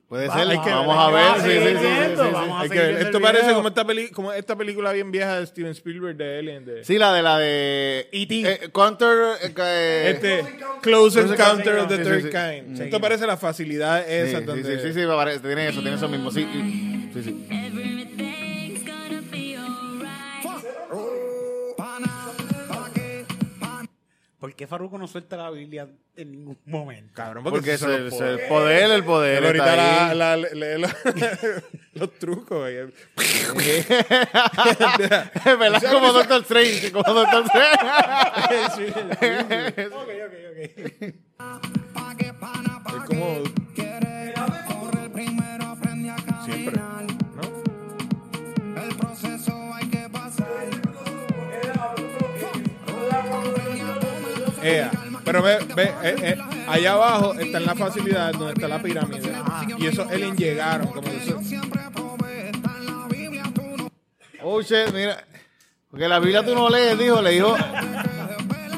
Speaker 2: Puede
Speaker 6: Vamos,
Speaker 2: ser.
Speaker 6: hay que-
Speaker 2: vamos
Speaker 6: hay que-
Speaker 2: a ver.
Speaker 6: hay que-
Speaker 2: Sí, sí, sí, sí,
Speaker 6: hay que-
Speaker 2: sí, sí,
Speaker 6: vamos a
Speaker 2: sí.
Speaker 3: Hay que
Speaker 6: seguir
Speaker 3: ver.
Speaker 6: viendo
Speaker 3: Esto
Speaker 6: el
Speaker 3: parece
Speaker 6: video.
Speaker 3: como esta, peli- como esta película bien vieja de Steven Spielberg de Alien. De,
Speaker 2: Sí, la de la de.
Speaker 6: E.T..
Speaker 2: Eh, Counter. eh, que-
Speaker 3: este, Close Encounter of the
Speaker 2: Sí, sí,
Speaker 3: Third
Speaker 2: sí. Mm.
Speaker 3: Kind. Esto parece la facilidad
Speaker 2: Sí,
Speaker 3: esa.
Speaker 2: sí,
Speaker 3: donde-
Speaker 2: sí, sí, sí, me parece, tiene eso, tiene eso mismo. Sí, y- sí, sí.
Speaker 6: ¿Por qué Farruko no suelta la Biblia en ningún momento?
Speaker 3: Cabrón, porque,
Speaker 2: Porque
Speaker 3: eso
Speaker 2: eso,
Speaker 3: lo
Speaker 2: es
Speaker 3: puedo-
Speaker 2: el poder, el poder.
Speaker 3: Pero ahorita
Speaker 2: está
Speaker 3: la,
Speaker 2: ahí.
Speaker 3: la- lee los, los trucos. eh. güey.
Speaker 2: Es verdad, como Doctor Strange, como Doctor Strange.
Speaker 3: Es como. Siempre. ¿no? Ea, Pero ve, ve, eh, eh, allá abajo está en la facilidad donde está la pirámide. Y esos aliens llegaron, como eso.
Speaker 2: Oh, shit, mira. Porque la Biblia tú no lees, dijo, le dijo.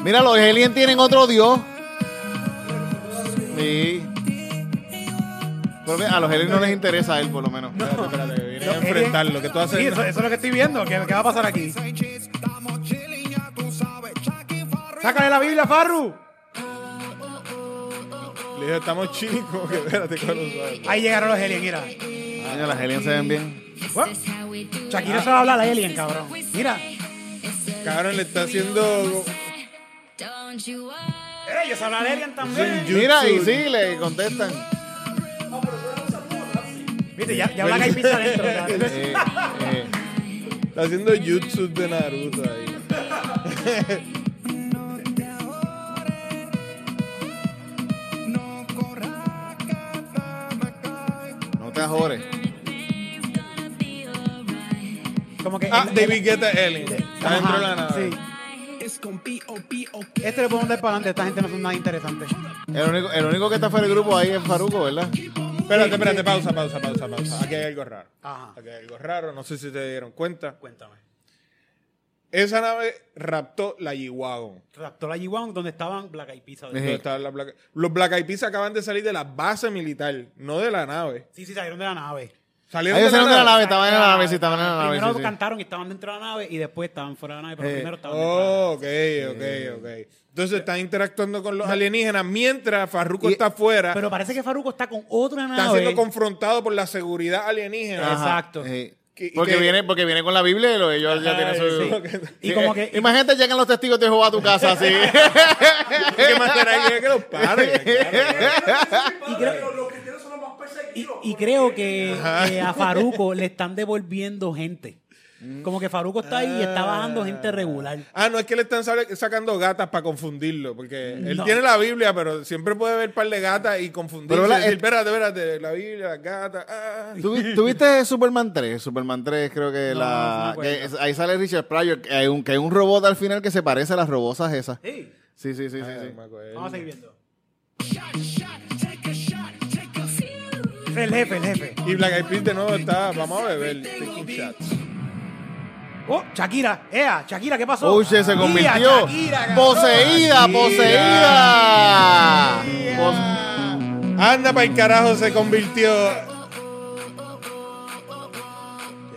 Speaker 2: Mira, los aliens tienen otro Dios. Sí. Pero mira, a los aliens no les interesa a él, por lo menos.
Speaker 3: Espérate, espérate, que vienen a enfrentarlo, que tú haces.
Speaker 6: Sí, eso, eso es lo que estoy viendo. ¿Qué, qué va a pasar aquí? ¡Sácale la Biblia, Farru!
Speaker 3: Le dije, estamos chilling, como que espérate, que no sabes.
Speaker 6: Ahí llegaron los aliens, mira.
Speaker 2: Mira, las aliens se ven bien.
Speaker 6: Bueno, Shakira se va a hablar a alien, cabrón. Mira.
Speaker 3: Eh, Cabrón, le está haciendo.
Speaker 6: Ellos hablan a alien también.
Speaker 2: Mira, y sí, le contestan.
Speaker 6: Viste, ya, ya Black Eyed Peas adentro. ya.
Speaker 2: Eh, eh.
Speaker 3: Está haciendo jutsu de Naruto ahí.
Speaker 2: No te ajores.
Speaker 6: Como que...
Speaker 3: Ah,
Speaker 6: el-
Speaker 3: David Guetta Alien. Está dentro de la
Speaker 6: Ajá,
Speaker 3: nave.
Speaker 6: Sí. Este le podemos dar para adelante. Esta gente no son nada interesante.
Speaker 2: El único, el único que está fuera del grupo ahí es Faruco, ¿verdad?
Speaker 3: Espérate, espérate, pausa, pausa, pausa, pausa. Aquí hay algo raro.
Speaker 6: Ajá.
Speaker 3: Aquí hay algo raro, no sé si te dieron cuenta.
Speaker 6: Cuéntame.
Speaker 3: Esa nave raptó la G-Wagon.
Speaker 6: Raptó la G1 donde estaban Black Eyed Peas. adentro.
Speaker 3: Donde estaban las Black- Los Black Eyed Peas acaban de salir de la base militar, no de la nave.
Speaker 6: Sí, sí, salieron de la nave.
Speaker 3: Salieron
Speaker 2: Ellos
Speaker 3: de la
Speaker 2: salieron de la nave,
Speaker 3: nave.
Speaker 2: estaban en la nave, sí, estaban en la nave.
Speaker 6: Primero
Speaker 2: Ah, sí, Eh, sí.
Speaker 6: cantaron y estaban dentro de la nave y después estaban fuera de la nave, pero primero estaban dentro de la nave.
Speaker 3: Eh, Oh, ok, ok, ok. Entonces están interactuando con los alienígenas mientras Farruko
Speaker 2: Y-
Speaker 3: está afuera.
Speaker 6: Pero parece que Farruko está con otra nave.
Speaker 3: Está siendo confrontado por la seguridad alienígena.
Speaker 2: Ah, Ajá,
Speaker 6: Exacto.
Speaker 2: sí.
Speaker 3: que-
Speaker 2: Porque
Speaker 3: que-
Speaker 2: viene, porque viene con la Biblia y lo- ellos ya tienen su.
Speaker 3: sí.
Speaker 6: Y
Speaker 2: Sí,
Speaker 6: como
Speaker 2: eh,
Speaker 6: que-
Speaker 2: Imagínate, llegan los testigos de Jehová a tu casa así.
Speaker 3: ¿Qué más será que- que los padres?
Speaker 4: Y creo, los cristianos son los más
Speaker 6: Y,
Speaker 4: perseguidos.
Speaker 6: y creo que, que a Faruco le están devolviendo gente.
Speaker 2: Mm.
Speaker 6: Como que Faruco está ahí y está bajando gente regular.
Speaker 3: Ah, no, es que le están sale- sacando gatas para confundirlo, porque él
Speaker 6: No.
Speaker 3: tiene la Biblia, pero siempre puede ver par de gatas y confundirse.
Speaker 2: Pero
Speaker 3: Pero
Speaker 2: la-
Speaker 3: la, espérate, espérate, la Biblia, las gatas. ah.
Speaker 2: ¿Tú, tú viste Superman 3? Superman 3 creo que
Speaker 6: No, no me
Speaker 2: la...
Speaker 6: acuerdo.
Speaker 2: que es- ahí sale Richard Pryor, que hay, un, que hay un robot al final que se parece a las robosas esas.
Speaker 6: Sí.
Speaker 2: Sí, sí, sí, sí.
Speaker 3: Ah,
Speaker 2: sí.
Speaker 3: me acuerdo.
Speaker 6: Vamos a seguir viendo. Es el jefe, el jefe.
Speaker 3: Y Black Eyed Peas de nuevo está, vamos a beber, taking shots.
Speaker 6: Oh, Shakira. Ea, Shakira, ¿qué pasó?
Speaker 2: Oh, shit, se
Speaker 6: Ea,
Speaker 2: convirtió.
Speaker 6: Shakira, cabrón.
Speaker 2: poseída, poseída. Pos-
Speaker 3: Anda para el carajo, se convirtió.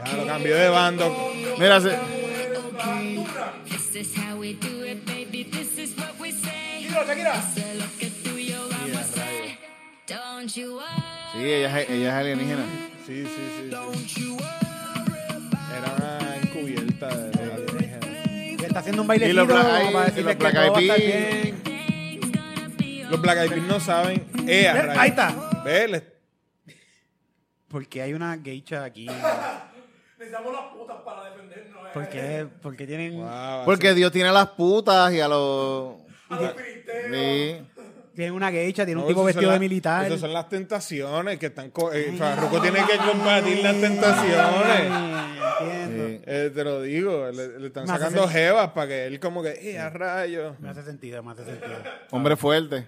Speaker 3: Ya lo cambió de bando.
Speaker 2: Mira, se- sí, ella, es- ella es alienígena.
Speaker 3: Sí, sí, sí. sí. Era una encubierta de la alienígena.
Speaker 6: Le está haciendo un
Speaker 2: Y
Speaker 6: bailecito
Speaker 2: los Black Eyed-
Speaker 6: como para
Speaker 2: y
Speaker 6: decirles
Speaker 2: los
Speaker 6: que
Speaker 2: Black
Speaker 6: todo va a estar
Speaker 2: Eyed
Speaker 6: bien.
Speaker 3: Los Black Eyed Peas no saben. Ea,
Speaker 6: Ver,
Speaker 3: rayos.
Speaker 6: ahí está.
Speaker 3: Ve, le-
Speaker 6: Porque hay una geisha aquí.
Speaker 4: Necesitamos las putas para defendernos. eh.
Speaker 6: ¿Por qué, por qué tienen...?
Speaker 3: Wow,
Speaker 2: Porque Dios tiene a las putas y a los...
Speaker 4: A los filisteos.
Speaker 2: Sí.
Speaker 6: Tienen una geisha, tiene
Speaker 3: No,
Speaker 6: un tipo
Speaker 3: esas son
Speaker 6: vestido de
Speaker 3: las-
Speaker 6: militar.
Speaker 3: Esas son las tentaciones que están. co- eh, Farruko tiene que combatir las tentaciones.
Speaker 6: Ay, entiendo.
Speaker 2: sí.
Speaker 3: Eh, te lo digo, le, le están
Speaker 6: Me hace
Speaker 3: sacando
Speaker 6: sen-
Speaker 3: jevas para que él, como que, ¡eh, a rayos!
Speaker 6: Me hace sentido, me hace sentido.
Speaker 2: Hombre fuerte.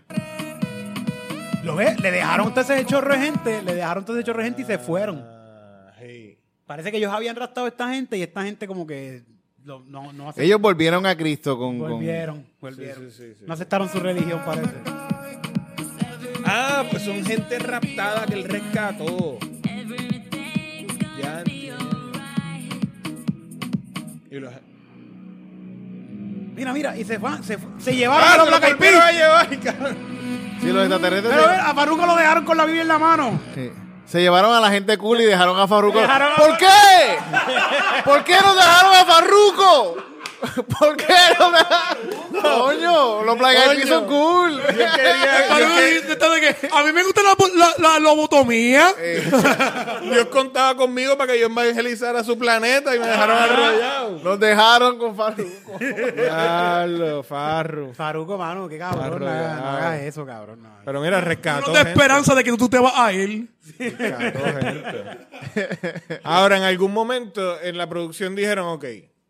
Speaker 6: ¿Lo ves? Le dejaron todo ese chorro de gente, le dejaron todo ese chorro de gente y se fueron.
Speaker 3: Ah, sí.
Speaker 6: Parece que ellos habían raptado a esta gente y esta gente como que lo- no, no aceptaron.
Speaker 2: Ellos volvieron a Cristo con... con-
Speaker 6: Volvieron, volvieron.
Speaker 3: Sí, sí, sí, sí.
Speaker 6: No aceptaron su religión, parece.
Speaker 3: Ah, pues son gente raptada que él rescató. Ya entiendo. Y los.
Speaker 6: Mira, mira, y se, fue- se, fue- se
Speaker 3: ¡Ah,
Speaker 6: llevaron a
Speaker 3: se
Speaker 6: los
Speaker 3: lo
Speaker 6: Black Eyed
Speaker 3: volvieron a
Speaker 6: Peas.
Speaker 3: llevar, cabrón!
Speaker 2: Sí, los extraterrestres...
Speaker 6: Pero a ver, a Faruco lo dejaron con la Biblia en la mano.
Speaker 2: Sí. Se llevaron a la gente cool y dejaron a Farruko.
Speaker 6: Dejaron a-
Speaker 2: ¿Por qué? ¿Por qué no dejaron a Farruko? ¿Por qué no dejaron? Coño, los Black Eyed Peas son cool.
Speaker 1: A mí me gusta la, la, la lobotomía.
Speaker 3: Dios contaba conmigo para que yo evangelizara su planeta y me dejaron arrollado.
Speaker 2: Nos dejaron con Farruko.
Speaker 3: Diablo, Farru.
Speaker 6: Faruco, mano, qué cabrón.
Speaker 3: Farruko,
Speaker 6: no, hagas- no
Speaker 3: ah.
Speaker 6: hagas eso, cabrón. no.
Speaker 3: Pero mira,
Speaker 1: No
Speaker 3: rescató
Speaker 1: te
Speaker 3: gente,
Speaker 1: esperanza de que tú te vas a ir.
Speaker 3: rescató gente. Ahora, en algún momento en la producción dijeron, ok,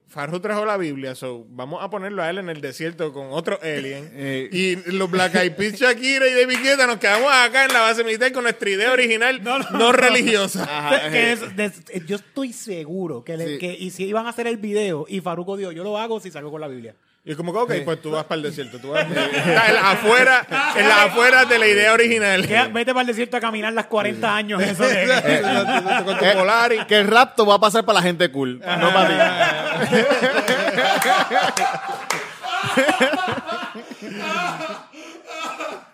Speaker 3: Farru trajo la Biblia, so vamos a ponerlo a él en el desierto con otro alien.
Speaker 2: Eh.
Speaker 3: Y los Black Eyed Peas, Shakira y David Guetta nos quedamos acá en la base militar con nuestra idea original no, religiosa.
Speaker 2: Ajá,
Speaker 6: Que
Speaker 2: eh.
Speaker 6: es- des- eh, yo estoy seguro que, le-
Speaker 2: Sí.
Speaker 6: que- y si iban a hacer el video y Faruco dijo, yo lo hago si salgo con la Biblia.
Speaker 3: Y es como que, ok, pues tú vas para el desierto. Tú vas Está en las afueras, en las afueras de la idea original.
Speaker 6: Que- vete para el desierto a caminar las 40 años. Eso de-
Speaker 3: Con tu
Speaker 2: Eh,
Speaker 3: Polaris.
Speaker 2: que el rapto va a pasar para la gente cool, no
Speaker 3: Ah,
Speaker 2: para ti.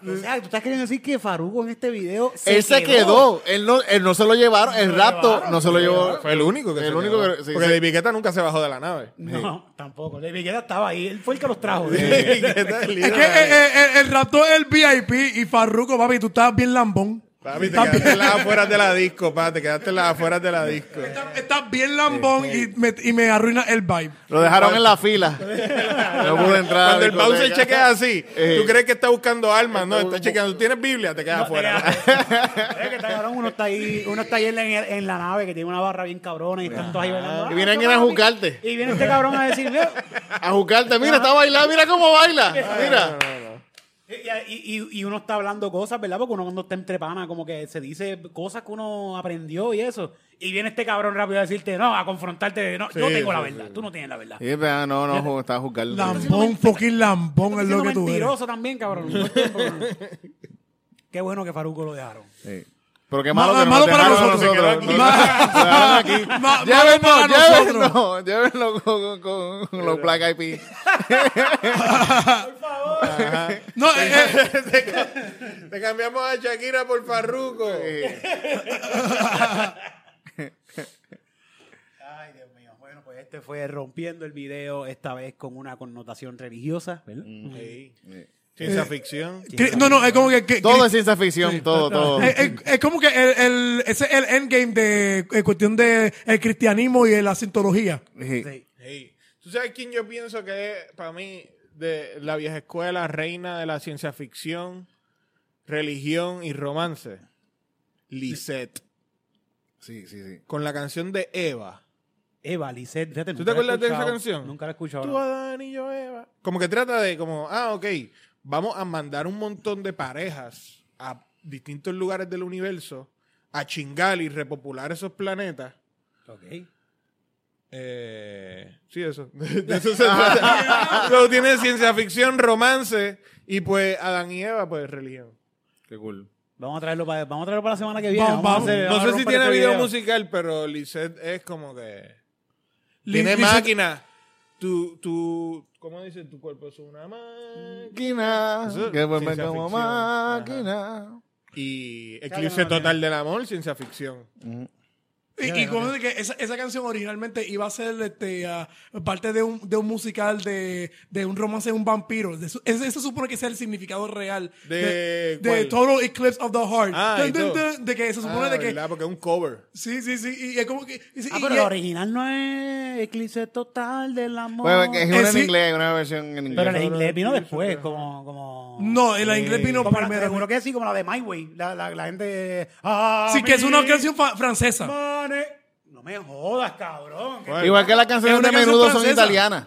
Speaker 6: O sea, tú estás queriendo decir que Faruco en este video se
Speaker 2: él se quedó, Él, no, él no se lo llevaron, el rapto no se lo llevó.
Speaker 3: Fue el único que
Speaker 2: El
Speaker 3: se
Speaker 2: único
Speaker 3: quedó.
Speaker 2: que- sí,
Speaker 3: Porque
Speaker 2: sí.
Speaker 3: David Guetta nunca se bajó de la nave.
Speaker 6: No, tampoco. David Guetta estaba ahí. Él fue el que los trajo. ¿eh?
Speaker 3: David Guetta es el
Speaker 1: Es
Speaker 3: líder
Speaker 1: que
Speaker 3: de la nave.
Speaker 1: eh, eh, el, raptor es el VIP y Farruko, papi, tú estás bien lambón.
Speaker 3: Papi, te
Speaker 1: Estás bien-
Speaker 3: quedaste en las afueras de la disco, pa, te quedaste en las afueras de la disco.
Speaker 1: Estás bien lambón y me, y me arruina el vibe.
Speaker 2: Lo dejaron en la fila. No pudo entrar. a la
Speaker 3: Cuando
Speaker 2: discoteca.
Speaker 3: el bouncer chequea así,
Speaker 2: Eh.
Speaker 3: tú crees que está buscando armas, no, está chequeando, tienes Biblia, te quedas afuera.
Speaker 6: Es que está cabrón, uno está ahí, uno está ahí en, en- en la nave que tiene una barra bien cabrona y están todos ahí bailando.
Speaker 2: Y
Speaker 6: Ah,
Speaker 2: vienen
Speaker 6: qué
Speaker 2: a
Speaker 6: papi.
Speaker 2: juzgarte.
Speaker 6: Y viene este cabrón a decir, "Mira".
Speaker 2: A juzgarte, mira, está bailando, mira cómo baila. Mira.
Speaker 6: y, y- y uno está hablando cosas, ¿verdad? Porque uno cuando está entre panas, como que se dice cosas que uno aprendió y eso. Y viene este cabrón rápido a decirte, no, a confrontarte, no, yo
Speaker 3: Sí,
Speaker 6: tengo la
Speaker 3: sí,
Speaker 6: verdad, tú no tienes la verdad.
Speaker 2: Sí, pero no, no, ju- estaba juzgando.
Speaker 1: Lambón, fucking lambón es
Speaker 6: Siendo
Speaker 1: lo que tú eres.
Speaker 6: mentiroso también, cabrón. No estoy- Qué bueno que Faruco lo dejaron.
Speaker 2: Sí. Pero qué malo,
Speaker 1: Malo,
Speaker 2: que nos
Speaker 1: malo para
Speaker 2: dejaron a
Speaker 1: nosotros.
Speaker 2: nosotros.
Speaker 1: Ma- Ma- Malo para
Speaker 2: Llévenlo,
Speaker 1: nosotros.
Speaker 2: llévenlo, llévenlo con, con- con los Black Eyed Peas.
Speaker 1: No, eh, eh,
Speaker 3: Te cambiamos a Shakira por Farruko.
Speaker 2: Eh,
Speaker 6: Este fue rompiendo el video, esta vez con una connotación religiosa, ¿verdad?
Speaker 3: Mm. Sí. Ciencia ficción.
Speaker 4: Cri- No, no, es como que... que-
Speaker 2: Todo
Speaker 4: que-
Speaker 2: es ciencia ficción, todo, todo.
Speaker 1: Eh,
Speaker 4: es, es- es como que el, el- ese es el endgame de eh, cuestión de el cristianismo y de la sintología.
Speaker 2: Sí.
Speaker 6: Sí.
Speaker 3: Sí. ¿Tú sabes quién yo pienso que es, para mí, de la vieja escuela, reina de la ciencia ficción, religión y romance? Lisette.
Speaker 2: Sí, sí, sí.
Speaker 3: Con la canción de Eva.
Speaker 6: Eva, Lisette, fíjate,
Speaker 3: ¿Tú
Speaker 6: nunca
Speaker 3: te
Speaker 6: la he
Speaker 3: acuerdas de esa
Speaker 6: escuchado,
Speaker 3: canción?
Speaker 6: Nunca la he escuchado.
Speaker 3: Tú,
Speaker 6: no.
Speaker 3: Adán y yo, Eva. Como que trata de, como, ah, ok, vamos a mandar un montón de parejas a distintos lugares del universo a chingar y repopular esos planetas.
Speaker 6: Ok.
Speaker 3: Eh, sí, eso. De eso se trata. Luego tiene ciencia ficción, romance y pues Adán y Eva, pues religión.
Speaker 2: Qué cool.
Speaker 6: Vamos a traerlo para, vamos a traerlo para la semana que viene.
Speaker 4: Vamos,
Speaker 6: a
Speaker 4: vamos.
Speaker 6: hacer-
Speaker 3: No
Speaker 6: vamos a
Speaker 3: sé si
Speaker 6: romper
Speaker 3: tiene
Speaker 6: este
Speaker 3: video musical, pero Lisette es como que...
Speaker 4: Li-
Speaker 3: tiene
Speaker 4: Lisette-
Speaker 3: máquina. Tu, tu, ¿Cómo dice? Tu cuerpo es una máquina.
Speaker 2: Máquina,
Speaker 3: Eso es
Speaker 2: que vuelve
Speaker 3: ciencia
Speaker 2: como
Speaker 3: ficción.
Speaker 2: máquina.
Speaker 3: Y Eclipse Total del Amor, ciencia ficción.
Speaker 4: Y, y como que esa, esa canción originalmente iba a ser este, ah, parte de un, de un musical de, de un romance de un vampiro. De su- ese, ese supone que sea el significado real.
Speaker 3: ¿De
Speaker 4: de
Speaker 3: cuál?
Speaker 4: Total Eclipse of the Heart.
Speaker 3: Ah,
Speaker 4: Dun,
Speaker 3: y
Speaker 4: dun,
Speaker 3: todo.
Speaker 4: dun, de que se supone
Speaker 3: Ah,
Speaker 4: de que...
Speaker 3: ¿verdad? Porque es un cover.
Speaker 4: Sí, sí, sí. Y es como que... y-
Speaker 6: Ah,
Speaker 4: y-
Speaker 6: pero
Speaker 4: y-
Speaker 6: la original no es Eclipse Total del Amor.
Speaker 2: Bueno, Pues, es una
Speaker 4: Eh,
Speaker 2: en
Speaker 4: sí.
Speaker 2: inglés, hay una versión en
Speaker 6: pero la
Speaker 2: inglés.
Speaker 6: inglés vino después, como... como...
Speaker 4: no, el inglés vino
Speaker 6: Como la-
Speaker 4: primero.
Speaker 6: seguro que sí, como la de My Way. La, la, la gente... Ah,
Speaker 4: Sí, que es una
Speaker 6: mi
Speaker 4: canción fa- francesa.
Speaker 6: mane- No me jodas, cabrón. que-
Speaker 2: Igual que las canciones
Speaker 4: Es una
Speaker 2: de
Speaker 4: canción
Speaker 2: menudo son
Speaker 4: francesa.
Speaker 2: italianas.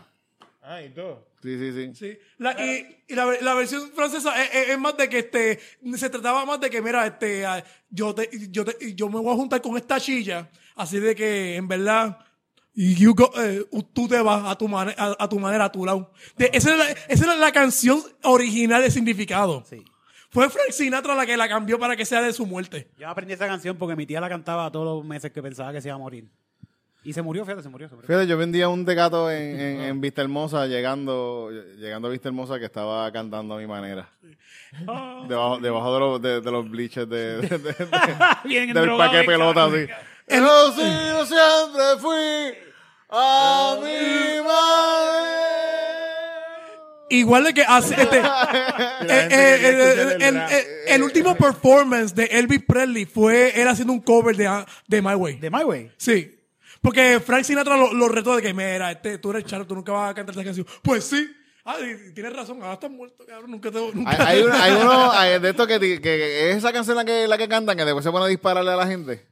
Speaker 3: Ah, y todo.
Speaker 2: Sí, sí, sí.
Speaker 4: Sí. La, y y la, ver- la versión francesa es, es- es más de que este se trataba más de que, mira, este ah, yo te, yo te- yo me voy a juntar con esta chilla, así de que en verdad you go- eh, tú te vas a tu, mane- a, a tu manera, a tu lado. De- esa, era la, esa era la canción original de significado.
Speaker 6: Sí.
Speaker 4: Fue Frank Sinatra la que la cambió para que sea de su muerte.
Speaker 6: Yo aprendí esa canción porque mi tía la cantaba todos los meses que pensaba que se iba a morir. Y se murió, fíjate, se murió. se murió.
Speaker 2: Fíjate, yo vendía un tecato en, en,
Speaker 3: Ah.
Speaker 2: en Vista Hermosa, llegando, llegando a Vista Hermosa, que estaba cantando a mi manera. Debajo, debajo de, los, de, de los bleachers de, de- de-
Speaker 6: Bien
Speaker 2: del
Speaker 6: drogado,
Speaker 2: paquete de
Speaker 6: bien
Speaker 2: pelota,
Speaker 6: cabrón.
Speaker 2: así. Yo sí, yo siempre fui a mi manera.
Speaker 4: Igual de que hace, este, eh, eh, el,
Speaker 3: quiere escuchar el
Speaker 4: el- el-
Speaker 3: rap.
Speaker 4: el- el último performance de Elvis Presley fue él haciendo un cover de, ah, de My Way.
Speaker 6: De My Way.
Speaker 4: Sí. Porque Frank Sinatra lo, lo retó de que, mira, este, tú eres charo, tú nunca vas a cantar esa canción. Pues sí. Ah, y tienes razón, ahora estás muerto, cabrón. Nunca te... Nunca...
Speaker 2: Hay, hay uno, hay uno hay de estos que, ti- que es esa canción la que, la que cantan, que después se pone a dispararle a la gente.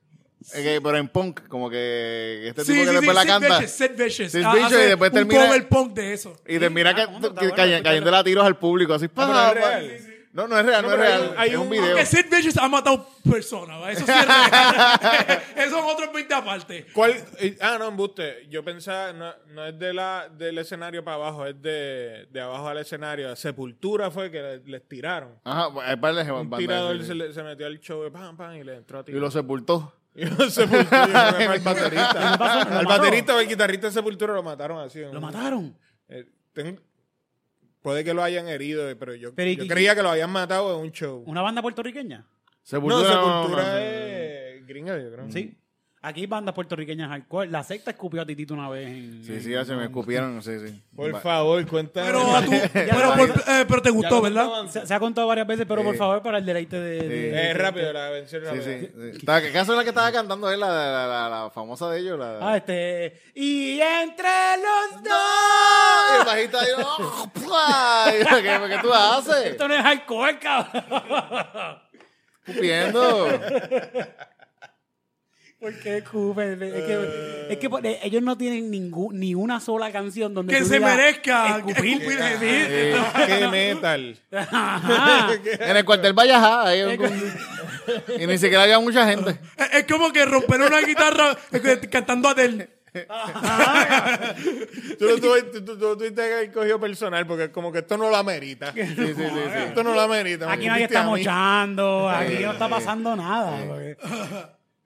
Speaker 2: Eh, que- pero en punk, como que este tipo que después la
Speaker 4: Sid
Speaker 2: canta.
Speaker 4: Vicious, Sid Vicious.
Speaker 2: Sid
Speaker 4: Ah,
Speaker 2: Vicious,
Speaker 4: hace
Speaker 2: y después
Speaker 4: un
Speaker 2: termina-
Speaker 4: cover punk de eso.
Speaker 2: Y te mira que,
Speaker 6: Ah, ¿cómo? Está
Speaker 2: que
Speaker 6: bueno,
Speaker 2: cayendo-
Speaker 6: escucharlo.
Speaker 2: cayendo a tiros al público, así. pa,
Speaker 3: pero es
Speaker 2: pa.
Speaker 3: real. Sí,
Speaker 2: No, no es real, no,
Speaker 3: No,
Speaker 2: es
Speaker 3: pero hay
Speaker 2: real.
Speaker 3: un- hay
Speaker 2: es un
Speaker 3: un-
Speaker 2: video.
Speaker 4: Que Sid Vicious ha matado personas, ¿va? eso sí es real. Eso son otros 20 aparte.
Speaker 3: ¿Cuál? eh, Ah, no, embuste. Yo pensaba, no, no es de la, del escenario para abajo, es de, de abajo al escenario. Sepultura fue que le- les tiraron.
Speaker 2: Ajá, pues, hay par de bandas,
Speaker 3: Un tirador
Speaker 2: sí, sí.
Speaker 3: se, le- se metió al show de pam, pam, y le entró a
Speaker 2: Y
Speaker 3: tirar.
Speaker 2: lo sepultó.
Speaker 3: Y lo sepultura y fue para el baterista.
Speaker 6: pasó? ¿Lo
Speaker 3: Al
Speaker 6: mató?
Speaker 3: baterista o al guitarrista de Sepultura lo mataron así. en un-
Speaker 6: Lo mataron.
Speaker 3: eh, tengo- Puede que lo hayan herido, eh, pero yo,
Speaker 6: Pero ¿y
Speaker 3: yo
Speaker 6: qué-
Speaker 3: creía que lo habían matado en un show.
Speaker 6: ¿Una banda puertorriqueña?
Speaker 3: No,
Speaker 2: Sepultura.
Speaker 3: Sepultura
Speaker 2: no, no.
Speaker 3: es gringa, yo creo.
Speaker 6: Sí. Aquí hay bandas puertorriqueñas hardcore. La secta escupió a Titito una vez en...
Speaker 2: Sí, sí, ya se me escupieron, sí, sí.
Speaker 3: Por
Speaker 2: Va-
Speaker 3: favor, cuéntame.
Speaker 4: Pero, a tu- pero, por- eh, pero te gustó, ¿verdad?
Speaker 6: Se, se ha contado varias veces, pero por
Speaker 2: Sí.
Speaker 6: favor, para el deleite de... de-
Speaker 3: Eh, rápido, la venció
Speaker 2: Sí,
Speaker 3: rápido.
Speaker 2: sí. sí. Estaba- ¿Qué canción es la que estaba cantando él? La, la, la, la famosa de ellos. La,
Speaker 6: Ah, este... Y entre los
Speaker 2: Y el
Speaker 6: dos...
Speaker 2: bajista ahí, ¡oh! ¡pua! Y yo, ¿Qué, ¿Qué tú haces?
Speaker 6: Esto no es hardcore, cabrón.
Speaker 2: Escupiendo.
Speaker 6: Porque escupen. pues, Es que, es que por- eh, ellos no tienen ningún, ni una sola canción donde
Speaker 4: Que
Speaker 6: tú
Speaker 4: se
Speaker 6: digas,
Speaker 4: merezca
Speaker 6: escupir.
Speaker 4: escupir, gemir.
Speaker 3: Qué metal.
Speaker 6: Ajá.
Speaker 2: En el cuartel Vallajá. ahí algún- Y ni siquiera había mucha gente.
Speaker 4: Es, es como que romper una guitarra eh, cantando a Adele.
Speaker 3: Tú lo tuve- tú- tú- tú tuviste que haber cogido personal porque como que esto no lo amerita. Sí, sí, sí, sí. Esto no lo amerita. me
Speaker 6: Aquí nadie
Speaker 3: escupiste a
Speaker 6: está
Speaker 3: mí.
Speaker 6: mochando, aquí no está pasando nada. porque-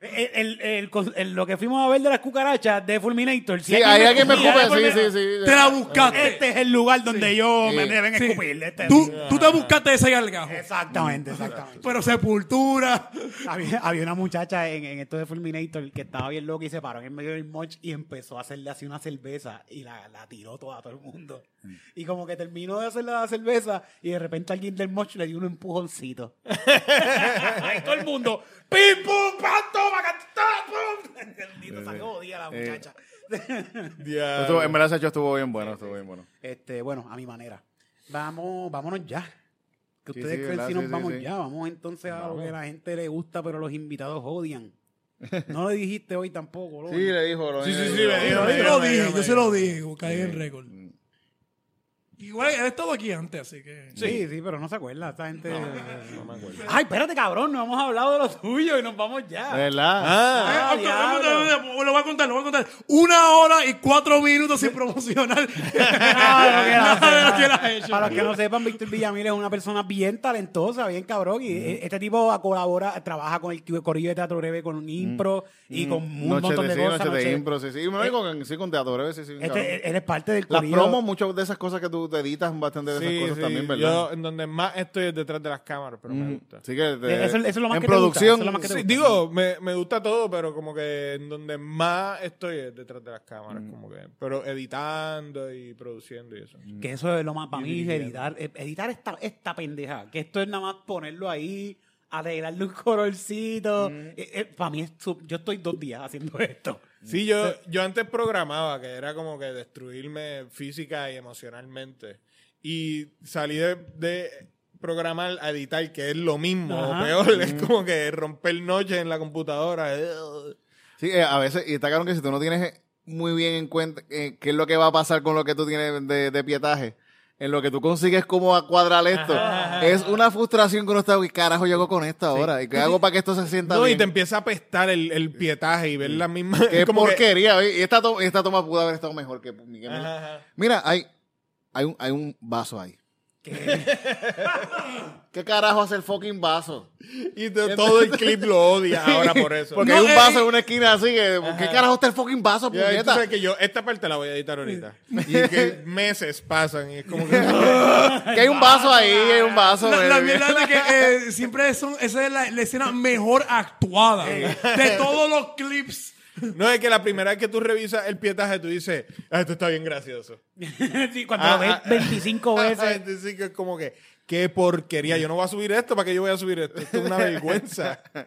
Speaker 6: El, el- el cons- el- lo que fuimos a ver de las cucarachas de Fulminator. si
Speaker 2: Sí, ahí alguien me
Speaker 6: escupía,
Speaker 2: escupe. Sí,
Speaker 6: alguien
Speaker 2: sí,
Speaker 6: me-
Speaker 2: sí.
Speaker 1: Te la buscaste.
Speaker 6: Este es el lugar donde yo me
Speaker 2: Sí.
Speaker 6: deben
Speaker 1: Sí.
Speaker 6: escupir. este-
Speaker 1: tú, tú te buscaste ese gargajo.
Speaker 6: Exactamente, exactamente.
Speaker 1: Pero sepultura.
Speaker 6: Había, había una muchacha en, en esto de Fulminator que estaba bien loca y se paró en el medio del moch y empezó a hacerle así una cerveza y la, la tiró toda a todo el mundo.
Speaker 2: Mm.
Speaker 6: Y como que terminó de hacerle la cerveza y de repente alguien del moch le dio un empujoncito. y todo el mundo, ¡pim, pum, pam, toma, cantá, pum! Bendito, sacó odia la muchacha.
Speaker 2: Estuvo- En verdad, Sacho estuvo bien bueno. Estuvo bien bueno.
Speaker 6: Este, bueno, a mi manera. Vamos, vámonos ya. Que
Speaker 2: Sí,
Speaker 6: ustedes
Speaker 2: sí,
Speaker 6: creen
Speaker 2: ¿verdad?
Speaker 6: si nos
Speaker 2: Sí, sí,
Speaker 6: vamos
Speaker 2: sí.
Speaker 6: ya. Vamos entonces a lo que la gente le gusta, pero los invitados odian. No le dijiste hoy tampoco, loco.
Speaker 2: Sí, le dijo.
Speaker 3: Sí, sí, sí, le
Speaker 1: Yo
Speaker 3: dijo, le
Speaker 1: se
Speaker 3: dijo,
Speaker 1: lo
Speaker 3: le dijo,
Speaker 1: dije, yo
Speaker 3: le
Speaker 1: se lo dije. Caí en récord. Igual, él ha estado aquí antes, así que. eh,
Speaker 6: Sí, sí, pero no se acuerda. Esta gente. Ay, espérate, cabrón, no hemos hablado de lo tuyo y nos vamos ya.
Speaker 2: ¿Verdad?
Speaker 6: Ah,
Speaker 1: Eh,
Speaker 6: diablo.
Speaker 1: ok, Lo voy a contar, lo voy a contar. Una hora y cuatro minutos sin promocionar.
Speaker 6: Nada de lo que él hace,
Speaker 1: Nada de lo que él
Speaker 6: nada.
Speaker 1: ha hecho.
Speaker 6: Para los que no sepan, Víctor Villamil es una persona bien talentosa, bien cabrón. Y eh, este tipo colabora, trabaja con el Corrillo de Teatro Breve, con un impro y con un
Speaker 2: Noche
Speaker 6: montón
Speaker 2: de
Speaker 6: de
Speaker 2: sí,
Speaker 6: cosas.
Speaker 2: noche de
Speaker 6: noche-
Speaker 2: impro, sí, sí. Y me con- Sí, con teatro breve, sí, sí.
Speaker 6: Este,
Speaker 2: cabrón.
Speaker 6: él es parte del
Speaker 2: Las
Speaker 6: corillo.
Speaker 2: promos, muchas de esas cosas que tú te editas, bastante de esas
Speaker 3: Sí,
Speaker 2: cosas
Speaker 3: sí,
Speaker 2: también,
Speaker 3: Yo
Speaker 2: ¿verdad?
Speaker 3: en donde más estoy es detrás de las cámaras, pero me gusta.
Speaker 2: Así que te-
Speaker 6: Eh, eso- eso es lo más
Speaker 2: en
Speaker 6: que te gusta,
Speaker 2: producción,
Speaker 6: eso es lo más que te
Speaker 3: Sí,
Speaker 6: gusta.
Speaker 3: digo, me, me gusta todo, pero como que en donde más estoy es detrás de las cámaras, como que, pero editando y produciendo y eso.
Speaker 6: Que eso es lo más para mí, editar, eh, editar esta, esta pendeja. Que esto es nada más ponerlo ahí, arreglarle un colorcito. para mí, es su- yo estoy dos días haciendo esto.
Speaker 3: Sí, yo, yo antes programaba, que era como que destruirme física y emocionalmente. Y salí de, de programar a editar, que es lo mismo, o
Speaker 6: Ajá.
Speaker 3: peor,
Speaker 2: Mm.
Speaker 3: es como que romper noche en la computadora.
Speaker 2: sí, eh, a veces, y está claro que si tú no tienes eh, muy bien en cuenta eh, qué es lo que va a pasar con lo que tú tienes de, de pietaje, en lo que tú consigues cómo cuadrar esto, es una frustración que uno está, "Uy, carajo, yo hago con esto ahora, ¿y qué hago para que esto se sienta
Speaker 3: No, y
Speaker 2: bien? Mm.
Speaker 3: te empieza a apestar el, el pietaje y ver la misma...
Speaker 2: Qué
Speaker 3: como que-
Speaker 2: porquería, oye, y esta, to- esta toma pudo haber estado mejor que... que-
Speaker 3: Ajá, ajá.
Speaker 2: Mira, hay, hay, un, hay un vaso ahí. ¿Qué carajo hace el fucking vaso?
Speaker 3: Y de- todo el clip lo odia ahora por eso.
Speaker 2: Porque
Speaker 1: No,
Speaker 2: hay un
Speaker 1: eh,
Speaker 2: vaso
Speaker 1: eh.
Speaker 2: en una esquina así que... ¿Qué carajo está el fucking vaso,
Speaker 3: Ya, y tú
Speaker 2: puñeta? Mm.
Speaker 3: sabes que yo esta parte la voy a editar ahorita. Y es que meses pasan y es como que...
Speaker 2: Que hay un vaso ahí, hay un vaso.
Speaker 1: La, la
Speaker 2: baby.
Speaker 1: mierda es de que eh, siempre son, esa es la, la escena mejor actuada de todos los clips.
Speaker 3: No, es que la primera vez que tú revisas el pietaje, tú dices, ah, esto está bien gracioso.
Speaker 6: Sí, cuando
Speaker 3: Ah,
Speaker 6: lo ves
Speaker 3: ah,
Speaker 6: 25 veces.
Speaker 3: Así que es como que, qué porquería. Yo no voy a subir esto, ¿para qué yo voy a subir esto? Esto es una vergüenza.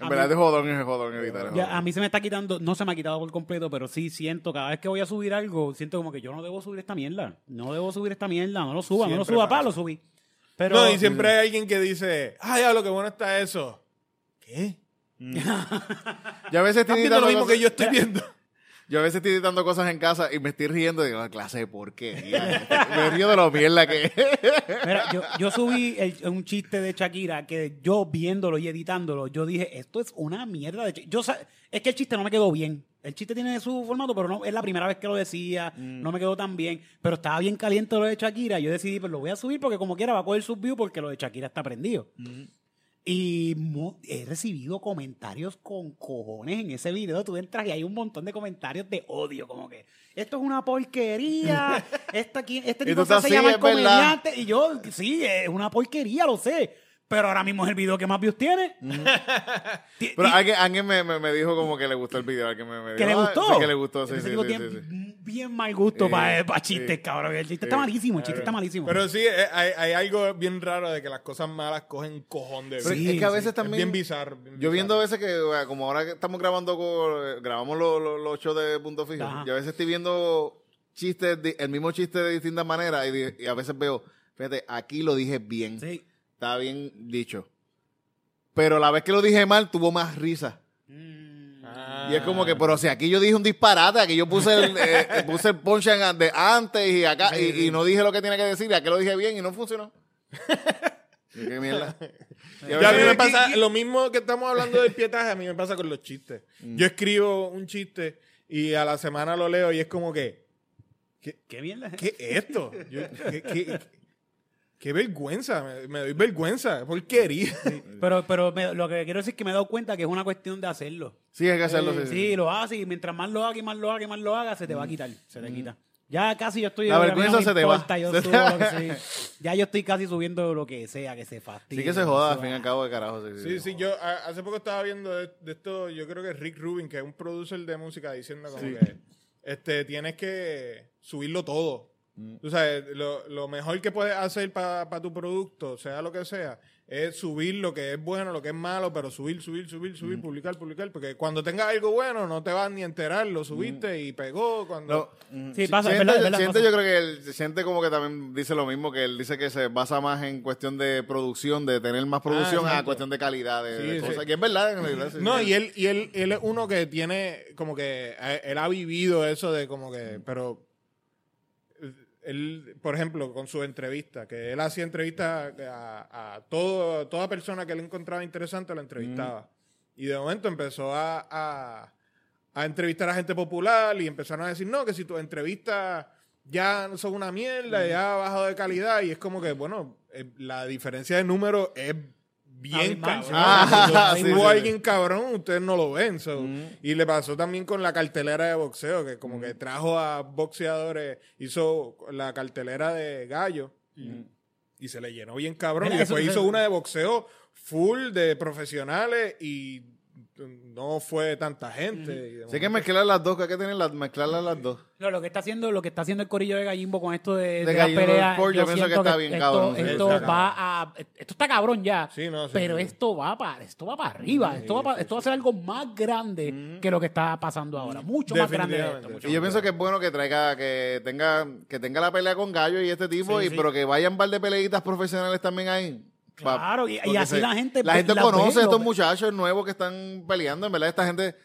Speaker 2: En verdad es jodón, es jodón editar. es
Speaker 6: Ya, a
Speaker 2: jodón.
Speaker 6: mí se me está quitando, no se me ha quitado por completo, pero sí siento, cada vez que voy a subir algo, siento como que yo no debo subir esta mierda. No debo subir esta mierda, no lo suba, no lo
Speaker 3: Siempre
Speaker 6: suba,
Speaker 3: pasa.
Speaker 6: pa, lo subí. Pero,
Speaker 3: No, y siempre hay alguien que dice, ah, ya lo que bueno está eso. ¿Qué?
Speaker 2: Yo a veces estoy
Speaker 3: Estás viendo
Speaker 2: editando
Speaker 3: lo mismo que
Speaker 2: cosas-
Speaker 3: yo estoy viendo.
Speaker 2: Yo a veces estoy editando cosas en casa y me estoy riendo y digo, "Ah, clase de porquería. me río de lo mierda que es.
Speaker 6: Mira, yo, yo subí el- un chiste de Shakira que yo viéndolo y editándolo, yo dije, "Eh, esto es una mierda de chiste. Yo sa- es que el chiste no me quedó bien. El chiste tiene su formato, pero no es la primera vez que lo decía,
Speaker 2: Mm.
Speaker 6: no me quedó tan bien. Pero estaba bien caliente lo de Shakira. Yo decidí, pues lo voy a subir porque como quiera va a coger sus views porque lo de Shakira está prendido.
Speaker 2: Mm.
Speaker 6: Y mu- he recibido comentarios con cojones en ese video. Tú entras y hay un montón de comentarios de odio, como que esto es una porquería. Esta, aquí- este
Speaker 2: Y
Speaker 6: tipo
Speaker 2: tú
Speaker 6: se
Speaker 2: estás así,
Speaker 6: hace llamar
Speaker 2: es verdad.
Speaker 6: comediante. Y yo, sí, es una porquería, lo sé. Pero ahora mismo es el video que más views tiene. Ti-
Speaker 2: Pero
Speaker 6: y-
Speaker 2: alguien, alguien me, me, me dijo como que le gustó el video. Alguien me, me dijo,
Speaker 6: que le
Speaker 2: "Ah,
Speaker 6: gustó.
Speaker 2: sí, que le gustó, sí,
Speaker 6: Ese
Speaker 2: sí,
Speaker 6: tipo
Speaker 2: sí,
Speaker 6: tiene
Speaker 2: sí, sí.
Speaker 6: bien mal gusto
Speaker 2: Sí,
Speaker 6: para chistes,
Speaker 2: sí.
Speaker 6: cabrón. El chiste está malísimo, el chiste está malísimo.
Speaker 3: Pero sí, eh, hay, hay algo bien raro de que las cosas malas cogen cojón de
Speaker 2: Pero
Speaker 6: Sí,
Speaker 2: es que a veces
Speaker 3: Es
Speaker 2: también...
Speaker 3: bien bizarro. bien
Speaker 2: Yo viendo a
Speaker 3: bizarro.
Speaker 2: veces que, o sea, como ahora que estamos grabando, con- grabamos los, los, los shows de Punto Fijo,
Speaker 6: Ajá.
Speaker 2: yo a veces estoy viendo chistes, di- el mismo chiste de distintas maneras y, di- y a veces veo, fíjate, aquí lo dije bien,
Speaker 6: Sí.
Speaker 2: está bien dicho. Pero la vez que lo dije mal, tuvo más risa.
Speaker 3: Mm.
Speaker 2: Y es como que, pero si aquí yo dije un disparate, aquí yo puse el, eh, eh, puse el punch en- de antes y acá, y- y, no dije lo que tenía que decir, y aquí lo dije bien y no funcionó. Y qué mierda. Y a
Speaker 3: Ya a mí
Speaker 2: veces-
Speaker 3: me pasa lo mismo que estamos hablando del pietaje, a mí me pasa con los chistes.
Speaker 2: Mm.
Speaker 3: Yo escribo un chiste y a la semana lo leo y es como que,
Speaker 6: Qué bien la gente.
Speaker 3: ¿qué es esto? Yo- ¿qué, qué- Qué vergüenza, me, me doy vergüenza, porquería.
Speaker 6: Pero, pero me- lo que quiero decir es que me he dado cuenta que es una cuestión de hacerlo.
Speaker 2: Sí, hay que hacerlo. sí,
Speaker 6: Eh, Sí,
Speaker 2: sí.
Speaker 6: lo haces y mientras más lo hagas y más lo hagas y más lo hagas, se te va a quitar. Se te quita. Ya casi yo estoy.
Speaker 2: Mm. La
Speaker 6: a mí
Speaker 2: vergüenza
Speaker 6: me
Speaker 2: se te va.
Speaker 6: importa, yo
Speaker 2: Se te
Speaker 6: subo
Speaker 2: va.
Speaker 6: lo que sí. Ya yo estoy casi subiendo lo que sea, que se fastidie.
Speaker 2: Sí que se joda, al fin y al cabo, de carajo.
Speaker 3: Sí, sí, yo a- hace poco estaba viendo de, de esto, yo creo que Rick Rubin, que es un producer de música, diciendo como que este, tienes que subirlo todo. Tú sabes, lo, lo mejor que puedes hacer para tu producto, sea lo que sea, es subir lo que es bueno, lo que es malo, pero subir, subir, subir, subir, publicar, publicar, porque cuando tengas algo bueno no te vas ni a enterar, lo subiste y pegó.
Speaker 2: No,
Speaker 3: cuando
Speaker 6: Sí, pasa, es
Speaker 2: siente,
Speaker 6: verdad, es verdad,
Speaker 2: siente,
Speaker 6: pasa.
Speaker 2: yo creo que él siente como que también dice lo mismo, que él dice que se basa más en cuestión de producción, de tener más producción, a
Speaker 3: exacto.
Speaker 2: cuestión de calidad de,
Speaker 3: Sí,
Speaker 2: de
Speaker 3: sí.
Speaker 2: cosas, que es verdad en realidad, sí.
Speaker 3: No, y él, y él, él es uno que tiene, como que, eh, él ha vivido eso de como que, pero, eh, él, por ejemplo, con su entrevista, que él hacía entrevistas a, a todo, toda persona que él encontraba interesante, la entrevistaba. Y de momento empezó a, a, a entrevistar a gente popular y empezaron a decir, no, que si tus entrevistas ya son una mierda, ya ha bajado de calidad, y es como que, bueno, eh, la diferencia de número es bien
Speaker 6: Abismal,
Speaker 3: cabrón.
Speaker 2: Ah,
Speaker 3: Cuando
Speaker 2: sí,
Speaker 3: hubo
Speaker 2: sí, sí.
Speaker 3: alguien cabrón, ustedes no lo ven. so. Y le pasó también con la cartelera de boxeo, que como que trajo a boxeadores, hizo la cartelera de gallo y se le llenó bien cabrón.
Speaker 6: Mira,
Speaker 3: y después
Speaker 6: eso-
Speaker 3: hizo
Speaker 6: eso-
Speaker 3: una de boxeo full de profesionales y mm, no fue tanta gente. y de
Speaker 2: Sí, hay que
Speaker 3: momento-
Speaker 2: mezclar las dos, que hay que tener las, mezclarlas las dos.
Speaker 6: No, lo que está haciendo, lo que está haciendo el corillo de Gallimbo con esto de,
Speaker 2: De
Speaker 6: de las
Speaker 2: Gallimbo
Speaker 6: peleas,
Speaker 2: Sport, yo pienso
Speaker 6: siento
Speaker 2: que está bien
Speaker 6: esto,
Speaker 2: cabrón, sí,
Speaker 6: Esto
Speaker 3: está
Speaker 6: va a, esto está cabrón ya.
Speaker 3: Sí, no, sí,
Speaker 6: pero
Speaker 3: sí.
Speaker 6: esto va para, esto va para arriba. esto va para- esto va a ser algo más grande
Speaker 2: Mm.
Speaker 6: que lo que está pasando ahora. Mucho más grande de esto.
Speaker 3: Definitivamente.
Speaker 6: mucho
Speaker 2: Y yo pienso que es bueno que traiga, que tenga, que tenga la pelea con Gallo y este tipo, y pero que vayan un par de peleitas profesionales también ahí. Pa-
Speaker 6: Claro, y- y
Speaker 2: porque
Speaker 6: así la gente,
Speaker 2: La
Speaker 6: pues,
Speaker 2: gente
Speaker 6: la
Speaker 2: conoce
Speaker 6: ve,
Speaker 2: a estos
Speaker 6: lo-
Speaker 2: muchachos nuevos que están peleando. En verdad, esta gente.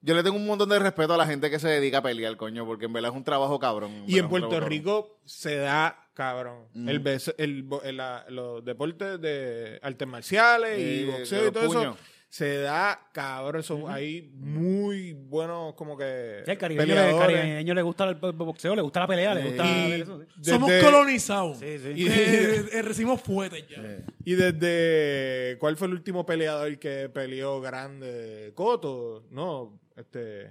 Speaker 2: Yo le tengo un montón de respeto a la gente que se dedica a pelear, coño, porque en verdad es un trabajo cabrón. verdad
Speaker 3: Y
Speaker 2: es un
Speaker 3: en Puerto
Speaker 2: trabajo
Speaker 3: Rico se da, cabrón. El bes- el bo- el, la- los deportes de artes marciales
Speaker 2: Sí,
Speaker 3: y
Speaker 2: de
Speaker 3: boxeo y
Speaker 2: los
Speaker 3: todo
Speaker 2: puños.
Speaker 3: eso. Se da, cabrón. Son ahí muy buenos, como que.
Speaker 6: Sí, el caribeño, le,
Speaker 3: peleadores.
Speaker 6: caribeño le gusta el bo- boxeo, le gusta la pelea, le gusta ver eso. sí.
Speaker 3: Desde-
Speaker 1: Somos colonizados.
Speaker 3: Y-
Speaker 1: Eh, eh, recibimos fuetes ya.
Speaker 3: Y desde. ¿Cuál fue el último peleador que peleó grande? Coto, ¿no? Este.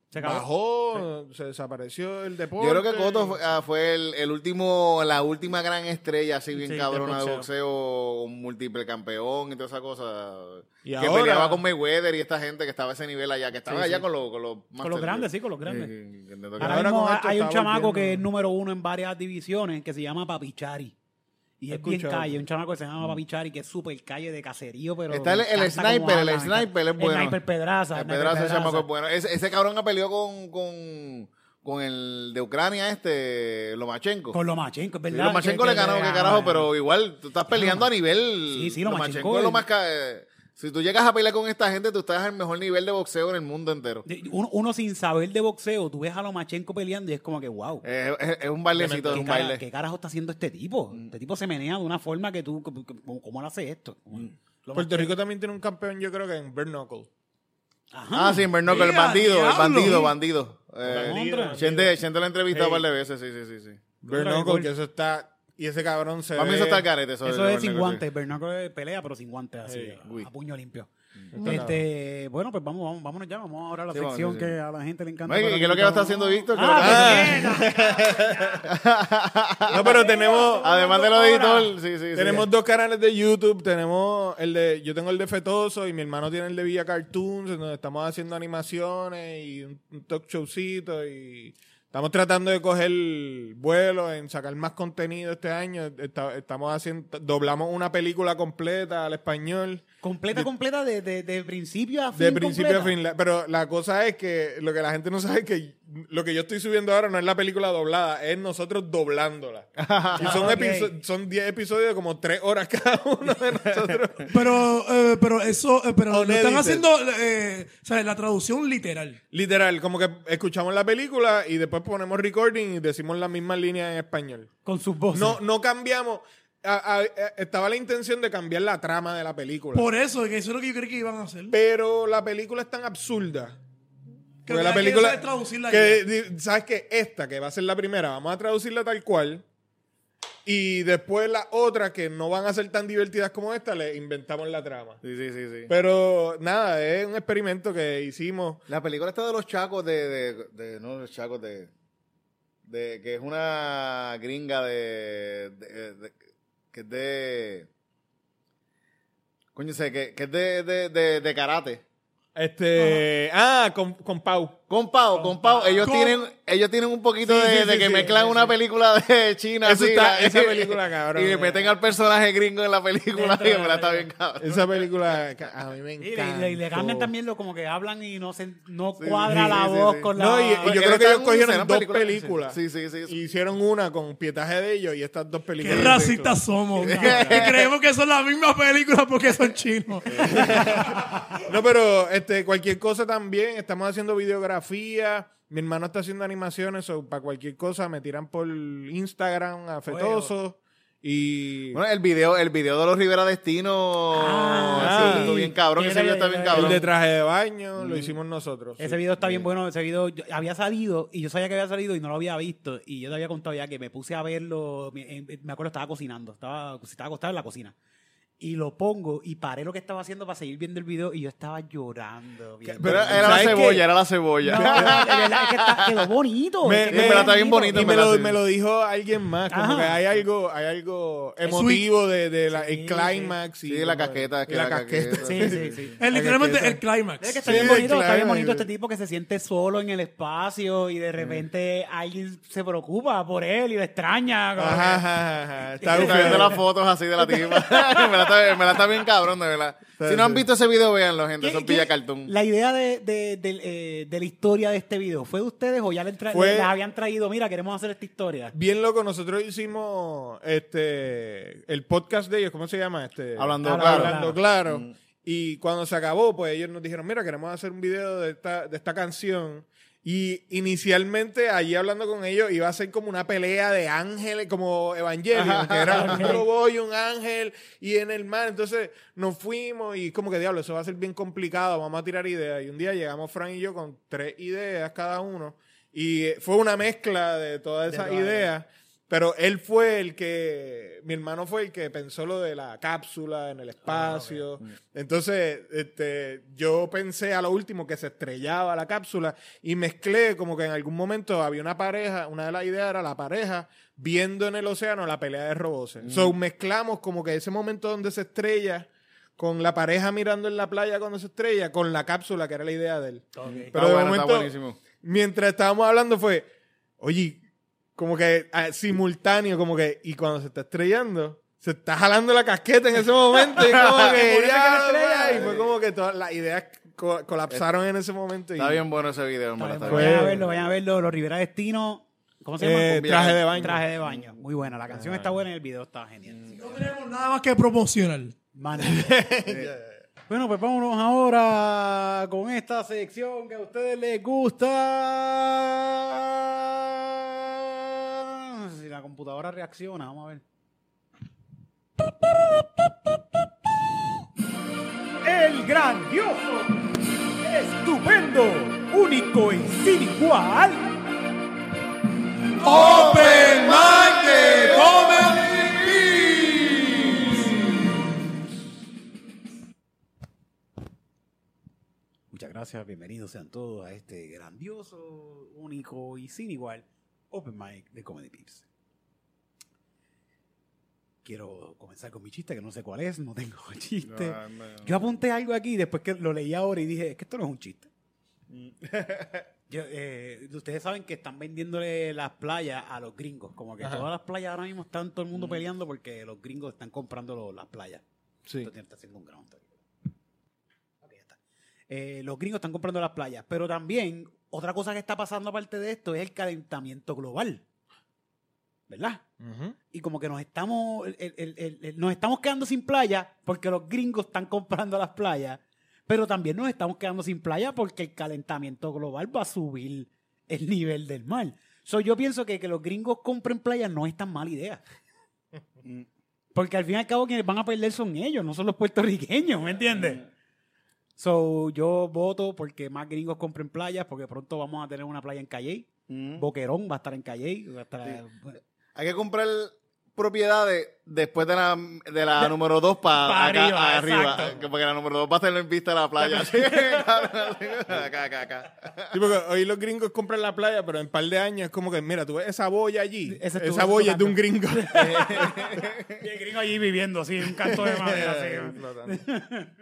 Speaker 6: Se acabó.
Speaker 3: bajó, se desapareció el deporte.
Speaker 2: Yo creo que Coto fue, ah, fue el, el último, la última gran estrella, así bien
Speaker 6: Sí,
Speaker 2: cabrona
Speaker 6: del
Speaker 2: de boxeo, un múltiple campeón y toda esa cosa.
Speaker 3: Y
Speaker 2: que
Speaker 3: ahora-
Speaker 2: peleaba con Mayweather y esta gente que estaba a ese nivel allá, que estaba allá con los con los,
Speaker 6: Con los grandes, sí, con los grandes. Ahora
Speaker 3: ahora
Speaker 6: mismo
Speaker 3: con esto
Speaker 6: hay un
Speaker 3: está
Speaker 6: chamaco
Speaker 3: volviendo.
Speaker 6: que es número uno en varias divisiones que se llama Papichari. Y es bien
Speaker 3: Escuchado.
Speaker 6: calle, un chamaco que se llama Papichari, que es súper calle de caserío, pero.
Speaker 2: Mm. Está el-
Speaker 6: me
Speaker 2: el
Speaker 6: encanta
Speaker 2: sniper,
Speaker 6: cómo habla,
Speaker 2: el
Speaker 6: me encanta.
Speaker 2: sniper es bueno.
Speaker 6: El sniper Pedraza.
Speaker 2: El
Speaker 6: sniper
Speaker 2: Pedraza, ese chamaco es bueno. Ese, ese cabrón ha peleado con, con, con el de Ucrania, este, Lomachenko.
Speaker 6: Con Lomachenko, es
Speaker 2: Sí,
Speaker 6: verdad.
Speaker 2: Lomachenko
Speaker 6: que-
Speaker 2: le
Speaker 6: que
Speaker 2: ganó, qué
Speaker 6: ganó,
Speaker 2: carajo,
Speaker 6: ganó.
Speaker 2: pero igual tú estás peleando a nivel.
Speaker 6: Sí, sí, Lomachenko
Speaker 2: es lo
Speaker 6: es-
Speaker 2: más. ca- eh, si tú llegas a pelear con esta gente, tú estás al mejor nivel de boxeo en el mundo entero.
Speaker 6: De- Uno, uno sin saber de boxeo, tú ves a Lomachenko peleando y es como que, wow.
Speaker 2: Eh, es, es un bailecito, es
Speaker 6: ¿Qué,
Speaker 2: un
Speaker 6: cara-
Speaker 2: baile. Mm.
Speaker 6: qué carajo está haciendo este tipo? Este tipo se menea de una forma que tú. ¿Cómo, cómo- cómo él hace esto?
Speaker 3: Puerto Rico también tiene un campeón, yo creo que en Bare Knuckle.
Speaker 6: Ajá.
Speaker 2: Ah, sí, Bernoco, el
Speaker 1: Mira,
Speaker 2: bandido, el
Speaker 1: diablo.
Speaker 2: bandido, bandido. Eh,
Speaker 6: Contra.
Speaker 2: Chente, Chente lo ha entrevistado
Speaker 3: Hey.
Speaker 2: un par de veces, sí, sí, sí. sí.
Speaker 3: Bare
Speaker 6: Contra
Speaker 3: Knuckle,
Speaker 6: Nicole.
Speaker 3: que eso está... Y ese cabrón se
Speaker 2: Para mí
Speaker 3: ve-
Speaker 2: eso está el carete. Eso,
Speaker 6: Eso
Speaker 2: de
Speaker 6: es
Speaker 2: Bernoco,
Speaker 6: sin
Speaker 2: sí.
Speaker 6: guantes. Bernardo pelea, pero sin guantes, así,
Speaker 3: Sí,
Speaker 6: a-
Speaker 2: uy. Mm.
Speaker 6: a, puño limpio. Este, bueno, pues vamos, vamos, vámonos ya. Vamos ahora a la
Speaker 2: Sí, vamos,
Speaker 6: sección
Speaker 2: sí, sí.
Speaker 6: que a la gente le encanta.
Speaker 2: Oye, ¿Qué es lo que va a estar haciendo Víctor? Que lo que-
Speaker 6: Ah, que-
Speaker 3: No, pero tenemos...
Speaker 2: Además de lo editor, sí, sí, sí.
Speaker 3: Tenemos dos canales de YouTube, tenemos el de, yo tengo el de Fetoso y mi hermano tiene el de Villa Cartoons, en donde estamos haciendo animaciones y un, un talk showcito y estamos tratando de coger vuelo en sacar más contenido este año. Esta- estamos haciendo, doblamos una película completa al español.
Speaker 6: Completa, completa, de, de, de principio a fin.
Speaker 3: De principio a
Speaker 6: completa.
Speaker 3: fin. La- Pero la cosa es que lo que la gente no sabe es que lo que yo estoy subiendo ahora no es la película doblada, es nosotros doblándola. y son
Speaker 6: Ah, ok.
Speaker 3: episo- son 10 episodios de como 3 horas cada uno de nosotros.
Speaker 1: Pero, eh, pero eso, eh, pero lo están
Speaker 3: Unedited.
Speaker 1: haciendo, eh, ¿sabes? La traducción literal.
Speaker 3: Literal, como que escuchamos la película y después ponemos recording y decimos las mismas líneas en español.
Speaker 6: Con sus voces.
Speaker 3: No, no cambiamos. a- a- eh, estaba la intención de cambiar la trama de la película.
Speaker 1: Por eso, que eso es lo que yo creí que iban a hacer.
Speaker 3: Pero la película es tan absurda.
Speaker 1: Creo
Speaker 3: Porque
Speaker 1: que
Speaker 3: la
Speaker 1: hay que
Speaker 3: película.
Speaker 1: hacer es traducirla
Speaker 3: que, di- ¿Sabes qué? Esta, que va a ser la primera, vamos a traducirla tal cual. Y después las otras que no van a ser tan divertidas como esta, le inventamos la trama.
Speaker 2: Sí, sí, sí, sí.
Speaker 3: Pero nada, es un experimento que hicimos.
Speaker 2: La película está de los chacos de, de, de- no los chacos de, de que es una gringa de, de- de- que es de coño sé que, que es de, de, de- de karate.
Speaker 3: Este. Ah, con, con Pau.
Speaker 2: Con Pau, con Pau, ellos
Speaker 1: Con-
Speaker 2: tienen ellos tienen un poquito
Speaker 3: Sí,
Speaker 2: de,
Speaker 3: sí,
Speaker 2: de
Speaker 3: sí,
Speaker 2: que
Speaker 3: sí,
Speaker 2: mezclan
Speaker 3: sí,
Speaker 2: una
Speaker 3: sí.
Speaker 2: película de China
Speaker 3: Eso
Speaker 2: así,
Speaker 3: está-
Speaker 2: la-
Speaker 3: esa película, cabrón. eh.
Speaker 2: y le meten al personaje gringo en la película y en verdad está bien cabrón.
Speaker 3: Esa película ca- a mí me
Speaker 6: Y
Speaker 3: encanta.
Speaker 6: le, le- le cambian también lo como que hablan y no se no
Speaker 2: Sí,
Speaker 6: cuadra
Speaker 2: sí,
Speaker 6: la
Speaker 2: sí,
Speaker 6: voz
Speaker 2: sí.
Speaker 6: con
Speaker 3: No,
Speaker 6: la
Speaker 3: y- y yo
Speaker 2: Porque
Speaker 3: creo que
Speaker 2: eran-
Speaker 3: ellos cogieron
Speaker 2: eran
Speaker 3: dos películas.
Speaker 2: Sí, sí, sí. sí.
Speaker 3: Hicieron una con pietaje de ellos y estas dos
Speaker 1: Qué
Speaker 3: películas.
Speaker 1: racistas somos. ¿no? y creemos que son las mismas películas porque son chinos.
Speaker 3: No, pero este, cualquier cosa también. Estamos haciendo videografía. Mi hermano está haciendo animaciones. O para cualquier cosa me tiran por Instagram a Fetoso. Y
Speaker 2: Bueno, el video, el video de los Rivera Destino
Speaker 6: Ah,
Speaker 2: sí,
Speaker 3: sí.
Speaker 2: estuvo bien cabrón, ese
Speaker 6: Era-
Speaker 2: video está bien
Speaker 6: era-
Speaker 3: el
Speaker 2: cabrón.
Speaker 3: de traje de baño lo hicimos nosotros.
Speaker 6: Mm. Ese video está bien bueno. Ese video yo- había salido y yo sabía que había salido y no lo había visto. Y yo te había contado ya que me puse a verlo. Me, en- me acuerdo, estaba cocinando. Estaba, pues, estaba acostado en la cocina. Y lo pongo y paré lo que estaba haciendo para seguir viendo el video y yo estaba llorando. viendo
Speaker 2: Pero
Speaker 6: el video.
Speaker 2: era la
Speaker 3: ¿Sabes qué?
Speaker 2: cebolla, era la cebolla.
Speaker 6: No, de verdad, es que está- quedó bonito.
Speaker 3: Me-
Speaker 6: es que
Speaker 3: me-
Speaker 6: quedó
Speaker 2: está bien bonito,
Speaker 3: Y me
Speaker 2: ¿verdad?
Speaker 3: lo,
Speaker 2: Sí.
Speaker 3: me lo dijo alguien más. Como
Speaker 6: Ajá.
Speaker 3: que hay algo, hay algo emotivo de, de la, el
Speaker 6: Sí,
Speaker 3: climax. y-
Speaker 2: Sí, la casqueta. que
Speaker 3: Y la casqueta.
Speaker 6: Sí, sí, sí.
Speaker 1: Es literalmente el clímax.
Speaker 6: Es que está
Speaker 3: Sí,
Speaker 6: bien bonito, está
Speaker 3: claro, Mm.
Speaker 6: bien bonito
Speaker 3: yo-
Speaker 6: este tipo que se siente solo en el espacio y de repente alguien se preocupa por él y lo extraña. como
Speaker 3: Ajá,
Speaker 6: que-
Speaker 3: ajá, ajá. Está
Speaker 2: Está viendo
Speaker 3: bien.
Speaker 2: las fotos así de la tipa. me, la está, me la está bien cabrón, de verdad. Si no han visto ese video, véanlo, gente. Eso
Speaker 6: ¿Qué-
Speaker 2: es Pilla
Speaker 6: qué-
Speaker 2: Cartoon.
Speaker 6: La idea de, de- del, eh, de la historia de este video, ¿fue de ustedes o ya le entra-
Speaker 3: Fue-
Speaker 6: les habían traído, mira, queremos hacer esta historia?
Speaker 3: Bien loco, nosotros hicimos este el podcast de ellos, ¿cómo se llama? Este
Speaker 2: Hablando
Speaker 6: Ah, Hablando
Speaker 2: claro.
Speaker 3: Hablando claro. Y cuando se acabó, pues ellos nos dijeron, mira, queremos hacer un video de esta, de esta canción. Y inicialmente allí hablando con ellos iba a ser como una pelea de ángeles, como Evangelion, que era un robot y un ángel y en el mar. Entonces nos fuimos y como que diablo, eso va a ser bien complicado, vamos a tirar ideas. Y un día llegamos Fran y yo con tres ideas cada uno. Y eh, fue una mezcla de todas esas ideas. Pero él fue el que, mi hermano fue el que pensó lo de la cápsula en el espacio. Entonces, este, yo pensé a lo último que se estrellaba la cápsula y mezclé como que en algún momento había una pareja, una de las ideas era la pareja viendo en el océano la pelea de robots.
Speaker 2: Mm.
Speaker 3: So, mezclamos como que ese momento donde se estrella con la pareja mirando en la playa cuando se estrella con la cápsula que era la idea de él.
Speaker 2: Está bueno, está buenísimo.
Speaker 3: mientras estábamos hablando fue, oye, como que ah, simultáneo, como que, y cuando se está estrellando, se está jalando la casqueta en ese momento. Y como que,
Speaker 6: Por eso
Speaker 3: ya,
Speaker 6: que la estrella.
Speaker 3: y fue como que todas las ideas co- colapsaron en ese momento. Y,
Speaker 2: Está bien bueno ese video, en verdad, está
Speaker 6: Vayan
Speaker 2: bien.
Speaker 6: a verlo, vayan a verlo, Los Rivera Destino, ¿cómo se llama?
Speaker 3: Eh,
Speaker 6: Un
Speaker 3: traje
Speaker 6: viaje.
Speaker 3: de baño. Ah. Mm.
Speaker 6: Traje de baño, muy buena, la canción está buena y el video está genial.
Speaker 1: No tenemos nada más que promocionar.
Speaker 6: Mano. bueno, pues vámonos ahora con esta sección que a ustedes les gusta. Si la computadora reacciona, vamos a ver. El grandioso, estupendo, único y sin igual.
Speaker 1: Open
Speaker 6: Muchas gracias, bienvenidos sean todos a este grandioso, único y sin igual Open Mic de Comedy Pips. Quiero comenzar con mi chiste, que no sé cuál es, no tengo chiste.
Speaker 2: No, no, no.
Speaker 6: Yo apunté algo aquí después que lo leí ahora y dije, es que esto no es un chiste. Yo, eh, ustedes saben que están vendiéndole las playas a los gringos, como que todas las playas ahora mismo están todo el mundo peleando porque los gringos están comprando lo- las playas.
Speaker 3: Sí.
Speaker 6: Esto tiene- está haciendo un gran Ok, ya está. Eh, los gringos están comprando las playas, pero también otra cosa que está pasando aparte de esto es el calentamiento global. ¿Verdad?
Speaker 3: Ujú.
Speaker 6: y como que nos estamos el- el- el- el- nos estamos quedando sin playa porque los gringos están comprando las playas pero también nos estamos quedando sin playa porque el calentamiento global va a subir el nivel del mar So, yo pienso que que los gringos compren playas no es tan mala idea Porque al fin y al cabo quienes van a perder son ellos, no son los puertorriqueños, ¿me entiendes? So, yo voto porque más gringos compren playas, porque pronto vamos a tener una playa en Calle. Boquerón va a estar en Calle. Va a estar,
Speaker 2: Mm. Hay que comprar propiedades después de la, de la número 2 para
Speaker 6: pa arriba,
Speaker 2: arriba.
Speaker 6: exacto.
Speaker 2: que- Porque la número 2 va a tener en vista la playa. Así, acá, acá, acá.
Speaker 3: Sí, porque hoy los gringos compran la playa, pero en un par de años es como que, mira, tú ves esa boya allí.
Speaker 6: Esa
Speaker 3: Esa,
Speaker 6: es tu-
Speaker 3: boya es de un gringo.
Speaker 6: Y el gringo allí viviendo así, un canto de madera. así.
Speaker 3: No tanto.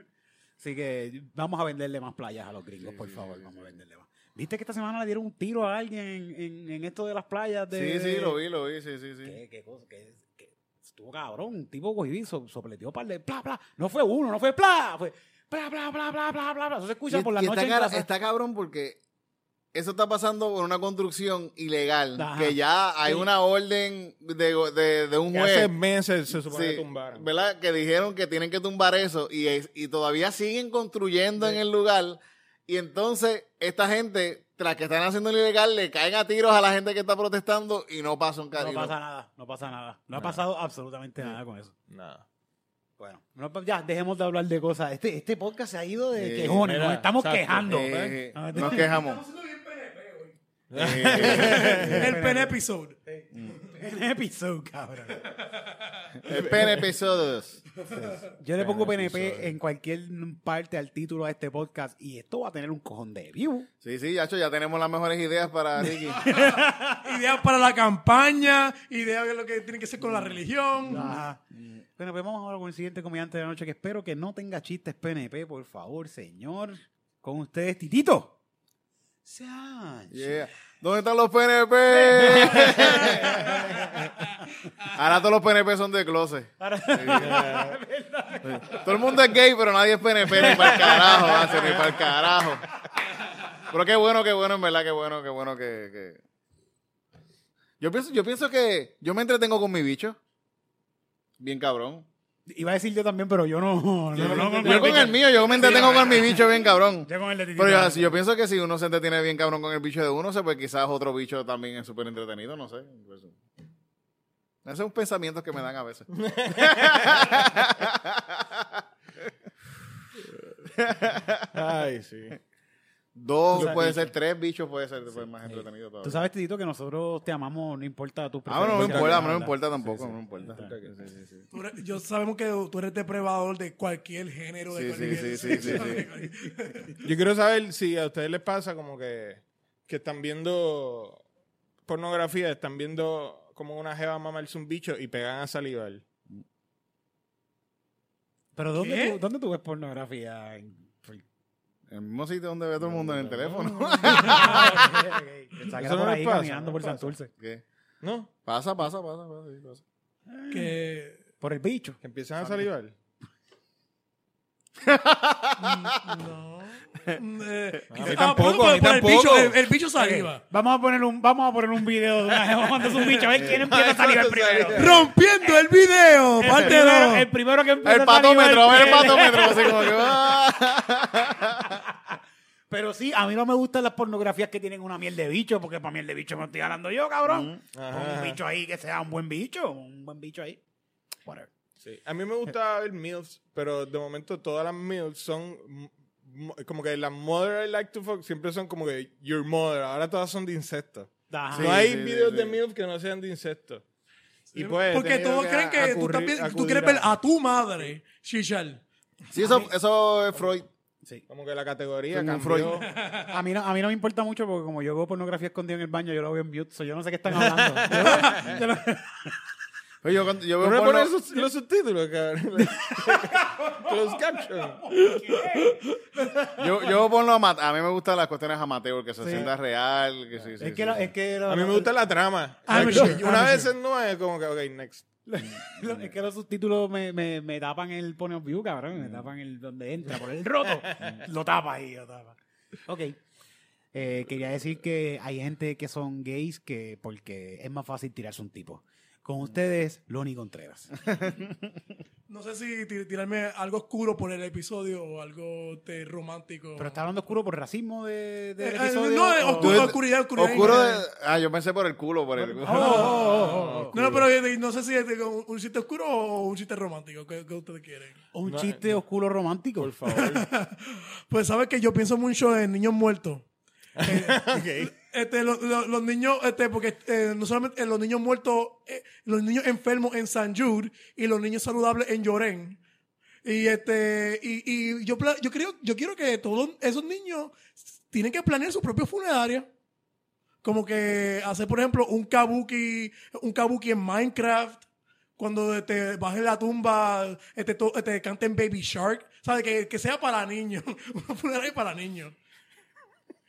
Speaker 6: Así que vamos a venderle más playas a los gringos, por favor. Vamos a venderle más. ¿Viste que esta semana le dieron un tiro a alguien en, en- en esto de las playas?
Speaker 2: Sí,
Speaker 6: De,
Speaker 2: sí, lo vi, lo vi, sí, sí, sí.
Speaker 6: ¿Qué, Eh, qué cosa? ¿Qué- qué? Estuvo cabrón. Un tipo cogido so, sopleteó par de pla, pla. No fue uno, no fue pla. Fue pla, pla, bla, bla, bla, bla. Eso se escucha
Speaker 2: Y-
Speaker 6: por la
Speaker 2: y
Speaker 6: noche.
Speaker 2: Está,
Speaker 6: en
Speaker 2: cara-
Speaker 6: casa.
Speaker 2: está cabrón porque eso está pasando con una construcción ilegal.
Speaker 6: Ajá.
Speaker 2: Que ya hay una orden de, go- de- de un
Speaker 3: Que
Speaker 2: juez.
Speaker 3: hace meses se supone
Speaker 2: Sí,
Speaker 3: que tumbaron.
Speaker 2: ¿Verdad? Que dijeron que tienen que tumbar eso y, es- y todavía siguen construyendo en el lugar. Y entonces, esta gente, tras que están haciendo lo ilegal, le caen a tiros a la gente que está protestando y no pasa un
Speaker 6: No
Speaker 2: cariño.
Speaker 6: pasa nada, no pasa nada.
Speaker 2: Ah.
Speaker 6: No ha pasado absolutamente nada con eso.
Speaker 3: Nada.
Speaker 6: Bueno, no, pues ya dejemos de hablar de cosas. Este, este podcast se ha ido de
Speaker 2: Sí,
Speaker 6: quejones,
Speaker 3: mira,
Speaker 6: nos estamos
Speaker 3: exacto.
Speaker 6: quejando.
Speaker 2: Eh,
Speaker 6: Ah,
Speaker 2: nos quejamos.
Speaker 4: Estamos haciendo bien PNP hoy.
Speaker 3: Eh,
Speaker 1: El pen episode.
Speaker 6: En episodio, cabrón.
Speaker 2: El PN episodios.
Speaker 6: Yo le pongo PNP en cualquier parte al título de este podcast y esto va a tener un cojón de view.
Speaker 2: Sí, sí, Yacho, ya tenemos las mejores ideas para Ricky.
Speaker 1: Ideas para la campaña, ideas de lo que tiene que hacer con la religión.
Speaker 2: Ah,
Speaker 6: Ajá.
Speaker 2: mm.
Speaker 6: Bueno, pues vamos ahora con el siguiente comediante de la noche que espero que no tenga chistes PNP, por favor, señor. Con ustedes, Titito. Sánchez.
Speaker 2: Yeah. ¿Dónde están los PNP? Ahora todos los PNP son de closet. Todo el mundo es gay, pero nadie es PNP ni para el carajo, hace ni para el carajo. Pero qué bueno, qué bueno, en verdad, qué bueno, qué bueno que. que- Yo pienso, yo pienso que yo me entretengo con mi bicho. Bien cabrón.
Speaker 6: Iba a decir yo también, pero yo no. no- no- no- no-
Speaker 2: Yo con el mío, yo me entretengo con mi bicho bien cabrón.
Speaker 6: Yo con el de Titito.
Speaker 2: Pero yo, yo pienso que si uno se entretiene bien cabrón con el bicho de uno, se pues quizás otro bicho también es súper entretenido, no sé. Pues, esos son pensamientos que me dan a veces.
Speaker 3: Ay, sí.
Speaker 2: Dos, puede ser tres bichos, puede ser pues, más entretenido todavía.
Speaker 6: Tú sabes, Titito, que nosotros te amamos, no importa tu
Speaker 2: Ah, bueno, no me
Speaker 6: preferencia.
Speaker 2: importa, a mí no me importa tampoco, no me importa.
Speaker 1: Tú eres- yo sabemos que tú eres depredador de cualquier género. de
Speaker 2: Sí, sí,
Speaker 1: cualquier-
Speaker 2: sí, sí, sí,
Speaker 3: Yo quiero saber si a ustedes les pasa como que, que están viendo pornografía, están viendo como una jeva mamarse un bicho y pegan a salivar.
Speaker 6: Pero ¿dónde
Speaker 1: ¿Qué?
Speaker 6: tú,
Speaker 2: ¿Eh?
Speaker 6: ¿dónde tú ves pornografía? En- por-
Speaker 2: En el mismo sitio donde ve todo el mundo en el teléfono.
Speaker 6: Pensaba que
Speaker 3: Eso
Speaker 6: era
Speaker 3: no
Speaker 6: por
Speaker 3: les
Speaker 6: ahí
Speaker 3: pasa,
Speaker 6: caminando
Speaker 3: no
Speaker 6: por
Speaker 3: les pasa.
Speaker 6: Santurce.
Speaker 2: ¿Qué?
Speaker 3: ¿No?
Speaker 2: Pasa, pasa, pasa, pasa, sí, pasa.
Speaker 1: Que
Speaker 6: Por el bicho.
Speaker 3: Que empiezan a salivar.
Speaker 1: No. Eh,
Speaker 3: a mí
Speaker 1: ah,
Speaker 3: tampoco,
Speaker 1: por-
Speaker 3: a mí
Speaker 1: por el
Speaker 3: tampoco.
Speaker 1: bicho, el, el bicho saliva.
Speaker 6: Vamos a poner un, vamos a poner un video de una jeva cuando es un bicho. A ver quién empieza a salir primero.
Speaker 3: Eh,
Speaker 1: Rompiendo el video,
Speaker 6: El
Speaker 1: parte
Speaker 6: primero,
Speaker 1: 2.
Speaker 6: el primero que empieza
Speaker 2: El
Speaker 6: a salivar
Speaker 2: patómetro, a ver el
Speaker 6: primero.
Speaker 2: patómetro, así como que va.
Speaker 6: Pero sí, a mí no me gustan las pornografías que tienen una miel de bicho, porque para miel de bicho me estoy hablando yo,
Speaker 2: Mm.
Speaker 6: cabrón. Pon
Speaker 2: Ah.
Speaker 6: un bicho ahí que sea un buen bicho, un buen bicho ahí. Whatever.
Speaker 3: Sí. A mí me gusta ver MILFs, pero de momento todas las MILFs son m- m- como que las Mother I Like to Fuck siempre son como que Your Mother. Ahora todas son de insectos.
Speaker 6: Ajá.
Speaker 2: Sí,
Speaker 3: no hay
Speaker 2: sí, sí,
Speaker 3: videos
Speaker 2: sí.
Speaker 3: de MILF que no sean de insectos. Y pues, he
Speaker 1: Porque
Speaker 3: tenido
Speaker 1: todos creen que tú,
Speaker 3: acurrir-
Speaker 1: también, tú
Speaker 3: acudir
Speaker 1: quieres
Speaker 3: a-
Speaker 1: ver ah. a tu madre, Shishal.
Speaker 2: Sí, eso, eso es Freud.
Speaker 3: Como que la categoría
Speaker 2: Tengo un
Speaker 3: cambió.
Speaker 6: A mí, no, a mí no me importa mucho porque como yo veo pornografía escondida en el baño, yo lo veo en mute, so yo no sé qué están hablando. Yo- yo lo-
Speaker 2: Oye, Yo, cuando- yo veo
Speaker 3: Pero no
Speaker 2: porno-
Speaker 3: pones esos- los subtítulos, cabrón. Los captions.
Speaker 2: Yo, yo ponlo a mat- A mí me gustan las cuestiones amateur, que se
Speaker 6: Sí.
Speaker 2: sienta real. Que sí, sí,
Speaker 6: es
Speaker 2: sí,
Speaker 6: que, lo-
Speaker 2: sí.
Speaker 6: es que lo-
Speaker 3: A mí me gusta la trama.
Speaker 1: I'm
Speaker 3: Like,
Speaker 1: sure,
Speaker 3: Una
Speaker 1: I'm
Speaker 3: vez en nueve, como que, ok, next.
Speaker 6: lo- es que los subtítulos me, me, me tapan el pone of view, cabrón. Me tapan el donde entra, por el roto. lo tapa ahí, lo tapa. Ok. Eh, quería decir que hay gente que son gays que porque es más fácil tirarse un tipo. Con ustedes, Loni Contreras.
Speaker 4: No sé si ti- tirarme algo oscuro por el episodio o algo este, romántico.
Speaker 6: Pero está hablando oscuro por racismo de, del
Speaker 4: Eh, eh,
Speaker 6: episodio.
Speaker 4: no, eh,
Speaker 6: o-
Speaker 4: oscuro, oscuridad, oscuridad.
Speaker 2: Oscuro de... Ah, yo pensé por el culo, por el culo.
Speaker 6: Oh,
Speaker 4: No, no, pero eh, no sé si es de- un, un chiste oscuro o un chiste romántico. ¿Qué, qué ustedes quieren?
Speaker 6: o un chiste oscuro romántico.
Speaker 3: Por favor.
Speaker 4: Pues sabes que yo pienso mucho en niños muertos. Eh,
Speaker 3: Ok.
Speaker 4: este, lo- lo- los niños, este, porque eh, no solamente eh, los niños muertos, eh, los niños enfermos en San Jude y los niños saludables en Llorén. Y este, y, y yo, pla- yo creo, yo quiero que todos esos niños tienen que planear su propio funerario. Como que hacer, por ejemplo, un kabuki, un kabuki en Minecraft. Cuando te bajes la tumba, este, to- este, canten Baby Shark. ¿Sabes? Que, que sea para niños. Un funerario para niños.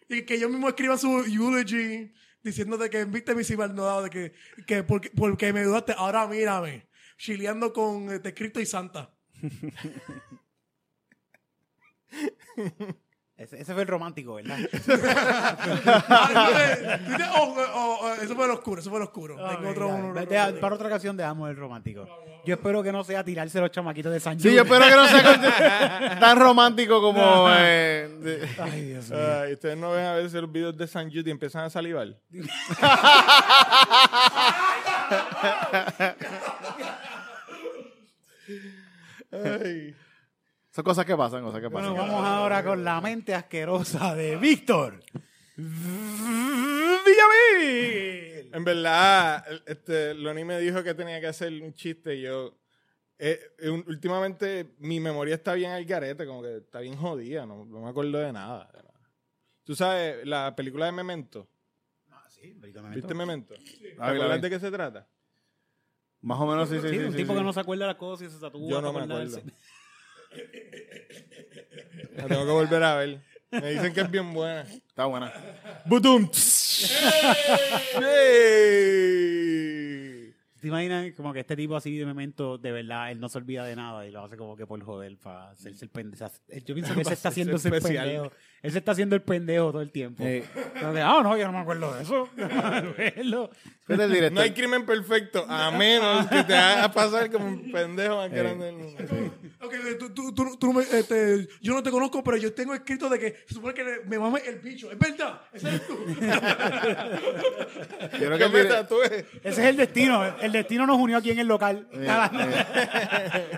Speaker 4: Y que ellos mismos escriban su eulogy diciéndote que viste mi cibernodado, de que, que porque, porque me dudaste, ahora mírame, chileando con este, Cristo y Santa.
Speaker 6: Ese, ese fue el romántico, ¿verdad?
Speaker 4: Ah, eh, ¿viste? Oh, oh, oh, eso fue el oscuro, eso fue el oscuro. Tengo
Speaker 6: Venga,
Speaker 4: otro, uno, uno,
Speaker 6: deja-
Speaker 4: uno.
Speaker 6: para otra canción dejamos el romántico. Yo espero que no sea tirarse los chamaquitos de San
Speaker 2: Sí,
Speaker 6: Jude.
Speaker 2: yo espero que no sea con- tan romántico como... eh, de-
Speaker 6: Ay, Dios mío.
Speaker 3: Ay, ustedes no ven a veces los videos de San Jude y empiezan a salivar. Ay.
Speaker 2: Son cosas que pasan, cosas que pasan.
Speaker 6: Bueno, vamos ahora con la mente asquerosa de Víctor. Villamil.
Speaker 3: En verdad, el- este, Loni me dijo que tenía que hacer un chiste y yo... eh, eh, un- últimamente mi memoria está bien al garete, como que está bien jodida, no, no me acuerdo de nada, de nada. Tú sabes, la película de Memento, ¿viste Memento? ¿Te
Speaker 2: Ah, vi, la
Speaker 3: acuerdas
Speaker 2: vi.
Speaker 3: de qué se trata?
Speaker 2: Más o menos, sí, sí,
Speaker 6: Sí,
Speaker 2: sí.
Speaker 6: un
Speaker 2: sí,
Speaker 6: tipo
Speaker 2: sí.
Speaker 6: que no se acuerda de las cosas y se tatúa.
Speaker 3: Yo no me
Speaker 6: para
Speaker 3: acuerdo.
Speaker 6: acordarse.
Speaker 3: La tengo que volver a ver. Me dicen que es bien buena.
Speaker 2: Está buena.
Speaker 3: ¡Butum! ¡Ey!
Speaker 6: ¿Te imaginas como que este tipo así de momento, de verdad, él no se olvida de nada y lo hace como que por joder, para hacerse el pendejo? yo pienso que él se
Speaker 3: Pa' hacerse
Speaker 6: está haciendo el
Speaker 3: especial.
Speaker 6: pendejo. Él se está haciendo el pendejo todo el tiempo.
Speaker 2: Eh.
Speaker 6: Como que, Ah, no, yo no me acuerdo de eso. Yo no me acuerdo.
Speaker 2: Vete el director.
Speaker 3: No hay crimen perfecto, a menos que te haga pasar como un pendejo más grande del mundo.
Speaker 4: Ok, eh, tú, tú, tú- tú no me- este, yo no te conozco, pero yo tengo escrito de que se supone que le- me mame el bicho. Es verdad, ese eres tú. Eh,
Speaker 2: Yo creo que
Speaker 3: Que
Speaker 2: el
Speaker 3: me
Speaker 2: dire-
Speaker 3: tatúe.
Speaker 6: Ese es el destino. El destino nos unió aquí en el local.
Speaker 2: Eh.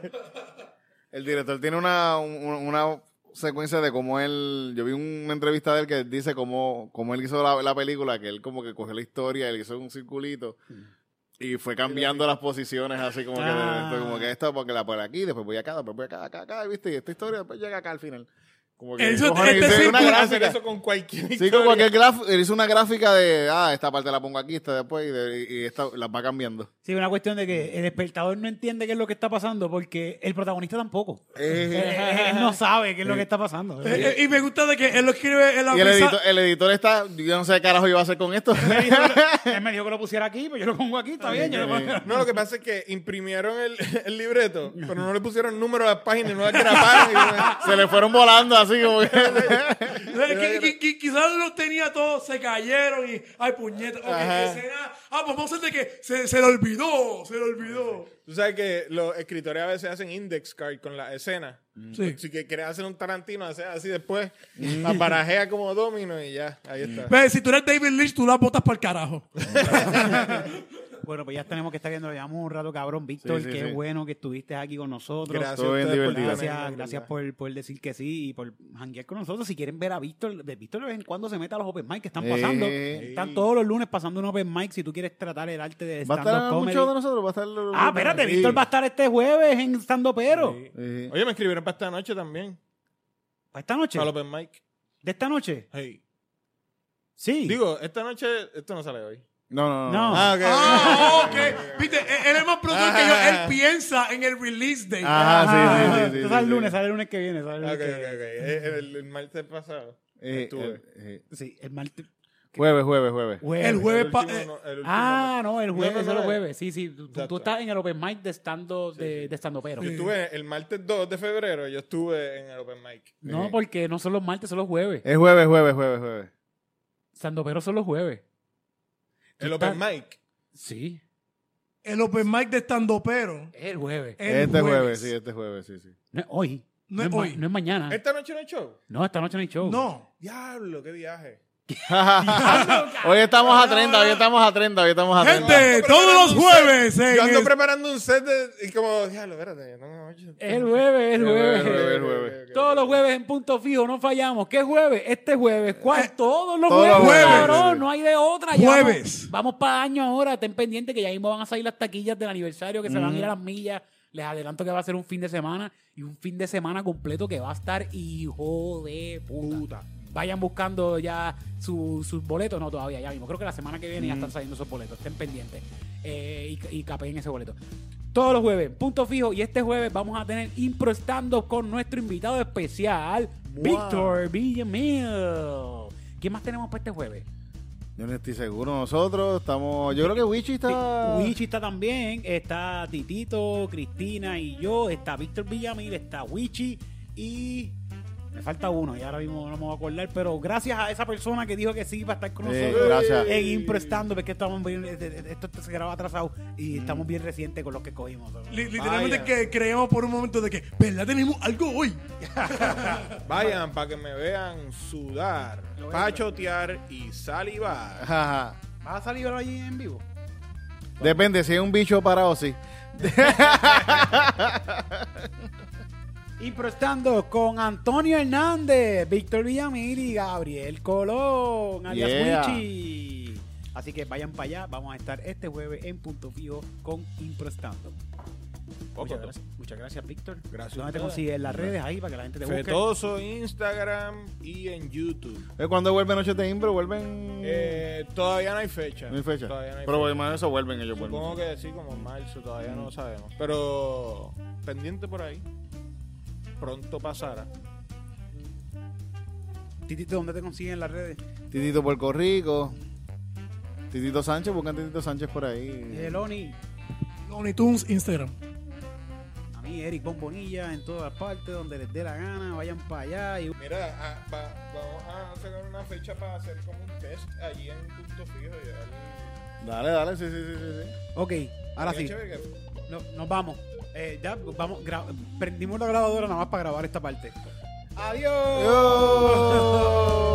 Speaker 2: El director tiene una, un- una secuencia de cómo él. Yo vi una entrevista de él que dice cómo, cómo él hizo la, la película, que él como que cogió la historia, él hizo un circulito y fue cambiando las posiciones así como que de-
Speaker 6: Ah.
Speaker 2: de- como que esta porque la por aquí, después voy acá, después voy acá, acá, acá, viste, y esta historia después llega acá al final. Como que
Speaker 4: Él hizo
Speaker 2: cojones,
Speaker 4: este
Speaker 2: hizo una
Speaker 4: círculo-
Speaker 3: Hacer
Speaker 2: gráfica.
Speaker 3: eso con cualquier
Speaker 2: pues, ah, Sí,
Speaker 3: historia.
Speaker 2: con cualquier graf- él hizo una gráfica de, ah, esta parte la pongo aquí, esta después, y, de- y esta las va cambiando.
Speaker 6: Sí, una cuestión de que el espectador no entiende qué es lo que está pasando porque el protagonista tampoco. Eh, él no sabe qué es lo que está pasando.
Speaker 4: Eh, eh, y me gusta de que él lo escribe en la
Speaker 2: Y el
Speaker 4: mesa.
Speaker 2: editor, el editor está, yo no sé qué carajo yo voy a hacer con esto.
Speaker 6: Él me dijo que lo pusiera aquí, pues yo lo pongo aquí, está bien. Yo lo pongo-
Speaker 3: No, lo que pasa es que imprimieron el, el libreto, pero no le pusieron número a las páginas, no las grabaron.
Speaker 2: Se le fueron volando así como que...
Speaker 4: Eh, qui- qui- qui- quizás los tenía todos, se cayeron y. ¡Ay, puñeta! ok, escena- ah, pues vamos a hacer de que se, se le olvidó, se le olvidó.
Speaker 3: Tú sabes que los escritores a veces hacen index card con la escena.
Speaker 4: Sí.
Speaker 3: Si que quieres hacer un Tarantino, hace así después, la barajea como domino y ya, ahí está.
Speaker 4: Ve, si tú eres David Lynch, tú las botas para el carajo.
Speaker 6: Bueno, pues ya tenemos que estar viendo, lo llevamos un rato, cabrón. Víctor,
Speaker 2: Sí, sí,
Speaker 6: qué
Speaker 2: sí.
Speaker 6: bueno que estuviste aquí con nosotros.
Speaker 3: Gracias,
Speaker 2: Estuvo bien
Speaker 3: a ustedes por
Speaker 2: divertido.
Speaker 3: tenerme,
Speaker 6: Gracias,
Speaker 3: en
Speaker 6: gracias
Speaker 3: verdad.
Speaker 6: por, por decir que sí y por janguear con nosotros. Si quieren ver a Víctor, de Víctor de vez en cuando se mete a los open mic que están
Speaker 2: Eh.
Speaker 6: pasando.
Speaker 2: Sí.
Speaker 6: Están todos los lunes pasando un open mic si tú quieres tratar el arte de
Speaker 2: Va a estar
Speaker 6: stand-up comedy.
Speaker 2: mucho de nosotros, va a estar...
Speaker 6: Ah, espérate, Víctor va a estar este jueves en Stand Pero.
Speaker 2: Sí.
Speaker 3: Oye, me escribieron para esta noche también.
Speaker 6: ¿Para esta noche?
Speaker 3: Para el Open Mic.
Speaker 6: ¿De esta noche?
Speaker 3: Hey.
Speaker 6: Sí.
Speaker 3: Digo, esta noche, esto no sale hoy.
Speaker 2: No, no, no.
Speaker 6: no.
Speaker 3: Ah, ok.
Speaker 4: Ah, ok. Viste, eh, él es más pronto que yo. Él piensa en el release date.
Speaker 2: Ajá, sí, sí, sí, sí,
Speaker 6: Esto
Speaker 2: sí,
Speaker 6: Ah, sale el
Speaker 2: sí.
Speaker 6: lunes, sale el lunes que viene. Sale el,
Speaker 3: Ok, ok,
Speaker 6: lunes
Speaker 3: ok.
Speaker 6: que viene.
Speaker 3: Eh, El, el martes pasado.
Speaker 2: Eh,
Speaker 3: estuve.
Speaker 2: eh, eh,
Speaker 6: Sí, el martes.
Speaker 2: Jueves, jueves, jueves.
Speaker 6: Jueves.
Speaker 4: el jueves.
Speaker 3: El
Speaker 4: pa-
Speaker 3: último
Speaker 4: eh,
Speaker 3: no- el último
Speaker 6: Ah, no, el jueves,
Speaker 3: No, no, no,
Speaker 6: solo
Speaker 3: no.
Speaker 6: jueves. Sí, sí. Tú, tú
Speaker 3: Exacto.
Speaker 6: estás en el open mic de estando de, de estando pero.
Speaker 3: Yo estuve el martes 2 de febrero, yo estuve en el Open Mic.
Speaker 6: No, porque no son los martes, son los jueves.
Speaker 2: Es jueves, jueves, jueves, jueves.
Speaker 1: Sandoperos son los jueves. Tú
Speaker 3: El
Speaker 1: estás-
Speaker 3: open mic.
Speaker 1: Sí,
Speaker 4: El open mic de estandopero.
Speaker 1: es el jueves.
Speaker 4: el
Speaker 2: Este jueves, sí, este jueves, sí, sí.
Speaker 1: No es hoy.
Speaker 4: No es
Speaker 1: ma-
Speaker 4: hoy.
Speaker 1: No es
Speaker 4: Ah.
Speaker 1: mañana.
Speaker 3: ¿Esta noche no hay show?
Speaker 1: No, esta noche no hay show.
Speaker 4: No.
Speaker 3: Diablo, qué viaje.
Speaker 2: hoy estamos a 30, hoy estamos a 30, hoy estamos a 30.
Speaker 4: Gente,
Speaker 3: Yo ando
Speaker 4: todos
Speaker 3: preparando
Speaker 4: los
Speaker 3: un
Speaker 4: jueves. en
Speaker 3: Yo ando
Speaker 4: el-
Speaker 3: preparando un set de, y como, diablo, espérate, yo tengo ocho.
Speaker 1: Es el jueves, es el
Speaker 2: El
Speaker 1: jueves.
Speaker 2: jueves, el jueves.
Speaker 1: Todos los jueves en punto fijo, no fallamos. ¿Qué jueves? Este jueves. ¿Cuál? Todos los
Speaker 2: Eh, todos los
Speaker 1: jueves,
Speaker 2: jueves.
Speaker 1: cabrón. No hay de otra. Ya
Speaker 4: Jueves.
Speaker 1: Vamos, para año ahora. Ten pendiente que ya mismo van a salir las taquillas del aniversario, que se van a ir a las millas. Les adelanto que va a ser un fin de semana y un fin de semana completo que va a estar hijo de puta. Vayan buscando ya su- sus boletos. No, todavía, ya mismo. Creo que la semana que viene ya están saliendo esos boletos. Estén pendientes. Eh, y, y capeen ese boleto. Todos los jueves, punto fijo. Y este jueves vamos a tener impro stand-up con nuestro invitado especial, Víctor Villamil. ¿Quién más tenemos para este jueves?
Speaker 2: Yo no estoy seguro, nosotros estamos. Yo creo que Wichi está.
Speaker 1: Wichi está también, está Titito, Cristina y yo, está Víctor Villamil, está Wichi y me falta uno, y ahora mismo no me voy a acordar, pero gracias a esa persona que dijo que sí va a estar con
Speaker 2: Eh,
Speaker 1: nosotros
Speaker 2: gracias.
Speaker 1: en Impro Stand-Up, es que estamos bien, esto se graba atrasado y estamos bien recientes con los que cogimos.
Speaker 4: li- Literalmente
Speaker 2: Ah,
Speaker 3: Vaya.
Speaker 4: que creemos por un momento de que, ¿verdad? Tenemos algo hoy.
Speaker 3: Vayan para que me vean sudar, pachotear y salivar.
Speaker 2: Ajá.
Speaker 1: ¿Vas a salir allí en vivo?
Speaker 2: Depende si es un bicho parado, sí.
Speaker 1: Improstando con Antonio Hernández, Víctor Villamil y Gabriel Colón, alias
Speaker 2: Yeah.
Speaker 1: Wichi. Así que vayan para allá, vamos a estar este jueves en Punto Fijo con Improstando. Muchas gracias, muchas gracias Víctor.
Speaker 3: Gracias a
Speaker 1: ¿Dónde te
Speaker 3: ustedes.
Speaker 1: consigues las redes ahí para que la gente te busque?
Speaker 3: Fetoso, Instagram y en YouTube.
Speaker 2: Eh, ¿Cuándo vuelven Noche de Impro?
Speaker 4: Mm.
Speaker 2: ¿Vuelven?
Speaker 3: Eh, todavía no hay fecha.
Speaker 2: no hay fecha.
Speaker 3: Todavía no hay
Speaker 2: Pero
Speaker 3: fecha.
Speaker 2: bueno, eso vuelven ellos
Speaker 3: Supongo
Speaker 2: vuelven.
Speaker 3: que sí, como en marzo, todavía no sabemos. Pero pendiente por ahí. Pronto pasará.
Speaker 1: Titito, ¿dónde te consiguen las redes?
Speaker 2: Titito Puerto Rico. Titito Sánchez, buscan Titito Sánchez por
Speaker 1: Y
Speaker 2: ahí.
Speaker 1: el Oni,
Speaker 4: Looney Tunes, Instagram.
Speaker 1: a mí Eric Bombonilla, en todas partes, donde les dé la gana, vayan para allá y
Speaker 3: Mira, ah, va- vamos a sacar una fecha para hacer como un test allí en punto fijo. y ahí-
Speaker 2: Dale, dale, sí, sí, sí, sí. sí.
Speaker 1: Ok, ahora
Speaker 3: Sería
Speaker 1: sí.
Speaker 3: chévere que-
Speaker 1: No, nos vamos. Eh, ya vamos, gra- prendimos la grabadora nada más para grabar esta parte. Adiós.
Speaker 2: ¡Adiós!